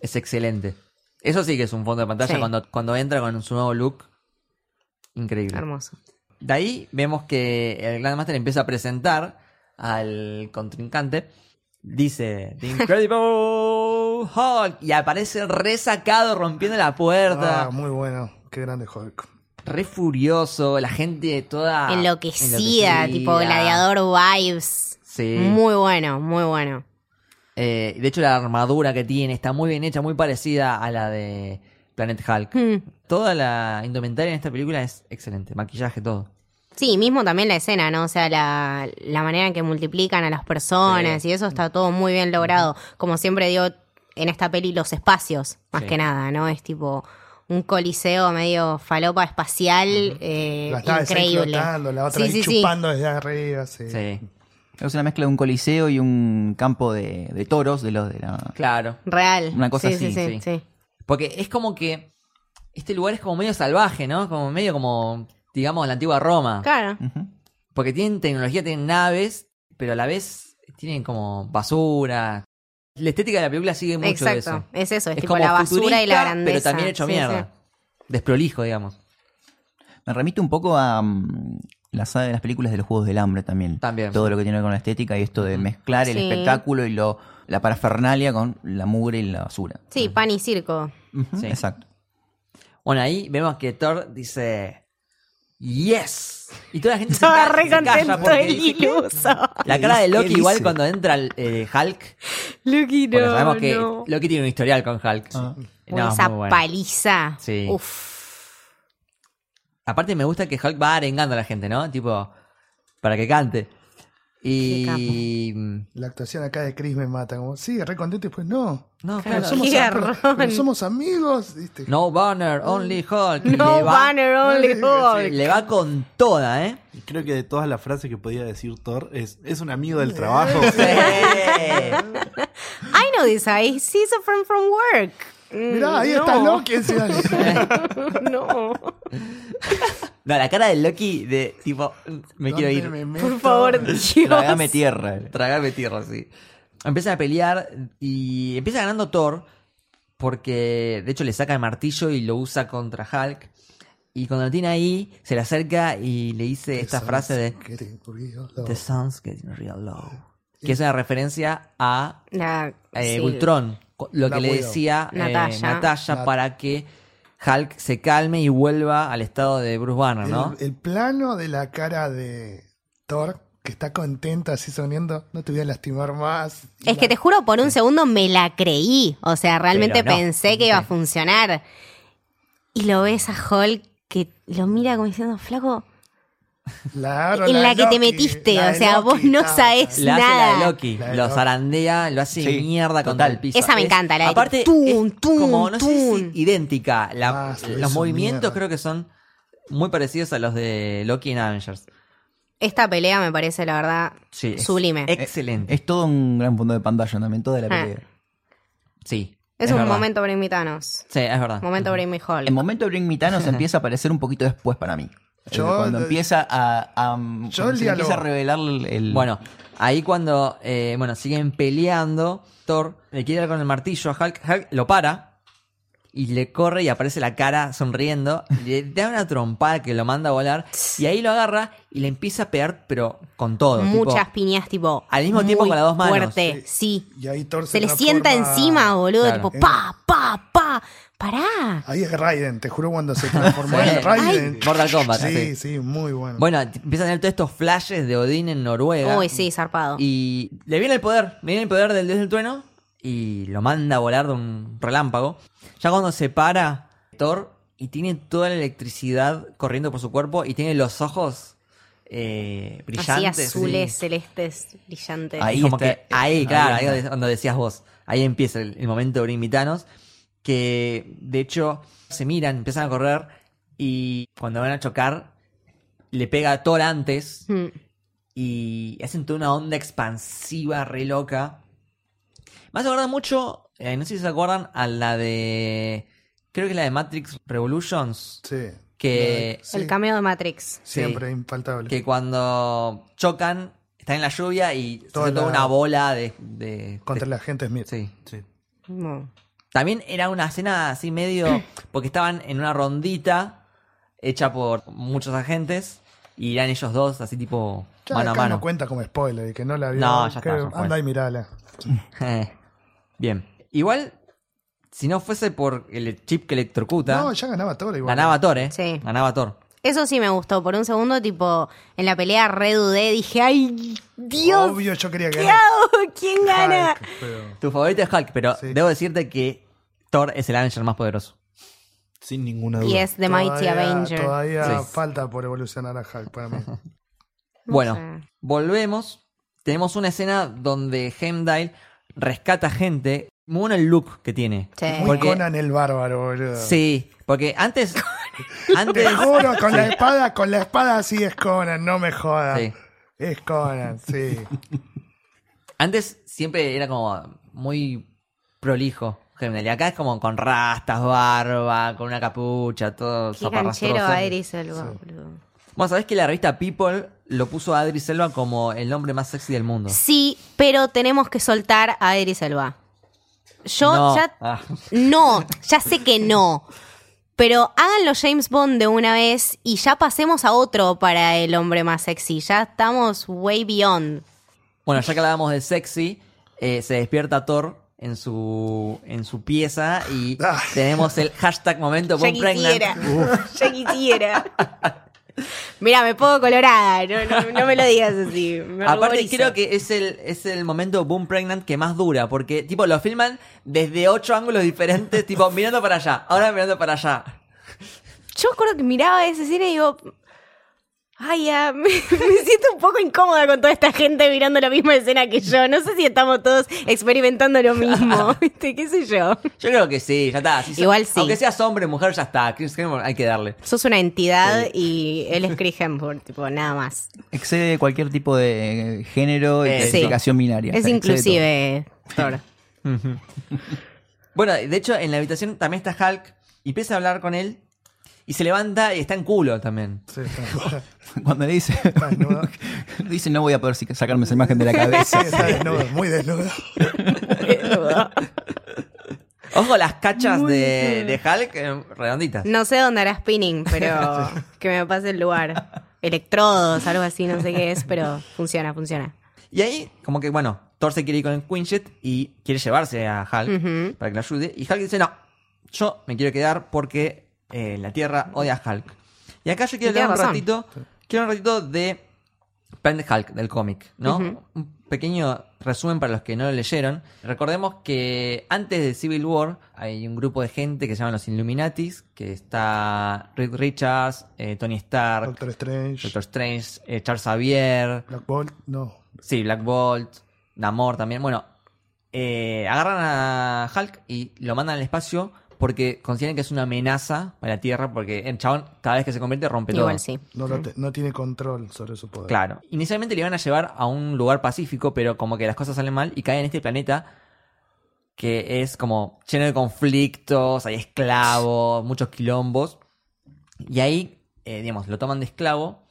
Speaker 1: Es excelente. Eso sí que es un fondo de pantalla
Speaker 2: Sí.
Speaker 1: cuando, cuando entra con su nuevo look. Increíble.
Speaker 2: Hermoso.
Speaker 1: De ahí vemos que el Grandmaster empieza a presentar al contrincante. Dice, The Incredible Hulk. Y aparece resacado rompiendo la puerta.
Speaker 5: Ah, muy bueno. Qué grande Hulk.
Speaker 1: re furioso, la gente
Speaker 3: Ah,
Speaker 1: toda
Speaker 2: Enloquecida,
Speaker 1: enloquecida.
Speaker 2: tipo gladiador vibes.
Speaker 1: Sí.
Speaker 2: Muy bueno, muy bueno.
Speaker 1: Eh, de hecho, la armadura que tiene está muy bien hecha, muy parecida a la de Planet Hulk.
Speaker 2: Mm.
Speaker 1: Toda la indumentaria en esta película es excelente, maquillaje, todo.
Speaker 2: Sí, mismo también la escena, ¿no? O sea, la, la manera en que multiplican a las personas y eso está todo muy bien logrado. Como siempre digo, en esta peli los espacios, más
Speaker 1: Sí.
Speaker 2: que nada, ¿no? Es tipo un coliseo medio falopa espacial eh,
Speaker 5: La naves ahí
Speaker 2: increíble.
Speaker 5: flotando, la otra
Speaker 2: Sí,
Speaker 5: ahí
Speaker 2: sí, sí.
Speaker 5: chupando desde arriba. Sí.
Speaker 1: Sí,
Speaker 4: Es una mezcla de un coliseo y un campo de, de toros, de los de la.
Speaker 1: claro.
Speaker 2: Real.
Speaker 4: Una cosa
Speaker 2: Sí,
Speaker 4: así,
Speaker 2: sí,
Speaker 1: sí.
Speaker 2: sí, sí.
Speaker 1: Porque es como que este lugar es como medio salvaje, ¿no? Como medio como, digamos, la antigua Roma.
Speaker 2: Claro.
Speaker 4: Ujú.
Speaker 1: Porque tienen tecnología, tienen naves, pero a la vez tienen como basura. La estética de la película sigue mucho de
Speaker 2: Exacto.
Speaker 1: eso.
Speaker 2: Es eso, es, tipo la basura y la
Speaker 1: futurista,
Speaker 2: grandeza.
Speaker 1: Pero también hecho
Speaker 2: Sí,
Speaker 1: mierda.
Speaker 2: sí.
Speaker 1: Desprolijo, digamos.
Speaker 4: Me remite un poco a mm, la saga de las películas de los Juegos del Hambre también.
Speaker 1: También.
Speaker 4: Todo lo que tiene que ver con la estética y esto de mezclar el
Speaker 2: Sí.
Speaker 4: espectáculo y lo, la parafernalia con la mugre y la basura.
Speaker 2: Sí, pan y circo.
Speaker 4: Ujú,
Speaker 1: Sí.
Speaker 4: Exacto.
Speaker 1: Bueno, ahí vemos que Thor dice Yes. Y toda la gente se,
Speaker 2: Estaba
Speaker 1: ca-
Speaker 2: re
Speaker 1: se calla
Speaker 2: contento
Speaker 1: porque
Speaker 2: el iluso.
Speaker 1: la cara de
Speaker 4: ¿Qué
Speaker 1: Loki
Speaker 4: dice?
Speaker 1: igual cuando entra el, eh, Hulk,
Speaker 2: Lucky,
Speaker 1: porque
Speaker 2: no,
Speaker 1: sabemos que
Speaker 2: no.
Speaker 1: Loki tiene un historial con Hulk.
Speaker 4: Ah.
Speaker 2: Con
Speaker 1: No, es
Speaker 2: esa
Speaker 1: muy bueno.
Speaker 2: paliza.
Speaker 1: Sí.
Speaker 2: Uf.
Speaker 1: Aparte me gusta que Hulk va arengando a la gente, ¿no? Tipo para que cante. Y
Speaker 5: La actuación acá de Chris me mata. Como, sí, re contento y después no.
Speaker 1: no,
Speaker 5: Pero
Speaker 1: claro,
Speaker 5: somos,
Speaker 2: qué
Speaker 5: am- pero-
Speaker 2: garrón.
Speaker 5: pero somos amigos. ¿viste?
Speaker 1: no banner, only Hulk.
Speaker 2: No
Speaker 1: le va,
Speaker 2: banner only Hulk.
Speaker 1: Le va con toda, ¿eh?
Speaker 3: Y Creo que de todas las frases que podía decir Thor es, es un amigo del trabajo.
Speaker 1: Eh.
Speaker 2: I know this guy. He's a friend from work. Mm,
Speaker 5: Mirá, ahí
Speaker 2: no.
Speaker 5: está Loki. encima.
Speaker 2: no.
Speaker 1: No, la cara de Loki de tipo, me quiero
Speaker 5: ¿Dónde
Speaker 1: ir.
Speaker 5: me meto?
Speaker 2: Por favor,
Speaker 4: Tragame
Speaker 2: Dios.
Speaker 4: tierra. eh.
Speaker 1: Tragarme tierra, sí. Empiezan a pelear y empieza ganando Thor porque de hecho le saca el martillo y lo usa contra Hulk. Y cuando lo tiene ahí, se le acerca y le dice esta
Speaker 5: Sounds
Speaker 1: frase de
Speaker 5: getting real low.
Speaker 1: The sun's getting real low. Que es una referencia a
Speaker 2: La-
Speaker 1: eh,
Speaker 2: sí.
Speaker 1: Ultron. co- Lo
Speaker 5: La
Speaker 1: que le
Speaker 5: Widow.
Speaker 1: decía eh,
Speaker 2: Natasha.
Speaker 1: Natasha
Speaker 5: Nat-
Speaker 1: para que Hulk se calme y vuelva al estado de Bruce Banner,
Speaker 5: El,
Speaker 1: ¿no?
Speaker 5: el plano de la cara de Thor, que está contenta así sonriendo, no te voy a lastimar más.
Speaker 2: Es que te juro, por un segundo me la creí. O sea, realmente
Speaker 1: Pero no.
Speaker 2: pensé que iba a funcionar. Y lo ves a Hulk que lo mira como diciendo, flaco,
Speaker 5: La Aaron,
Speaker 2: en la que te
Speaker 5: Loki,
Speaker 2: metiste.
Speaker 5: la
Speaker 2: O
Speaker 5: de
Speaker 2: sea,
Speaker 5: Loki, ah.
Speaker 2: vos no
Speaker 5: ta, ta.
Speaker 2: sabés
Speaker 1: La hace la de
Speaker 2: nada.
Speaker 1: Loki,
Speaker 5: La de
Speaker 1: lo
Speaker 5: Loki.
Speaker 1: zarandea, lo hace
Speaker 4: Sí,
Speaker 1: mierda contra
Speaker 4: total.
Speaker 1: el piso.
Speaker 2: Esa me encanta, la de
Speaker 1: aparte,
Speaker 2: tun,
Speaker 1: es
Speaker 2: tun,
Speaker 1: como, no sé si
Speaker 2: tun.
Speaker 1: idéntica. la-
Speaker 5: Ah, sí, es
Speaker 1: los
Speaker 5: un
Speaker 1: movimientos
Speaker 5: mierda.
Speaker 1: creo que son muy parecidos a los de Loki en Avengers.
Speaker 2: Esta pelea me parece, la verdad,
Speaker 1: Sí, es
Speaker 2: sublime. Es,
Speaker 1: Excelente.
Speaker 4: Es todo un gran punto de pantalla también, toda la
Speaker 2: Ah.
Speaker 4: pelea.
Speaker 1: sí.
Speaker 2: un
Speaker 1: verdad.
Speaker 2: momento para invitarnos.
Speaker 1: Sí, es verdad.
Speaker 2: Momento para Hulk.
Speaker 4: El momento de Bring Me Thanos empieza a aparecer un poquito después para mí.
Speaker 5: Yo-
Speaker 4: cuando empieza a,
Speaker 5: Yo
Speaker 4: a- cuando
Speaker 5: el
Speaker 4: se
Speaker 5: diálogo.
Speaker 4: empieza a revelar el, el-
Speaker 1: Bueno, ahí cuando eh, bueno, siguen peleando, Thor le quiere dar con el martillo a Hulk, Hulk lo para y le corre y aparece la cara sonriendo, le da una trompada que lo manda a volar y ahí lo agarra y le empieza a pegar pero con todo. tipo,
Speaker 2: Muchas piñas, tipo.
Speaker 1: Al mismo tiempo
Speaker 2: muy
Speaker 1: con las dos manos.
Speaker 2: Fuerte, sí.
Speaker 5: Y ahí Thor
Speaker 2: Se le
Speaker 5: transforma-
Speaker 2: sienta encima, boludo.
Speaker 1: Claro.
Speaker 2: Tipo, pa, pa, pa. Pará.
Speaker 5: Ahí es Raiden, te juro cuando se transformó
Speaker 1: Sí.
Speaker 5: en Raiden.
Speaker 1: Ay. Mortal Kombat, sí.
Speaker 5: Sí, sí, muy bueno.
Speaker 1: Bueno, t- empiezan a ver todos estos flashes de Odín en Noruega.
Speaker 2: Uy, sí, zarpado.
Speaker 1: Y le viene el poder, le viene el poder del dios del trueno y lo manda a volar de un relámpago. Ya cuando se para Thor y tiene toda la electricidad corriendo por su cuerpo y tiene los ojos eh,
Speaker 2: Así
Speaker 1: brillantes.
Speaker 2: azules,
Speaker 1: sí.
Speaker 2: celestes, brillantes.
Speaker 4: Ahí
Speaker 1: Es como
Speaker 4: está-
Speaker 1: que ahí, claro,
Speaker 4: ahí
Speaker 1: ahí, donde,
Speaker 4: está.
Speaker 1: donde decías vos. Ahí empieza el, el momento de Brimitanos. Que de hecho se miran, empiezan a correr y cuando van a chocar, le pega a Thor antes
Speaker 2: Mm.
Speaker 1: y hacen toda una onda expansiva, re loca. Me hace acordar mucho, eh, no sé si se acuerdan, a la de. Creo que es la de Matrix Revolutions.
Speaker 5: sí.
Speaker 1: que-
Speaker 5: Sí,
Speaker 2: El cameo de Matrix.
Speaker 5: siempre infaltable.
Speaker 1: Que cuando chocan, están en la lluvia y se
Speaker 5: Toda
Speaker 1: hace toda
Speaker 5: la-
Speaker 1: una bola de. de-
Speaker 5: Contra la gente Smith.
Speaker 1: Sí.
Speaker 3: Sí.
Speaker 2: No.
Speaker 1: También era una escena así medio. Porque estaban en una rondita hecha por muchos agentes. Y eran ellos dos, así tipo
Speaker 5: Ya
Speaker 1: mano a
Speaker 5: acá
Speaker 1: mano.
Speaker 5: no cuenta como spoiler, el que no la vio.
Speaker 1: No, ya está,
Speaker 5: creo-
Speaker 1: ya fue.
Speaker 5: anda y mirala.
Speaker 2: Eh.
Speaker 1: Bien. Igual, si no fuese por el chip que electrocuta,
Speaker 5: No, ya ganaba todo igual.
Speaker 1: ganaba Thor, ¿eh?
Speaker 2: Sí.
Speaker 1: Ganaba Thor.
Speaker 2: Eso sí me gustó. Por un segundo, tipo, en la pelea redudé. Dije, ay, Dios.
Speaker 5: Obvio, yo quería
Speaker 2: ¿Qué
Speaker 5: ganar.
Speaker 2: hago? ¿Quién gana?
Speaker 5: Hulk, pero-
Speaker 1: Tu favorito es Hulk, pero
Speaker 5: Sí.
Speaker 1: debo decirte que Thor es el Avenger más poderoso.
Speaker 3: Sin ninguna duda.
Speaker 2: Y es The Mighty
Speaker 5: Todavía-
Speaker 2: Avenger.
Speaker 5: Todavía
Speaker 1: Sí.
Speaker 5: falta por evolucionar a Hulk para mí.
Speaker 2: No
Speaker 1: bueno,
Speaker 2: sé.
Speaker 1: volvemos. Tenemos una escena donde Heimdall rescata gente. Muy bueno el look que tiene.
Speaker 2: Sí.
Speaker 5: Muy
Speaker 1: Porque-
Speaker 5: Conan el bárbaro, boludo.
Speaker 1: Sí, porque antes.
Speaker 5: Te
Speaker 1: antes
Speaker 5: juro, con la espada, con la espada sí es Conan, no me jodas.
Speaker 1: Sí.
Speaker 5: Es Conan, sí.
Speaker 1: Antes siempre era como muy prolijo. Heimdall. Y acá es como con rastas, barba, con una capucha, todo
Speaker 2: Qué canchero
Speaker 1: zaparrastroso.
Speaker 2: a Iris Elba, boludo.
Speaker 1: Bueno, sabés que la revista People lo puso a Adri Selva como el hombre más sexy del mundo.
Speaker 2: Sí, pero tenemos que soltar a Iris Elba. Yo
Speaker 1: No.
Speaker 2: ya.
Speaker 1: Ah.
Speaker 2: No, ya sé que no. Pero háganlo James Bond de una vez y ya pasemos a otro para el hombre más sexy. Ya estamos way beyond.
Speaker 1: Bueno, ya que hablábamos de sexy, eh, se despierta Thor en su en su pieza y
Speaker 5: Ah.
Speaker 1: tenemos el hashtag momento
Speaker 2: Ya
Speaker 1: con
Speaker 2: quisiera. Ya quisiera. Mira, me pongo colorada. No, no- no me lo digas así. me
Speaker 1: Aparte
Speaker 2: ruborizo.
Speaker 1: creo que es el, es el momento Boom Pregnant que más dura, porque tipo lo filman desde ocho ángulos diferentes, tipo mirando para allá, ahora mirando para allá.
Speaker 2: Yo me acuerdo que miraba ese cine y digo. Ay, ya, me, me siento un poco incómoda con toda esta gente mirando la misma escena que yo. No sé si estamos todos experimentando lo mismo. ¿Viste? ¿Qué sé yo?
Speaker 1: Yo creo que sí, ya está. Si so-
Speaker 2: Igual sí.
Speaker 1: Aunque seas hombre, mujer, ya está. Chris Hemsworth hay que darle.
Speaker 2: Sos una entidad y él es Chris Hemsworth, tipo, nada más.
Speaker 4: Excede cualquier tipo de eh, género
Speaker 1: Eh,
Speaker 4: y
Speaker 1: sí.
Speaker 4: clasificación binaria.
Speaker 2: Es
Speaker 4: O sea, excede
Speaker 2: inclusive Thor.
Speaker 1: Bueno, de hecho, en la habitación también está Hulk y empieza a hablar con él. Y se levanta y está en culo también.
Speaker 5: Sí, está,
Speaker 4: Cuando le dice,
Speaker 5: está desnudo.
Speaker 4: dice no voy a poder si- sacarme esa imagen de la cabeza.
Speaker 5: Sí, está desnudo, muy desnudo.
Speaker 1: Ojo, las cachas de, de Hulk eh, redonditas.
Speaker 2: No sé dónde hará spinning, pero que me pase el lugar. Electrodos, algo así, no sé qué es, pero funciona, funciona.
Speaker 1: Y ahí, como que, bueno, Thor se quiere ir con el Quinjet y quiere llevarse a Hulk
Speaker 2: Ujú.
Speaker 1: para que lo ayude. Y Hulk dice, no, yo me quiero quedar porque eh, la Tierra odia a Hulk. Y acá yo quiero
Speaker 2: Y tiene
Speaker 1: hablar un
Speaker 2: razón.
Speaker 1: ratito, quiero un ratito de Planet Hulk, del cómic, ¿no? Un pequeño resumen para los que no lo leyeron. Recordemos que antes de Civil War hay un grupo de gente que se llaman los Illuminatis, que está Reed Richards, eh, Tony Stark,
Speaker 5: Doctor Strange,
Speaker 1: Doctor Strange, eh, Charles Xavier,
Speaker 5: Black Bolt, no.
Speaker 1: Sí, Black Bolt, Namor también. Bueno, eh, agarran a Hulk y lo mandan al espacio porque consideran que es una amenaza para la Tierra porque el chabón cada vez que se convierte rompe todo.
Speaker 2: Igual sí.
Speaker 5: No, lo te- no tiene control sobre su poder.
Speaker 1: Claro. Inicialmente le iban a llevar a un lugar pacífico, pero como que las cosas salen mal y caen en este planeta que es como lleno de conflictos, hay esclavos, muchos quilombos. Y ahí, eh, digamos, lo toman de esclavo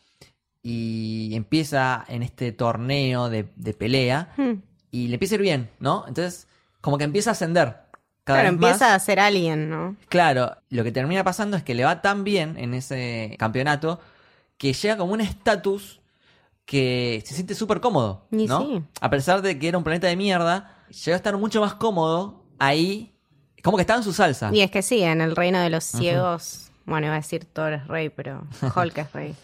Speaker 1: y empieza en este torneo de, de pelea
Speaker 2: Hmm.
Speaker 1: y le empieza a ir bien, ¿no? Entonces, como que empieza a ascender. Cada
Speaker 2: Claro,
Speaker 1: vez más.
Speaker 2: empieza a ser alguien, ¿no?
Speaker 1: Claro, lo que termina pasando es que le va tan bien en ese campeonato que llega como un estatus que se siente súper cómodo,
Speaker 2: Y
Speaker 1: ¿no?
Speaker 2: sí.
Speaker 1: A pesar de que era un planeta de mierda, llegó a estar mucho más cómodo ahí, como que estaba en su salsa.
Speaker 2: Y es que sí, en el reino de los ciegos, bueno, iba a decir Thor es rey, pero Hulk es rey.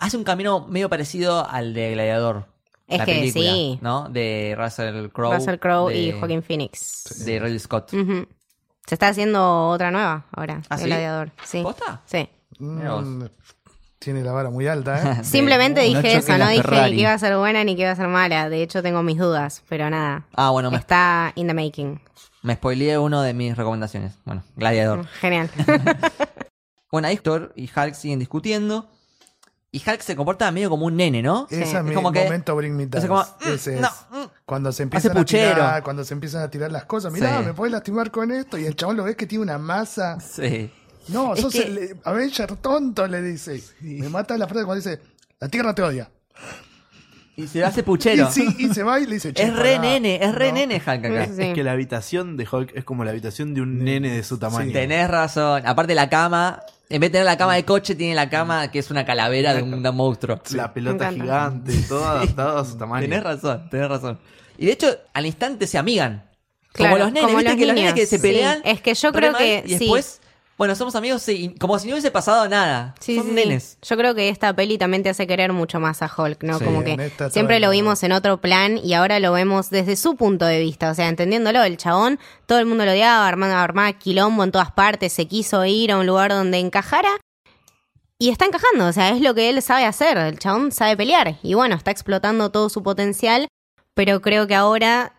Speaker 1: Hace un camino medio parecido al de Gladiador.
Speaker 2: Es
Speaker 1: la
Speaker 2: que
Speaker 1: película,
Speaker 2: sí.
Speaker 1: ¿no? De Russell Crowe.
Speaker 2: Russell Crowe y
Speaker 1: de-
Speaker 2: Joaquin Phoenix.
Speaker 1: De Ridley Scott.
Speaker 2: Ujú. Se está haciendo otra nueva ahora,
Speaker 1: ¿Ah,
Speaker 2: de
Speaker 1: sí?
Speaker 2: Gladiador. Sí.
Speaker 1: ¿Posta?
Speaker 2: Sí.
Speaker 1: Mirá
Speaker 5: Mm, tiene la vara muy alta, ¿eh?
Speaker 2: Simplemente
Speaker 4: no
Speaker 2: dije
Speaker 4: choquen
Speaker 2: eso, no
Speaker 4: la
Speaker 2: dije
Speaker 4: Ferrari.
Speaker 2: ni que iba a ser buena ni que iba a ser mala. De hecho, tengo mis dudas, pero nada.
Speaker 1: Ah, bueno, me,
Speaker 2: Está in the making.
Speaker 1: me spoileé uno de mis recomendaciones. Bueno, Gladiador.
Speaker 2: Genial.
Speaker 1: Bueno, ahí Thor y Hulk siguen discutiendo. Y Hulk se comporta medio como un nene, ¿no?
Speaker 5: Ese es,
Speaker 2: Es
Speaker 5: mi
Speaker 1: como que-
Speaker 5: momento Bring Me Down.
Speaker 1: es como, mm,
Speaker 5: Eh, Ese es.
Speaker 1: no, mm.
Speaker 5: Cuando se empiezan
Speaker 1: Hace
Speaker 5: a tirar,
Speaker 1: puchero.
Speaker 5: cuando se empiezan a tirar las cosas. Mirá,
Speaker 1: Sí.
Speaker 5: me puedes lastimar con esto. Y el chabón lo ve que tiene una masa.
Speaker 1: Sí.
Speaker 5: No,
Speaker 1: Es
Speaker 5: sos
Speaker 1: que-
Speaker 5: el eh, Avenger tonto, le dice. Me mata la frase cuando dice, la tierra te odia.
Speaker 1: Y se hace puchero.
Speaker 5: Y, sí, y se va y le dice, "Che,
Speaker 1: es re
Speaker 5: pará".
Speaker 1: nene, es re
Speaker 5: No.
Speaker 1: nene Hulk acá.
Speaker 2: Sí.
Speaker 3: Es que la habitación de Hulk es como la habitación de un nene de su tamaño.
Speaker 1: Tenés razón. Aparte la cama, en vez de tener la cama de coche, tiene la
Speaker 5: Mm.
Speaker 1: cama que es una calavera de un, de un monstruo.
Speaker 3: La pelota
Speaker 2: Me encanta.
Speaker 3: gigante, todo adaptado a su tamaño.
Speaker 1: Tenés razón, tenés razón. Y de hecho, al instante se amigan.
Speaker 2: Claro,
Speaker 1: como los nenes,
Speaker 2: como
Speaker 1: ¿viste
Speaker 2: los
Speaker 1: que los nenes
Speaker 2: niños,
Speaker 1: que se
Speaker 2: sí.
Speaker 1: pelean.
Speaker 2: Es que yo
Speaker 1: re
Speaker 2: creo
Speaker 1: mal,
Speaker 2: que
Speaker 1: Y
Speaker 2: sí.
Speaker 1: después, bueno, somos amigos, sí, y como si no hubiese pasado nada.
Speaker 2: Sí,
Speaker 1: Son
Speaker 2: sí, sí.
Speaker 1: nenes.
Speaker 2: Yo creo que esta peli también te hace querer mucho más a Hulk, ¿no?
Speaker 5: Sí,
Speaker 2: Como
Speaker 5: en
Speaker 2: que
Speaker 5: esta
Speaker 2: siempre lo
Speaker 5: todavía no.
Speaker 2: vimos en otro plan y ahora lo vemos desde su punto de vista. O sea, entendiéndolo, el chabón, todo el mundo lo odiaba, armaba, armaba quilombo en todas partes, se quiso ir a un lugar donde encajara y está encajando. O sea, es lo que él sabe hacer. El chabón sabe pelear y bueno, está explotando todo su potencial, pero creo que ahora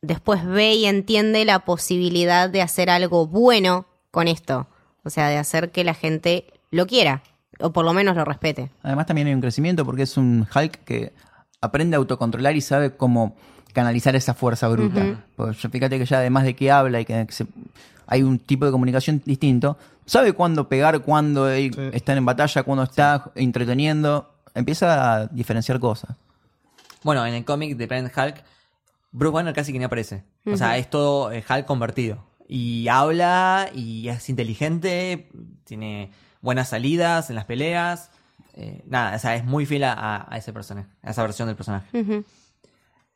Speaker 2: después ve y entiende la posibilidad de hacer algo bueno con esto. O sea, de hacer que la gente lo quiera, o por lo menos lo respete.
Speaker 4: Además también hay un crecimiento porque es un Hulk que aprende a autocontrolar y sabe cómo canalizar esa fuerza bruta. Pues ya fíjate que ya además de que habla y que se- hay un tipo de comunicación distinto, sabe cuándo pegar, cuándo eh, estar en batalla, cuándo está entreteniendo, empieza a diferenciar cosas.
Speaker 1: Bueno, en el cómic de Planet Hulk, Bruce Banner casi que ni aparece. O sea, es todo eh, Hulk convertido. Y habla, y es inteligente, tiene buenas salidas en las peleas. eh, nada, o sea, es muy fiel a, a ese personaje, a esa versión del personaje.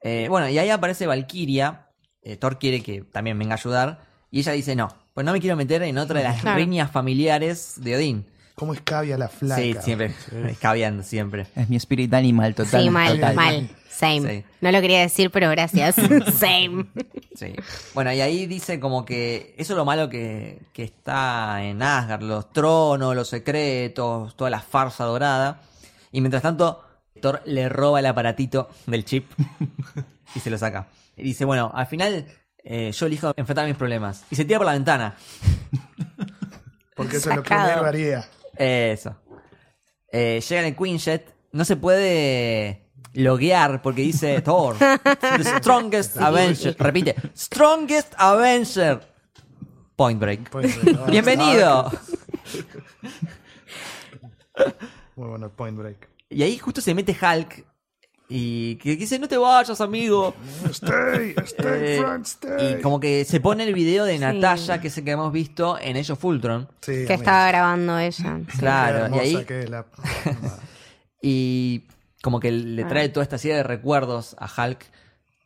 Speaker 1: Eh, bueno, y ahí aparece Valkyria. eh, Thor quiere que también venga a ayudar. Y ella dice, no, pues no me quiero meter en otra de las
Speaker 2: Claro.
Speaker 1: riñas familiares de Odín.
Speaker 5: ¿Cómo escabia la flaca?
Speaker 1: sí, siempre, escabeando, siempre.
Speaker 4: Es mi spirit animal total.
Speaker 2: sí, mal,
Speaker 4: total.
Speaker 2: mal. Same.
Speaker 1: Sí.
Speaker 2: No lo quería decir, pero gracias. Same.
Speaker 1: Sí. Bueno, y ahí dice como que eso es lo malo que, que está en Asgard, los tronos, los secretos, toda la farsa dorada. Y mientras tanto, Thor le roba el aparatito del chip y se lo saca. Y dice, bueno, al final eh, yo elijo enfrentar mis problemas. Y se tira por la ventana.
Speaker 5: Porque eso es lo que
Speaker 2: Sacado.
Speaker 5: primero haría.
Speaker 1: Eso. Eh, llega en el Quinjet, no se puede loguear porque dice Thor. The strongest Avenger. Repite, strongest Avenger. Point break.
Speaker 5: Pues, no,
Speaker 1: Bienvenido.
Speaker 5: Muy bueno, Point Break.
Speaker 1: Y ahí justo se mete Hulk. Y que que dice, no te vayas, amigo.
Speaker 5: Stay, stay,
Speaker 1: Eh,
Speaker 5: Frank, stay.
Speaker 1: y como que se pone el video de Natalia, que es el que hemos visto en ellos Fultron.
Speaker 5: Sí,
Speaker 2: que
Speaker 5: amigo.
Speaker 2: estaba grabando ella. sí.
Speaker 5: Qué
Speaker 1: Claro, y
Speaker 5: hermosa
Speaker 1: ahí
Speaker 5: que es la-
Speaker 1: Y como que le trae toda esta serie de recuerdos a Hulk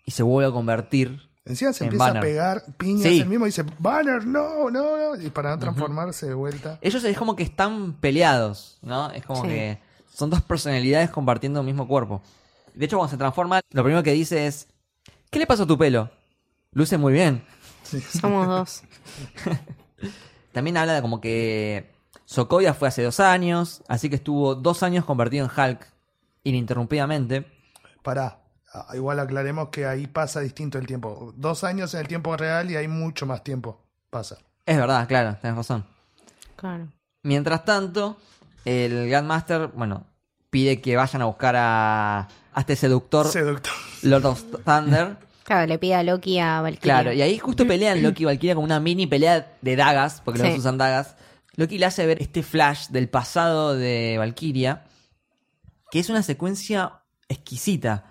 Speaker 1: y se vuelve a convertir.
Speaker 5: Encima se
Speaker 1: En
Speaker 5: empieza
Speaker 1: Banner.
Speaker 5: a pegar piñas
Speaker 1: Sí.
Speaker 5: el mismo y dice, Banner, no, no, no. Y para no transformarse de vuelta.
Speaker 1: Ellos es como que están peleados, ¿no? Es como
Speaker 2: Sí.
Speaker 1: que son dos personalidades compartiendo el mismo cuerpo. De hecho, cuando se transforma, lo primero que dice es, ¿qué le pasó a tu pelo? Luce muy bien.
Speaker 2: Somos dos.
Speaker 1: También habla de como que Sokovia fue hace dos años, así que estuvo dos años convertido en Hulk ininterrumpidamente.
Speaker 5: Pará. Ah, Igual aclaremos que ahí pasa distinto el tiempo. Dos años en el tiempo real y hay mucho más tiempo. Pasa.
Speaker 1: Es verdad, claro, tenés razón.
Speaker 2: Claro.
Speaker 1: Mientras tanto, el Grandmaster, bueno, pide que vayan a buscar a, a este seductor
Speaker 5: Seductor.
Speaker 1: Lord of Thunder.
Speaker 2: Claro, le pide a Loki a Valkyrie.
Speaker 1: Claro, y ahí justo pelean Loki y Valkyria con una mini pelea de dagas, porque los
Speaker 2: Sí.
Speaker 1: dos usan dagas. Loki le hace ver este flash del pasado de Valkyria, que es una secuencia exquisita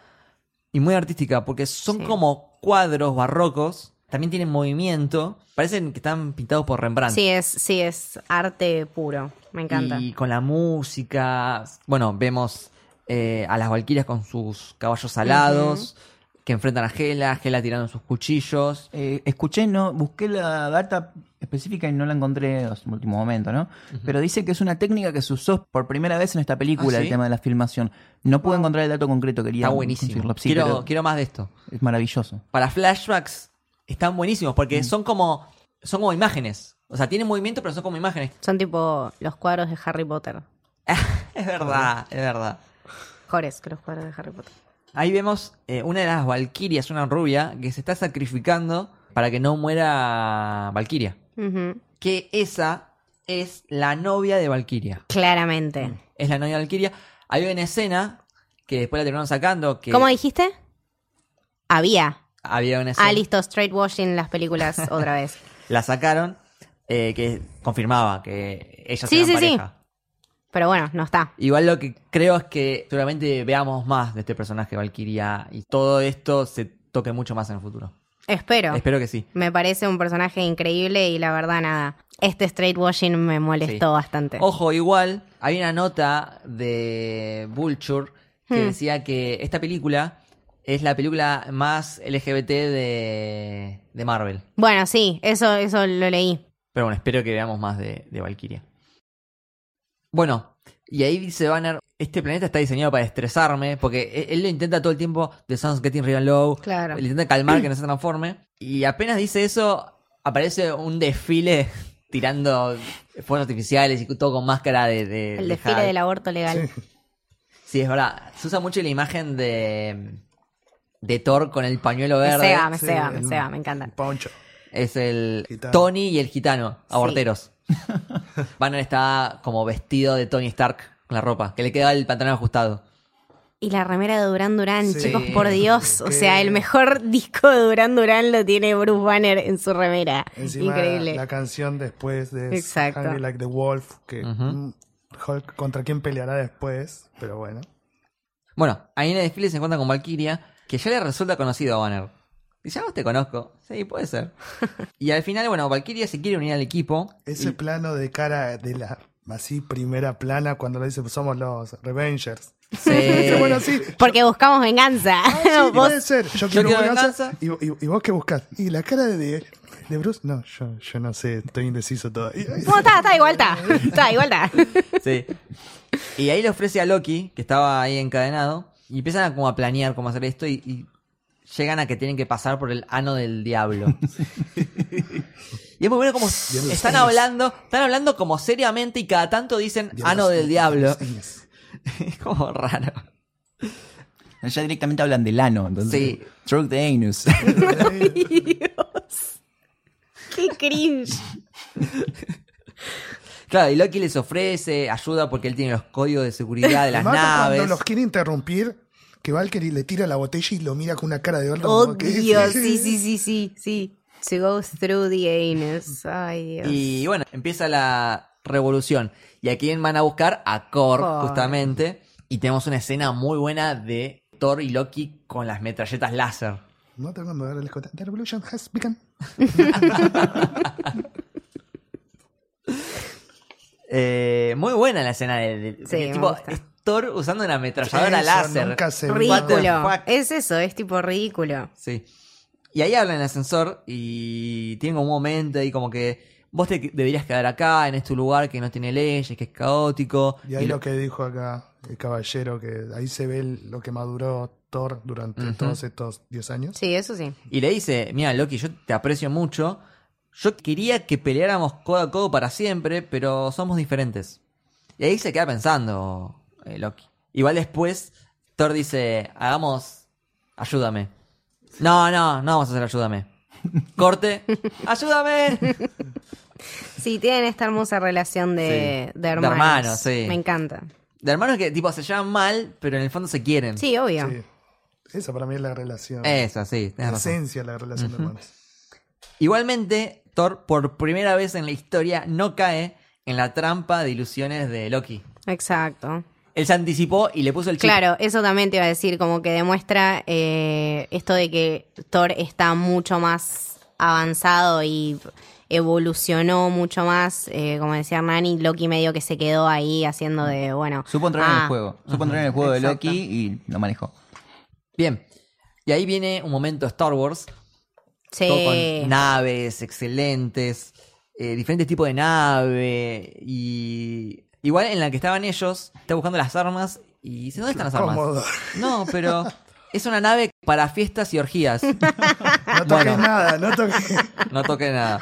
Speaker 1: y muy artística, porque son
Speaker 2: Sí.
Speaker 1: como cuadros barrocos, también tienen movimiento, parecen que están pintados por Rembrandt.
Speaker 2: Sí, es, sí, es arte puro. Me encanta.
Speaker 1: Y con la música. Bueno, vemos eh, a las valquirias con sus caballos alados. Que enfrentan a Gela, Gela tirando sus cuchillos.
Speaker 4: Eh, escuché, no, busqué la data específica y no la encontré en el último momento, ¿no? Pero dice que es una técnica que se usó por primera vez en esta película,
Speaker 1: ¿Ah, sí?
Speaker 4: el tema de la filmación. No pude encontrar el dato concreto, quería
Speaker 1: Está buenísimo.
Speaker 4: conseguirlo, sí,
Speaker 1: quiero,
Speaker 4: pero
Speaker 1: quiero más de esto.
Speaker 4: es maravilloso.
Speaker 1: Para flashbacks están buenísimos
Speaker 4: Mm.
Speaker 1: porque son como. son como imágenes. O sea, tienen movimiento, pero son como imágenes.
Speaker 2: Son tipo los cuadros de Harry Potter.
Speaker 1: es verdad, es verdad.
Speaker 2: Mejores que los cuadros de Harry Potter.
Speaker 1: Ahí vemos eh, una de las valquirias, una rubia, que se está sacrificando para que no muera Valkyria.
Speaker 2: Ujú.
Speaker 1: Que esa es la novia de Valkyria.
Speaker 2: Claramente.
Speaker 1: es la novia de Valkyria. Hay una escena que después la terminaron sacando que
Speaker 2: ¿Cómo dijiste? Había.
Speaker 1: había una escena,
Speaker 2: Ah, listo, straight washing las películas otra vez.
Speaker 1: la sacaron eh, que confirmaba que ellas
Speaker 2: Sí,
Speaker 1: eran
Speaker 2: sí, sí.
Speaker 1: pareja.
Speaker 2: Pero bueno, no está.
Speaker 1: Igual lo que creo es que seguramente veamos más de este personaje Valkyria y todo esto se toque mucho más en el futuro.
Speaker 2: Espero.
Speaker 1: Espero que sí.
Speaker 2: Me parece un personaje increíble y la verdad, nada. Este straight washing me molestó
Speaker 1: Sí.
Speaker 2: bastante.
Speaker 1: Ojo, igual hay una nota de Vulture que
Speaker 2: Hmm.
Speaker 1: decía que esta película es la película más LGBT de, de Marvel.
Speaker 2: Bueno, sí, eso, eso lo leí.
Speaker 1: Pero bueno, espero que veamos más de, de Valkyria. Bueno, y ahí dice Banner, este planeta está diseñado para estresarme, porque e- él, lo intenta todo el tiempo, The Sun's Getting Real Low,
Speaker 2: Claro.
Speaker 1: le intenta calmar que no se transforme, y apenas dice eso, aparece un desfile tirando fuegos artificiales y todo con máscara de... de-
Speaker 2: El
Speaker 1: de
Speaker 2: desfile
Speaker 1: Hulk.
Speaker 2: del aborto legal.
Speaker 1: Sí, es verdad, se usa mucho la imagen de... De Thor con el pañuelo
Speaker 2: Me
Speaker 1: verde.
Speaker 2: ceba, me
Speaker 5: Sí,
Speaker 2: ceba, me
Speaker 5: el-
Speaker 2: ceba, me encanta.
Speaker 5: Poncho.
Speaker 1: Es el
Speaker 5: Gitano.
Speaker 1: Tony y el gitano, aborteros. Banner está como vestido de Tony Stark con la ropa, que le queda el pantalón ajustado.
Speaker 2: Y la remera de Durán Durán,
Speaker 5: Sí,
Speaker 2: chicos, por Dios. O
Speaker 5: qué-
Speaker 2: sea, el mejor disco de Durán Durán lo tiene Bruce Banner en su remera.
Speaker 5: Encima
Speaker 2: Increíble.
Speaker 5: la canción después de
Speaker 2: Exacto.
Speaker 5: Hungry Like the Wolf, que mm, Hulk contra quién peleará después, pero bueno.
Speaker 1: Bueno, ahí en el desfile se encuentra con Valkyria, que ya le resulta conocido a Banner. Dice, ya vos te conozco. Sí, puede ser. y al final, bueno, Valkyria se quiere unir al equipo.
Speaker 5: Ese plano de cara de la así primera plana cuando le dice somos los Revengers.
Speaker 1: Sí.
Speaker 5: Dice, bueno, sí.
Speaker 2: Porque buscamos venganza.
Speaker 5: Ah, sí,
Speaker 2: Vos-
Speaker 5: puede ser. Yo quiero venganza. Y, y- y vos qué buscas. Y la cara de, de Bruce, no, yo, yo no sé, estoy indeciso todavía.
Speaker 2: No, está, está, igual está. Está, igual está.
Speaker 1: Sí. Y ahí le ofrece a Loki, que estaba ahí encadenado, y empiezan a como a planear cómo hacer esto y, y llegan a que tienen que pasar por el ano del diablo. y es muy bueno como
Speaker 5: Diablos
Speaker 1: están
Speaker 5: años.
Speaker 1: hablando, están hablando como seriamente y cada tanto dicen ano Ah, del diablo. es como raro.
Speaker 4: Ya directamente hablan del ano, entonces.
Speaker 1: Sí.
Speaker 4: Stroke the anus.
Speaker 2: Qué cringe.
Speaker 1: Claro, y Loki les ofrece ayuda porque él tiene los códigos de seguridad de las
Speaker 5: Mato
Speaker 1: naves.
Speaker 5: Cuando los quiere interrumpir, que Valkyrie le tira la botella y lo mira con una cara de verdad.
Speaker 2: Oh, Dios. Sí, sí, sí, sí, sí. To go through the anus. Ay, Dios.
Speaker 1: Y bueno, empieza la revolución. Y a quién van a buscar? A Korg,
Speaker 2: Korg.
Speaker 1: justamente. Y tenemos una escena muy buena de Thor y Loki con las metralletas láser.
Speaker 5: No te van a dar el escote. The revolution has begun.
Speaker 1: Eh, muy buena la escena de, de-
Speaker 2: Sí,
Speaker 1: de-
Speaker 2: me
Speaker 1: tipo,
Speaker 2: gusta.
Speaker 1: es Thor usando una ametralladora
Speaker 5: Eso
Speaker 1: láser.
Speaker 5: nunca se vio.
Speaker 1: este What the
Speaker 2: Ridículo.
Speaker 1: fuck.
Speaker 2: Es eso, es tipo ridículo.
Speaker 1: Sí. Y ahí habla en el ascensor y tiene como un momento y como que vos te deberías quedar acá, en este lugar que no tiene leyes, que es caótico.
Speaker 5: Y ahí lo que dijo acá el caballero, que ahí se ve el- lo que maduró Thor durante
Speaker 1: Ujú.
Speaker 5: todos estos 10 años.
Speaker 2: Sí, eso sí.
Speaker 1: Y le dice, mira Loki, yo te aprecio mucho. Yo quería que peleáramos codo a codo para siempre, pero somos diferentes. Y ahí se queda pensando eh, Loki. Igual después Thor dice, hagamos, ayúdame. No, no, no vamos a hacer ayúdame. Corte, ayúdame.
Speaker 2: Sí, tienen esta hermosa relación de,
Speaker 1: Sí.
Speaker 2: de hermanos.
Speaker 1: De hermanos, sí.
Speaker 2: Me encanta.
Speaker 1: De hermanos que tipo se llevan mal, pero en el fondo se quieren.
Speaker 2: Sí, obvio.
Speaker 5: Sí. Esa para mí es la relación.
Speaker 1: Esa, sí,
Speaker 5: la
Speaker 1: Eh, tenés razón.
Speaker 5: esencia de la relación de hermanos.
Speaker 1: Igualmente, Thor por primera vez en la historia no cae en la trampa de ilusiones de Loki.
Speaker 2: Exacto.
Speaker 1: Él se anticipó y le puso el chip.
Speaker 2: Claro, eso también te iba a decir, como que demuestra eh, esto de que Thor está mucho más avanzado y evolucionó mucho más, eh, como decía Nani, Loki medio que se quedó ahí haciendo de, bueno...
Speaker 4: Supo entrar en
Speaker 2: ah,
Speaker 4: el juego. Supo entrar en el juego
Speaker 2: Exacto.
Speaker 4: de Loki y lo manejó.
Speaker 1: Bien. Y ahí viene un momento Star Wars, todo
Speaker 2: Sí,
Speaker 1: con naves excelentes, eh, diferentes tipos de nave, y igual en la que estaban ellos, está buscando las armas y dice, ¿dónde están las armas?
Speaker 5: Cómodo.
Speaker 1: No, pero es una nave para fiestas y orgías.
Speaker 5: No toques
Speaker 1: Bueno.
Speaker 5: nada, no toques.
Speaker 1: No toqué nada.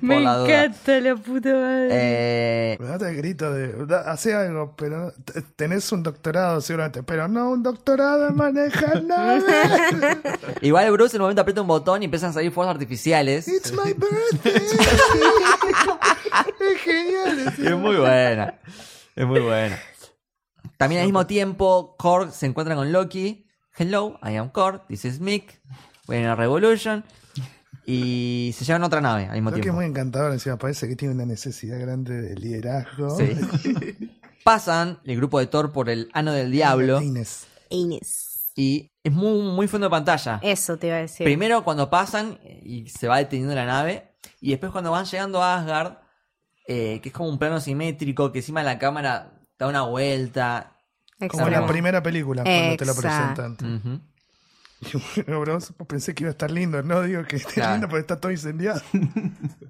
Speaker 1: Me encanta la Eh. puta madre.
Speaker 5: Me da el grito de. da- Hacé algo, pero. t- Tenés un doctorado seguramente, pero no un doctorado en manejar nada.
Speaker 1: igual Bruce en un momento aprieta un botón y empiezan a salir fuegos artificiales.
Speaker 5: It's my birthday. es genial.
Speaker 1: Es muy buena. Es muy buena. También al mismo tiempo, Korg se encuentra con Loki. Hello, I am Korg. This is Mick. We're in a revolution. Y se llevan otra nave al mismo
Speaker 5: Lo que es
Speaker 1: tiempo.
Speaker 5: muy encantador, encima parece que tiene una necesidad grande de liderazgo.
Speaker 1: Sí. Pasan el grupo de Thor por el ano del diablo.
Speaker 5: Inés.
Speaker 2: Inés.
Speaker 1: Y es muy, muy fondo de pantalla.
Speaker 2: Eso te iba a decir.
Speaker 1: Primero cuando pasan y se va deteniendo la nave. Y después cuando van llegando a Asgard, eh, que es como un plano simétrico, que encima la cámara da una vuelta.
Speaker 5: Como
Speaker 1: Exacto.
Speaker 5: la primera película, cuando te la
Speaker 2: Exacto.
Speaker 5: presentan.
Speaker 1: Ujú.
Speaker 5: Y bueno, bros, pensé que iba a estar lindo, no digo que esté
Speaker 1: Claro.
Speaker 5: lindo porque está todo incendiado.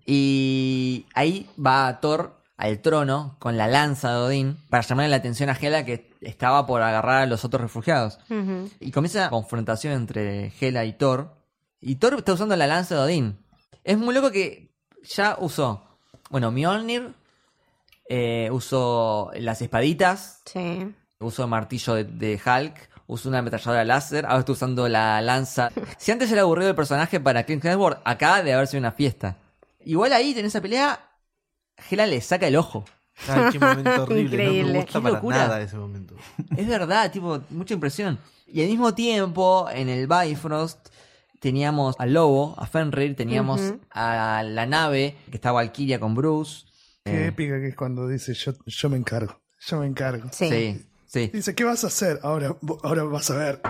Speaker 1: Y ahí va Thor al trono con la lanza de Odín para llamar la atención a Hela que estaba por agarrar a los otros refugiados.
Speaker 2: Ujú.
Speaker 1: Y comienza la confrontación entre Hela y Thor. Y Thor está usando la lanza de Odín. Es muy loco que ya usó, bueno, Mjolnir, eh, usó las espaditas,
Speaker 2: Sí.
Speaker 1: usó el martillo de, de Hulk, usó una ametralladora láser, ahora está usando la lanza. Si antes era aburrido el personaje para Clint Hemsworth, acá debe haber sido una fiesta. Igual ahí en esa pelea, Hela le saca el ojo.
Speaker 3: Ay, qué momento horrible. No
Speaker 2: Increíble.
Speaker 3: me gusta
Speaker 1: Qué
Speaker 3: para
Speaker 1: locura.
Speaker 3: nada ese momento.
Speaker 1: Es verdad, tipo, mucha impresión. Y al mismo tiempo, en el Bifrost, teníamos al lobo, a Fenrir, teníamos
Speaker 2: Ujú.
Speaker 1: a la nave, que está Valkyria con Bruce. Eh.
Speaker 5: Qué épica que es cuando dice yo, yo me encargo, yo me encargo.
Speaker 2: Sí.
Speaker 1: sí. sí.
Speaker 5: Dice, ¿qué vas a hacer? Ahora, vo- ahora vas a ver.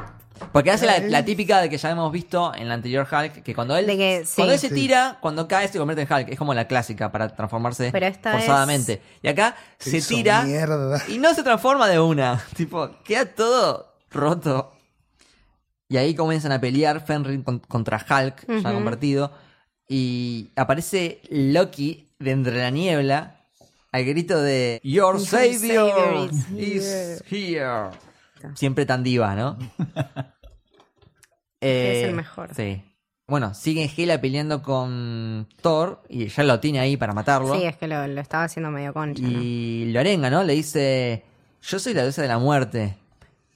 Speaker 1: Porque hace la, la típica de que ya hemos visto en la anterior Hulk, que cuando él,
Speaker 2: De que, sí.
Speaker 1: cuando él se
Speaker 5: Sí.
Speaker 1: tira, cuando cae se convierte en Hulk. Es como la clásica para transformarse
Speaker 2: Pero esta
Speaker 1: forzadamente. Y acá se
Speaker 5: Hizo
Speaker 1: tira
Speaker 5: Mierda.
Speaker 1: y no se transforma de una. Tipo, queda todo roto. Y ahí comienzan a pelear Fenrir con- contra Hulk, ya
Speaker 2: Ujú.
Speaker 1: convertido. Y aparece Loki de entre la niebla al grito de Your
Speaker 2: Your
Speaker 1: Savior
Speaker 2: savior
Speaker 1: is here. Siempre tan diva, ¿no?
Speaker 2: Que es el
Speaker 1: Eh,
Speaker 2: mejor.
Speaker 1: Sí. Bueno, sigue Hela peleando con Thor y ya lo tiene ahí para matarlo.
Speaker 2: Sí, es que lo, lo estaba haciendo medio concha. ¿no?
Speaker 1: Y lo arenga, ¿no? Le dice, yo soy la diosa de la muerte.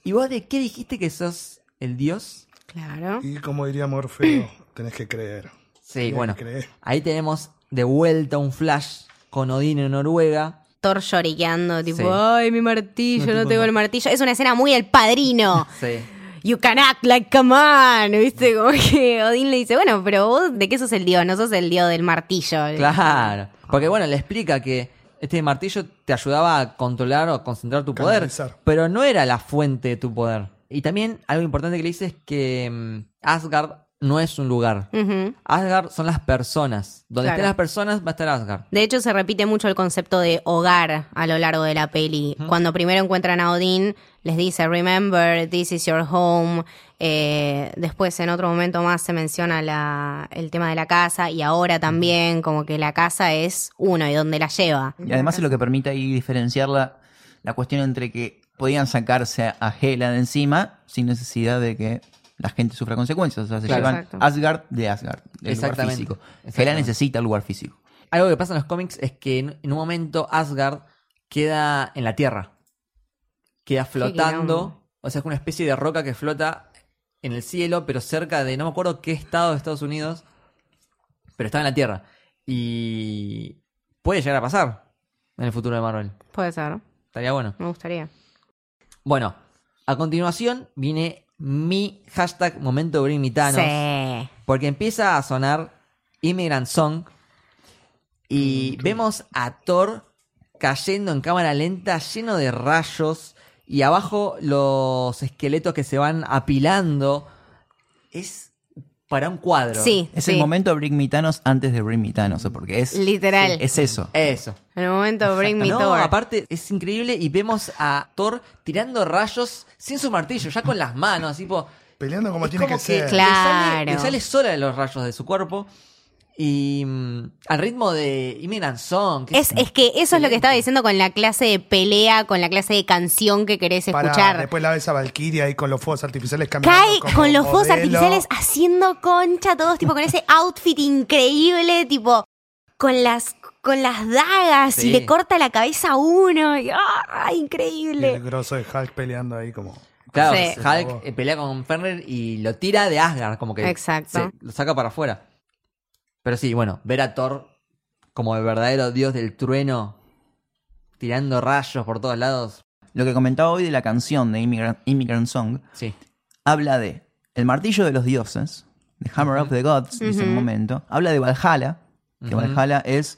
Speaker 1: ¿Y vos de qué dijiste que sos el dios?
Speaker 2: Claro.
Speaker 5: Y como diría Morfeo, tenés que creer.
Speaker 1: Sí,
Speaker 5: Tenés
Speaker 1: bueno.
Speaker 5: que creer.
Speaker 1: Ahí tenemos de vuelta un flash con Odín en Noruega.
Speaker 2: Thor lloriqueando, tipo,
Speaker 1: Sí.
Speaker 2: ay, mi martillo,
Speaker 1: No,
Speaker 2: no,
Speaker 1: tipo,
Speaker 2: tengo el martillo. Es una escena muy el padrino.
Speaker 1: Sí.
Speaker 2: you can act like a man, ¿viste? Como que Odín le dice, bueno, pero vos de qué sos el dios, no sos el dios del martillo.
Speaker 1: Claro. Porque bueno, le explica que este martillo te ayudaba a controlar o concentrar tu poder,
Speaker 5: Canalizar.
Speaker 1: pero no era la fuente de tu poder. Y también algo importante que le dice es que mm, Asgard no es un lugar.
Speaker 2: Ujú.
Speaker 1: Asgard son las personas. Donde
Speaker 2: Mm. Claro.
Speaker 1: estén las personas va a estar Asgard.
Speaker 2: De hecho, se repite mucho el concepto de hogar a lo largo de la peli. Cuando primero encuentran a Odín, les dice, remember, this is your home. Eh, después, en otro momento más, se menciona la- el tema de la casa. Y ahora también, como que la casa es uno y donde la lleva.
Speaker 4: Y además es lo que permite ahí diferenciar la, la cuestión entre que podían sacarse a Hela de encima sin necesidad de que la gente sufra consecuencias. O sea, se
Speaker 1: Claro.
Speaker 4: llevan
Speaker 2: Exacto.
Speaker 4: Asgard de Asgard, del lugar
Speaker 1: Exactamente.
Speaker 4: físico. Hela
Speaker 1: Exactamente.
Speaker 4: necesita el lugar físico.
Speaker 1: Algo que pasa en los cómics es que en, en un momento Asgard queda en la tierra. Queda
Speaker 2: quilombo.
Speaker 1: flotando. O sea, es una especie de roca que flota en el cielo, pero cerca de no me acuerdo qué estado de Estados Unidos. Pero estaba en la tierra. Y puede llegar a pasar en el futuro de Marvel.
Speaker 2: Puede ser,
Speaker 1: Estaría bueno.
Speaker 2: me gustaría.
Speaker 1: Bueno, a continuación viene mi hashtag momento Bring Me Thanos.
Speaker 2: Sí.
Speaker 1: Porque empieza a sonar Immigrant Song y vemos a Thor cayendo en cámara lenta, lleno de rayos, y abajo los esqueletos que se van apilando. Es para un cuadro.
Speaker 2: Sí,
Speaker 4: Es
Speaker 2: sí.
Speaker 4: el momento Bring Me Thanos antes de Bring Me Thanos, porque es,
Speaker 2: Literal.
Speaker 4: es eso.
Speaker 1: Eso.
Speaker 2: En el momento Bring Me
Speaker 1: no,
Speaker 2: Thor.
Speaker 1: aparte es increíble y vemos a Thor tirando rayos sin su martillo, ya con las manos, tipo...
Speaker 5: Peleando como
Speaker 1: Es
Speaker 5: tiene
Speaker 1: como
Speaker 5: que ser.
Speaker 1: le sale- Le sale,
Speaker 2: Claro.
Speaker 1: sola de los rayos de su cuerpo. Y mm, al ritmo de Immigrant Song. que
Speaker 2: Es, es que eso es lo que estaba diciendo con la clase de pelea, con la clase de canción que querés
Speaker 5: Pará,
Speaker 2: escuchar.
Speaker 5: después la ves a Valkyria ahí con los fuegos artificiales caminando.
Speaker 2: Cae
Speaker 5: como
Speaker 2: con los fuegos
Speaker 5: modelo.
Speaker 2: artificiales haciendo concha, todos tipo con ese outfit increíble, tipo con las con las dagas
Speaker 1: Sí.
Speaker 2: y le corta la cabeza a uno. y, ¡ah!
Speaker 5: Y el
Speaker 2: increíble.
Speaker 5: grosso de Hulk peleando ahí como.
Speaker 1: Claro,
Speaker 2: Sí.
Speaker 1: Hulk eh, pelea con Fenrir y lo tira de Asgard, como que
Speaker 2: Exacto.
Speaker 1: se- lo saca para afuera. Pero sí, bueno, ver a Thor como el verdadero dios del trueno, tirando rayos por todos lados.
Speaker 4: Lo que comentaba hoy de la canción de Immigrant, Immigrant Song
Speaker 1: Sí.
Speaker 4: habla de el martillo de los dioses, The Hammer of the Gods, dice en un momento. Habla de Valhalla, que Valhalla es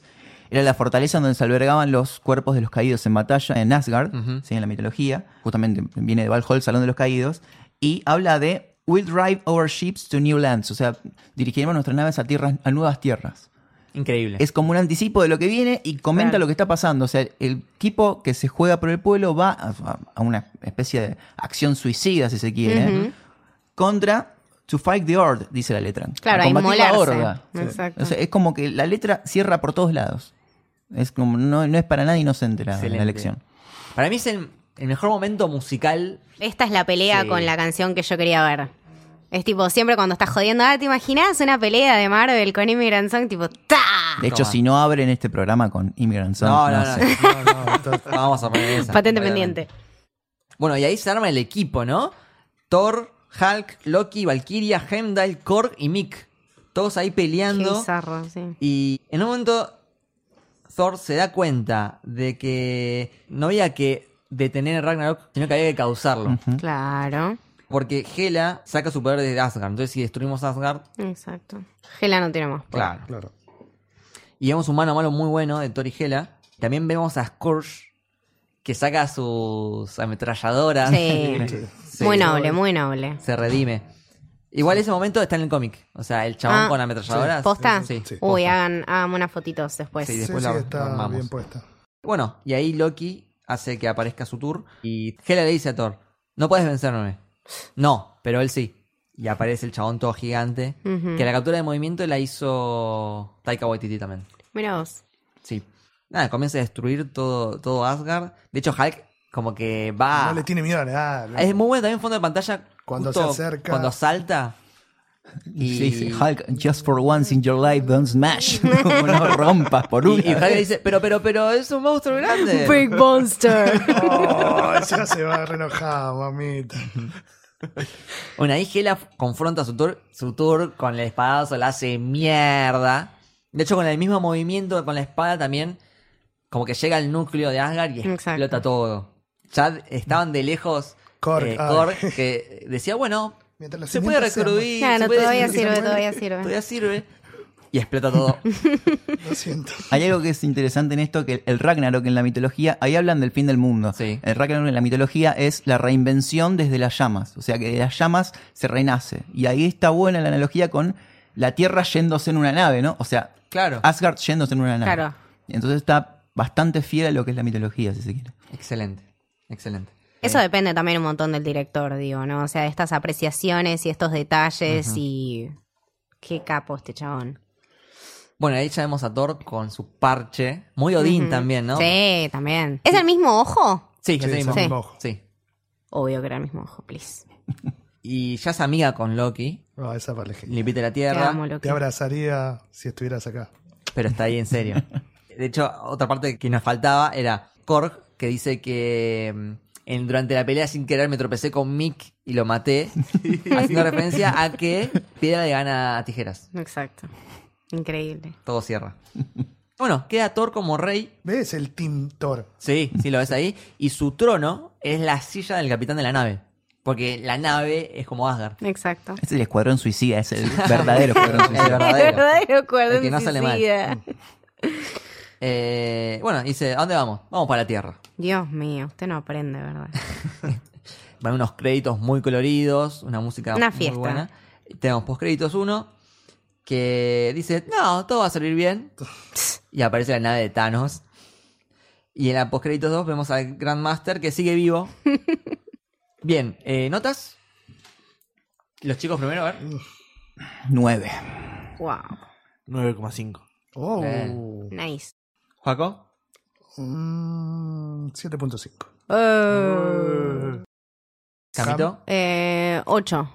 Speaker 4: era la fortaleza donde se albergaban los cuerpos de los caídos en batalla en Asgard,
Speaker 1: Ujú.
Speaker 4: ¿sí? en la mitología. Justamente viene de Valhalla, el salón de los caídos. Y habla de We'll drive our ships to new lands, o sea, dirigiremos nuestras naves a tierras, a nuevas tierras.
Speaker 1: Increíble.
Speaker 4: Es como un anticipo de lo que viene y comenta
Speaker 2: Claro.
Speaker 4: lo que está pasando. O sea, el equipo que se juega por el pueblo va a, a una especie de acción suicida, si se quiere,
Speaker 2: Ujú.
Speaker 4: contra To Fight the Horde, dice la letra.
Speaker 2: Claro,
Speaker 4: A
Speaker 2: a
Speaker 4: combatir la
Speaker 2: inmolarse.
Speaker 4: horda.
Speaker 2: Exacto.
Speaker 4: O sea, es como que la letra cierra por todos lados. Es como, no, no es para nada inocente la, la
Speaker 1: Excelente.
Speaker 4: elección.
Speaker 1: Para mí es el, el mejor momento musical.
Speaker 2: Esta es la pelea
Speaker 1: Sí.
Speaker 2: con la canción que yo quería ver. Es tipo, siempre cuando estás jodiendo, ah, ¿te imaginas una pelea de Marvel con Immigrant Song? Tipo, ¡ta!
Speaker 4: De hecho,
Speaker 1: Toma.
Speaker 4: si no abren este programa con Immigrant Song,
Speaker 1: No, no, no.
Speaker 4: sé.
Speaker 5: No, no, esto-
Speaker 1: Vamos a poner esa.
Speaker 2: Patente
Speaker 1: obviamente.
Speaker 2: pendiente.
Speaker 1: Bueno, y ahí se arma el equipo, ¿no? Thor, Hulk, Loki, Valkyria, Heimdall, Korg y Mick. Todos ahí
Speaker 2: Qué
Speaker 1: peleando.
Speaker 2: bizarro, sí.
Speaker 1: Y en un momento Thor se da cuenta de que no había que detener el Ragnarok, sino que había que causarlo.
Speaker 4: Mm.
Speaker 2: Claro.
Speaker 1: Porque Hela saca su poder de Asgard. Entonces si destruimos Asgard,
Speaker 2: Exacto. Gela no tiene más.
Speaker 1: claro.
Speaker 5: claro.
Speaker 1: Y vemos un mano a mano muy bueno de Thor y Hela. También vemos a Scourge que saca sus ametralladoras.
Speaker 2: Sí.
Speaker 1: Sí.
Speaker 2: Muy noble, muy noble.
Speaker 1: Se redime. Igual ese momento está en el cómic. O sea, el chabón
Speaker 2: Ah.
Speaker 1: con ametralladoras.
Speaker 2: ¿Posta?
Speaker 1: Sí.
Speaker 5: Sí.
Speaker 2: Uy,
Speaker 1: posta.
Speaker 2: hagan, hagan unas fotitos después.
Speaker 1: Sí,
Speaker 5: Sí,
Speaker 1: después
Speaker 5: sí,
Speaker 1: la- la
Speaker 5: está
Speaker 1: armamos.
Speaker 5: bien puesta.
Speaker 1: Bueno, y ahí Loki hace que aparezca su tour y Hela le dice a Thor, no puedes vencerme. No, pero él sí. Y aparece el chabón todo gigante,
Speaker 2: Ujú.
Speaker 1: que la captura de movimiento la hizo Taika Waititi también.
Speaker 2: Mira vos.
Speaker 1: Sí. Nada, comienza a destruir todo, todo Asgard. De hecho, Hulk como que va...
Speaker 5: No le tiene miedo a nada. loco.
Speaker 1: Ah. Es muy bueno también fondo de pantalla.
Speaker 5: Cuando
Speaker 1: justo
Speaker 5: se acerca.
Speaker 1: Cuando salta.
Speaker 4: Y se dice, Hulk, just for once in your life, don't smash. Como no rompas por una
Speaker 1: Y, y Hulk le
Speaker 4: vez.
Speaker 1: dice, pero, pero, pero, es un monstruo grande.
Speaker 2: Big Monster.
Speaker 5: Oh, ya se va re enojado, mamita.
Speaker 1: Bueno, ahí Gela confronta a su tour, su tour con el espadazo, la hace mierda. De hecho, con el mismo movimiento con la espada también, como que llega al núcleo de Asgard y
Speaker 2: Exacto.
Speaker 1: explota todo. Ya estaban de lejos
Speaker 5: Korg,
Speaker 1: eh,
Speaker 5: ah.
Speaker 1: Korg, que decía, bueno,
Speaker 5: Mientras la
Speaker 1: se puede
Speaker 5: cimienta sea-
Speaker 1: recrudir.
Speaker 2: Claro,
Speaker 1: se puede-
Speaker 2: todavía
Speaker 1: se
Speaker 2: sirve,
Speaker 1: puede-
Speaker 2: todavía sirve.
Speaker 1: Todavía sirve. Y explota todo.
Speaker 5: Lo siento.
Speaker 4: Hay algo que es interesante en esto, que el Ragnarok en la mitología, ahí hablan del fin del mundo.
Speaker 1: Sí.
Speaker 4: El Ragnarok en la mitología es la reinvención desde las llamas, o sea que de las llamas se renace. Y ahí está buena la analogía con la Tierra yéndose en una nave, ¿no? O sea,
Speaker 1: Claro.
Speaker 4: Asgard yéndose en una nave.
Speaker 2: Claro.
Speaker 4: Entonces está bastante fiel a lo que es la mitología, si se quiere.
Speaker 1: Excelente, excelente.
Speaker 2: Eso depende también un montón del director, digo, ¿no? O sea, de estas apreciaciones y estos detalles y. Qué capo este chabón.
Speaker 1: Bueno, ahí ya vemos a Thor con su parche. Muy Odín también, ¿no?
Speaker 2: Sí, también. ¿Es el mismo ojo?
Speaker 1: Sí,
Speaker 5: Sí,
Speaker 1: ese
Speaker 5: es el
Speaker 1: mismo.
Speaker 5: mismo ojo.
Speaker 1: Sí.
Speaker 2: Obvio que era el mismo ojo, please.
Speaker 1: Y ya es amiga con Loki,
Speaker 5: No, esa vale genial.
Speaker 1: le pide la
Speaker 2: Te
Speaker 1: tierra,
Speaker 2: amo, Loki.
Speaker 5: Te abrazaría si estuvieras acá.
Speaker 1: pero está ahí en serio. De hecho, otra parte que nos faltaba era Korg, que dice que mm, en- durante la pelea sin querer me tropecé con Mick y lo maté, haciendo referencia a que piedra le gana a tijeras.
Speaker 2: Exacto. Increíble.
Speaker 1: Todo cierra. Bueno, queda Thor como rey
Speaker 5: ¿Ves el Team Thor?
Speaker 1: Sí, sí, lo ves ahí. Y su trono es la silla del capitán de la nave. Porque la nave es como Asgard.
Speaker 2: Exacto.
Speaker 4: Es el escuadrón suicida, es el verdadero escuadrón
Speaker 1: El
Speaker 4: suicida.
Speaker 1: verdadero.
Speaker 2: El verdadero escuadrón
Speaker 1: El que no sale mal. Mm.
Speaker 2: suicida.
Speaker 1: Eh, bueno, dice, ¿a dónde vamos? Vamos para la Tierra.
Speaker 2: Dios mío, usted no aprende, ¿verdad?
Speaker 1: Van unos créditos muy coloridos, una música
Speaker 2: Una
Speaker 1: muy
Speaker 2: fiesta.
Speaker 1: buena. Tenemos postcréditos uno que dice, no, todo va a salir bien. Y aparece la nave de Thanos. Y en la postcréditos 2 vemos al Grandmaster que sigue vivo. Bien, eh, ¿notas? Los chicos primero, a ver.
Speaker 4: Nueve.
Speaker 2: wow.
Speaker 3: 9,5.
Speaker 5: Oh.
Speaker 1: Bien.
Speaker 2: Nice.
Speaker 1: Joaco.
Speaker 5: Mm, 7.5.
Speaker 2: Eh,
Speaker 1: Camito.
Speaker 2: eh, ocho.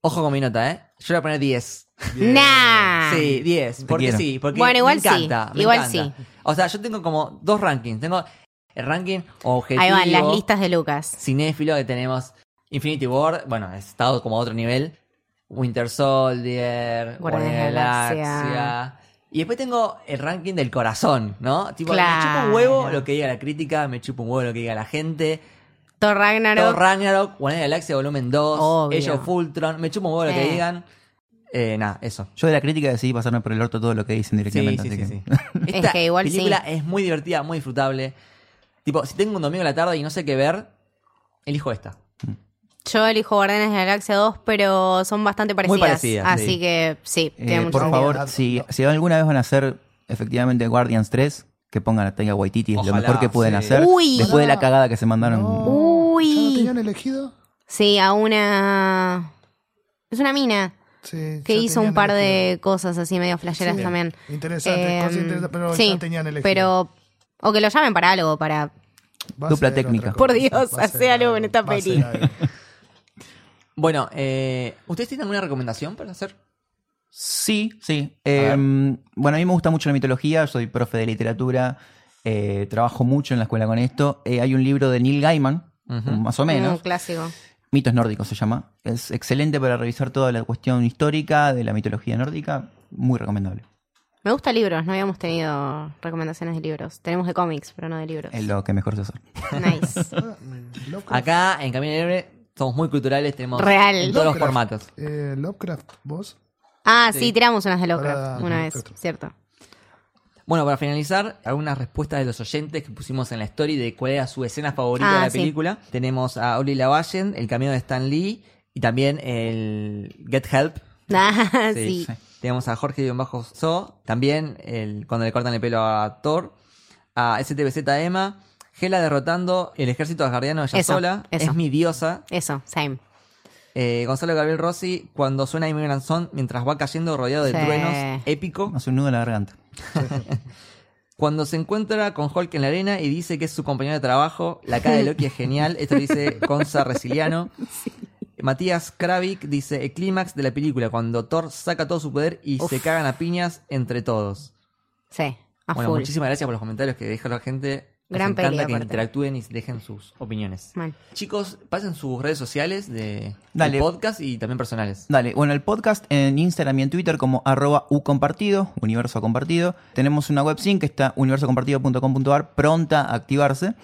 Speaker 1: Ojo con mi nota, ¿eh? Yo voy a poner 10.
Speaker 2: Nah.
Speaker 1: Sí, 10. Porque
Speaker 4: quiero.
Speaker 1: sí, porque
Speaker 2: Ah. Bueno, igual
Speaker 1: me encanta.
Speaker 2: sí,
Speaker 1: me
Speaker 2: igual
Speaker 1: encanta. O sea, yo tengo como dos rankings. Tengo el ranking objetivo.
Speaker 2: Ahí van las listas de Lucas.
Speaker 1: Cinéfilo que tenemos Infinity War. Bueno, ha estado como a otro nivel. Winter Soldier.
Speaker 2: Guardianes
Speaker 1: Guardianes de la
Speaker 2: de la
Speaker 1: Galaxia. Y después tengo el ranking del corazón, ¿no? Tipo, me chupa
Speaker 2: Claro.
Speaker 1: un huevo lo que diga la crítica, me chupa un huevo lo que diga la gente.
Speaker 2: Thor
Speaker 1: Thor
Speaker 2: Ragnarok.
Speaker 1: Ragnarok, Guardianes de la Galaxia Volumen 2,
Speaker 2: Obvio.
Speaker 1: Age of Ultron, me chupo un huevo lo que
Speaker 2: Eh.
Speaker 1: digan. Eh, nada, eso.
Speaker 4: Yo de la crítica decidí pasarme por el orto todo lo que dicen
Speaker 1: Sí,
Speaker 4: directamente.
Speaker 1: sí, sí,
Speaker 4: así
Speaker 1: sí.
Speaker 4: que-
Speaker 1: Esta
Speaker 2: que igual sí.
Speaker 1: película es muy divertida, muy disfrutable. Tipo, si tengo un domingo a la tarde y no sé qué ver, elijo esta.
Speaker 2: Yo elijo Guardianes de la Galaxia 2, pero son bastante parecidas.
Speaker 1: parecidas,
Speaker 2: así
Speaker 1: sí.
Speaker 2: que sí,
Speaker 4: Eh,
Speaker 2: tiene mucho
Speaker 4: por
Speaker 2: sentido.
Speaker 4: favor,
Speaker 5: sentido.
Speaker 4: si, si alguna vez van a hacer efectivamente Guardians 3, que pongan a Taika Waititi, es
Speaker 1: Ojalá,
Speaker 4: lo mejor que pueden
Speaker 1: sí.
Speaker 4: hacer.
Speaker 2: Uy.
Speaker 4: después de la cagada que se mandaron.
Speaker 2: Uy.
Speaker 5: ¿Ya lo tenían elegido?
Speaker 2: Sí, a una. Es una mina
Speaker 5: Sí.
Speaker 2: que
Speaker 5: ya
Speaker 2: hizo un
Speaker 5: tenían
Speaker 2: par
Speaker 5: elegido.
Speaker 2: de cosas así medio flasheras
Speaker 5: Sí.
Speaker 2: también.
Speaker 5: Interesante,
Speaker 2: Eh,
Speaker 5: cosas interesantes, pero
Speaker 2: sí,
Speaker 5: ya tenían elegido.
Speaker 2: Pero. O que lo llamen para algo, para.
Speaker 5: Va a
Speaker 4: Dupla
Speaker 5: ser otra
Speaker 4: técnica.
Speaker 5: cosa,
Speaker 2: Por Dios,
Speaker 5: va a
Speaker 2: hace
Speaker 5: ser
Speaker 2: algo en esta
Speaker 5: va a ser
Speaker 2: peli.
Speaker 5: algo.
Speaker 1: Bueno, eh, ¿ustedes tienen alguna recomendación para hacer?
Speaker 4: Sí, sí. Eh, bueno, a mí me gusta mucho la mitología, soy profe de literatura, eh, trabajo mucho en la escuela con esto. Eh, hay un libro de Neil Gaiman,
Speaker 1: Ujú.
Speaker 4: más o
Speaker 2: Un
Speaker 4: menos,
Speaker 2: clásico.
Speaker 4: Mitos nórdicos se llama. Es excelente para revisar toda la cuestión histórica de la mitología nórdica, muy recomendable.
Speaker 2: Me gusta libros, no habíamos tenido recomendaciones de libros. Tenemos de cómics, pero no de libros.
Speaker 4: Es lo que mejor se hace.
Speaker 2: Nice.
Speaker 5: Ah, mm, Lovecraft,
Speaker 1: Acá, en Camino Libre, somos muy culturales, tenemos
Speaker 2: Real.
Speaker 1: en todos los
Speaker 5: Lovecraft.
Speaker 1: formatos.
Speaker 5: eh, Lovecraft, vos.
Speaker 2: Ah, sí, tiramos unas de
Speaker 5: Ahora,
Speaker 2: Lovecraft una
Speaker 5: ujú,
Speaker 2: vez,
Speaker 5: perfecto.
Speaker 2: cierto.
Speaker 1: Bueno, para finalizar, algunas respuestas de los oyentes que pusimos en la story de cuál era su escena favorita
Speaker 2: Ah,
Speaker 1: de la
Speaker 2: sí.
Speaker 1: película. Tenemos a Oli Lavalle, el camino de Stan Lee y también el Get Help.
Speaker 2: Ah,
Speaker 1: Sí.
Speaker 2: sí.
Speaker 1: Tenemos a Jorge Guión Bajo So, también el, cuando le cortan el pelo a Thor, a STBZ Emma, Gela derrotando el ejército asgardiano ella
Speaker 2: Eso,
Speaker 1: sola,
Speaker 2: eso.
Speaker 1: es mi diosa,
Speaker 2: Eso, same.
Speaker 1: Eh, Gonzalo Gabriel Rossi, cuando suena Amy Lanzón mientras va cayendo rodeado de
Speaker 2: Sí.
Speaker 1: truenos, épico.
Speaker 4: Hace un nudo en la garganta.
Speaker 1: Cuando se encuentra con Hulk en la arena y dice que es su compañero de trabajo, la cara de Loki es genial. Esto lo dice Gonza Resiliano. Matías Kravik dice: el clímax de la película, cuando Thor saca todo su poder y
Speaker 2: Uf.
Speaker 1: se cagan a piñas entre todos.
Speaker 2: Sí, a
Speaker 1: bueno,
Speaker 2: full.
Speaker 1: muchísimas gracias por los comentarios que dejó la gente. Nos
Speaker 2: Gran peli,
Speaker 1: encanta que
Speaker 2: aparte.
Speaker 1: interactúen y dejen sus opiniones.
Speaker 2: Mal.
Speaker 1: Chicos, pasen sus redes sociales de,
Speaker 4: Dale.
Speaker 1: del podcast y también personales.
Speaker 4: Dale, bueno, el podcast en Instagram y en Twitter como arroba ucompartido, universo compartido. Tenemos una web sync que está universocompartido.com.ar, pronta a activarse.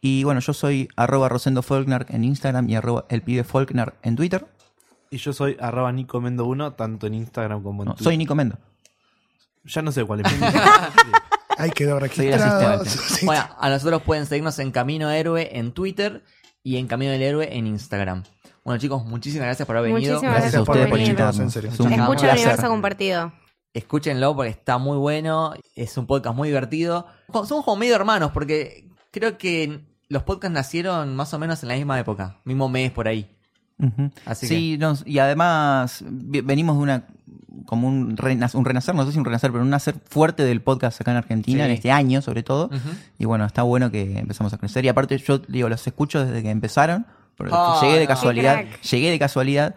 Speaker 4: Y bueno, yo soy arroba Rosendo Faulkner en Instagram y arroba el pibe Faulkner en Twitter.
Speaker 3: Y yo soy arroba Nico Mendo 1, tanto en Instagram como en
Speaker 4: No,
Speaker 3: Twitter.
Speaker 4: soy Nico Mendo.
Speaker 3: Ya no sé cuál es.
Speaker 5: Ahí quedó
Speaker 4: el
Speaker 5: registrado.
Speaker 4: asistente.
Speaker 5: Sí.
Speaker 1: Bueno, a nosotros pueden seguirnos en Camino Héroe en Twitter y en Camino del Héroe en Instagram. Bueno, chicos, muchísimas gracias por haber venido.
Speaker 2: Muchísimas
Speaker 5: Gracias por
Speaker 4: ustedes por
Speaker 5: venir.
Speaker 4: invitarnos.
Speaker 5: En serio.
Speaker 4: Es un
Speaker 1: Escucha
Speaker 2: Escucha
Speaker 4: placer.
Speaker 2: el universo compartido.
Speaker 1: Escúchenlo porque está muy bueno. Es un podcast muy divertido. Jo- Somos como medio hermanos porque creo que los podcasts nacieron más o menos en la misma época, mismo mes por ahí.
Speaker 4: Ujú.
Speaker 1: Así
Speaker 4: sí, nos- y además vi- venimos de una como un, rena- un renacer, no sé si un renacer, pero un nacer fuerte del podcast acá en Argentina,
Speaker 1: Sí.
Speaker 4: en este año sobre todo.
Speaker 1: Ujú.
Speaker 4: Y bueno, está bueno que empezamos a crecer. Y aparte yo digo, los escucho desde que empezaron, porque
Speaker 1: Ah,
Speaker 4: llegué
Speaker 1: no.
Speaker 4: de casualidad,
Speaker 2: Qué crack.
Speaker 4: llegué de casualidad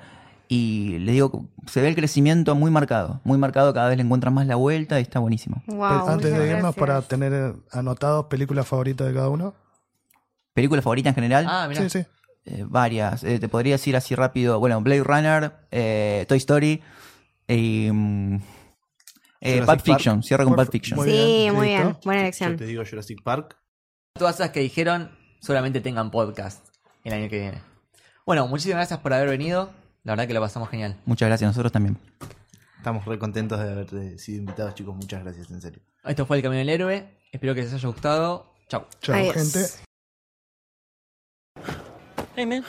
Speaker 4: y le digo, se ve el crecimiento muy marcado, muy marcado, cada vez le encuentran más la vuelta y está buenísimo.
Speaker 2: Wow,
Speaker 5: Antes de
Speaker 2: muchas gracias.
Speaker 5: irnos, para tener eh, anotados películas favoritas de cada uno.
Speaker 4: ¿Película favorita en general?
Speaker 1: Ah, mirá.
Speaker 5: Sí, sí.
Speaker 4: Eh, varias. Eh, te podría decir así rápido, bueno, Blade Runner, eh, Toy Story, eh, mm, eh,
Speaker 3: Jurassic
Speaker 4: Pulp
Speaker 3: Park.
Speaker 4: Fiction, cierro con
Speaker 5: Por-
Speaker 4: Pulp Fiction.
Speaker 5: muy
Speaker 2: Sí,
Speaker 5: bien,
Speaker 2: muy
Speaker 5: listo.
Speaker 2: bien. Buena
Speaker 3: Yo
Speaker 2: elección.
Speaker 3: te digo Jurassic Park.
Speaker 1: Todas esas que dijeron solamente tengan podcast el año que viene. Bueno, muchísimas gracias por haber venido. La verdad que lo pasamos genial.
Speaker 4: Muchas gracias, nosotros también.
Speaker 3: Estamos re contentos de haber sido invitados, chicos. Muchas gracias, en serio.
Speaker 1: Esto fue El Camino del Héroe. Espero que les haya gustado. Chau.
Speaker 5: Chao,
Speaker 2: Adiós.
Speaker 5: gente.
Speaker 6: Hey man,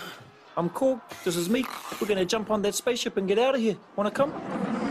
Speaker 6: I'm cool. This is me. We're gonna jump on that spaceship and get out of here. Wanna come?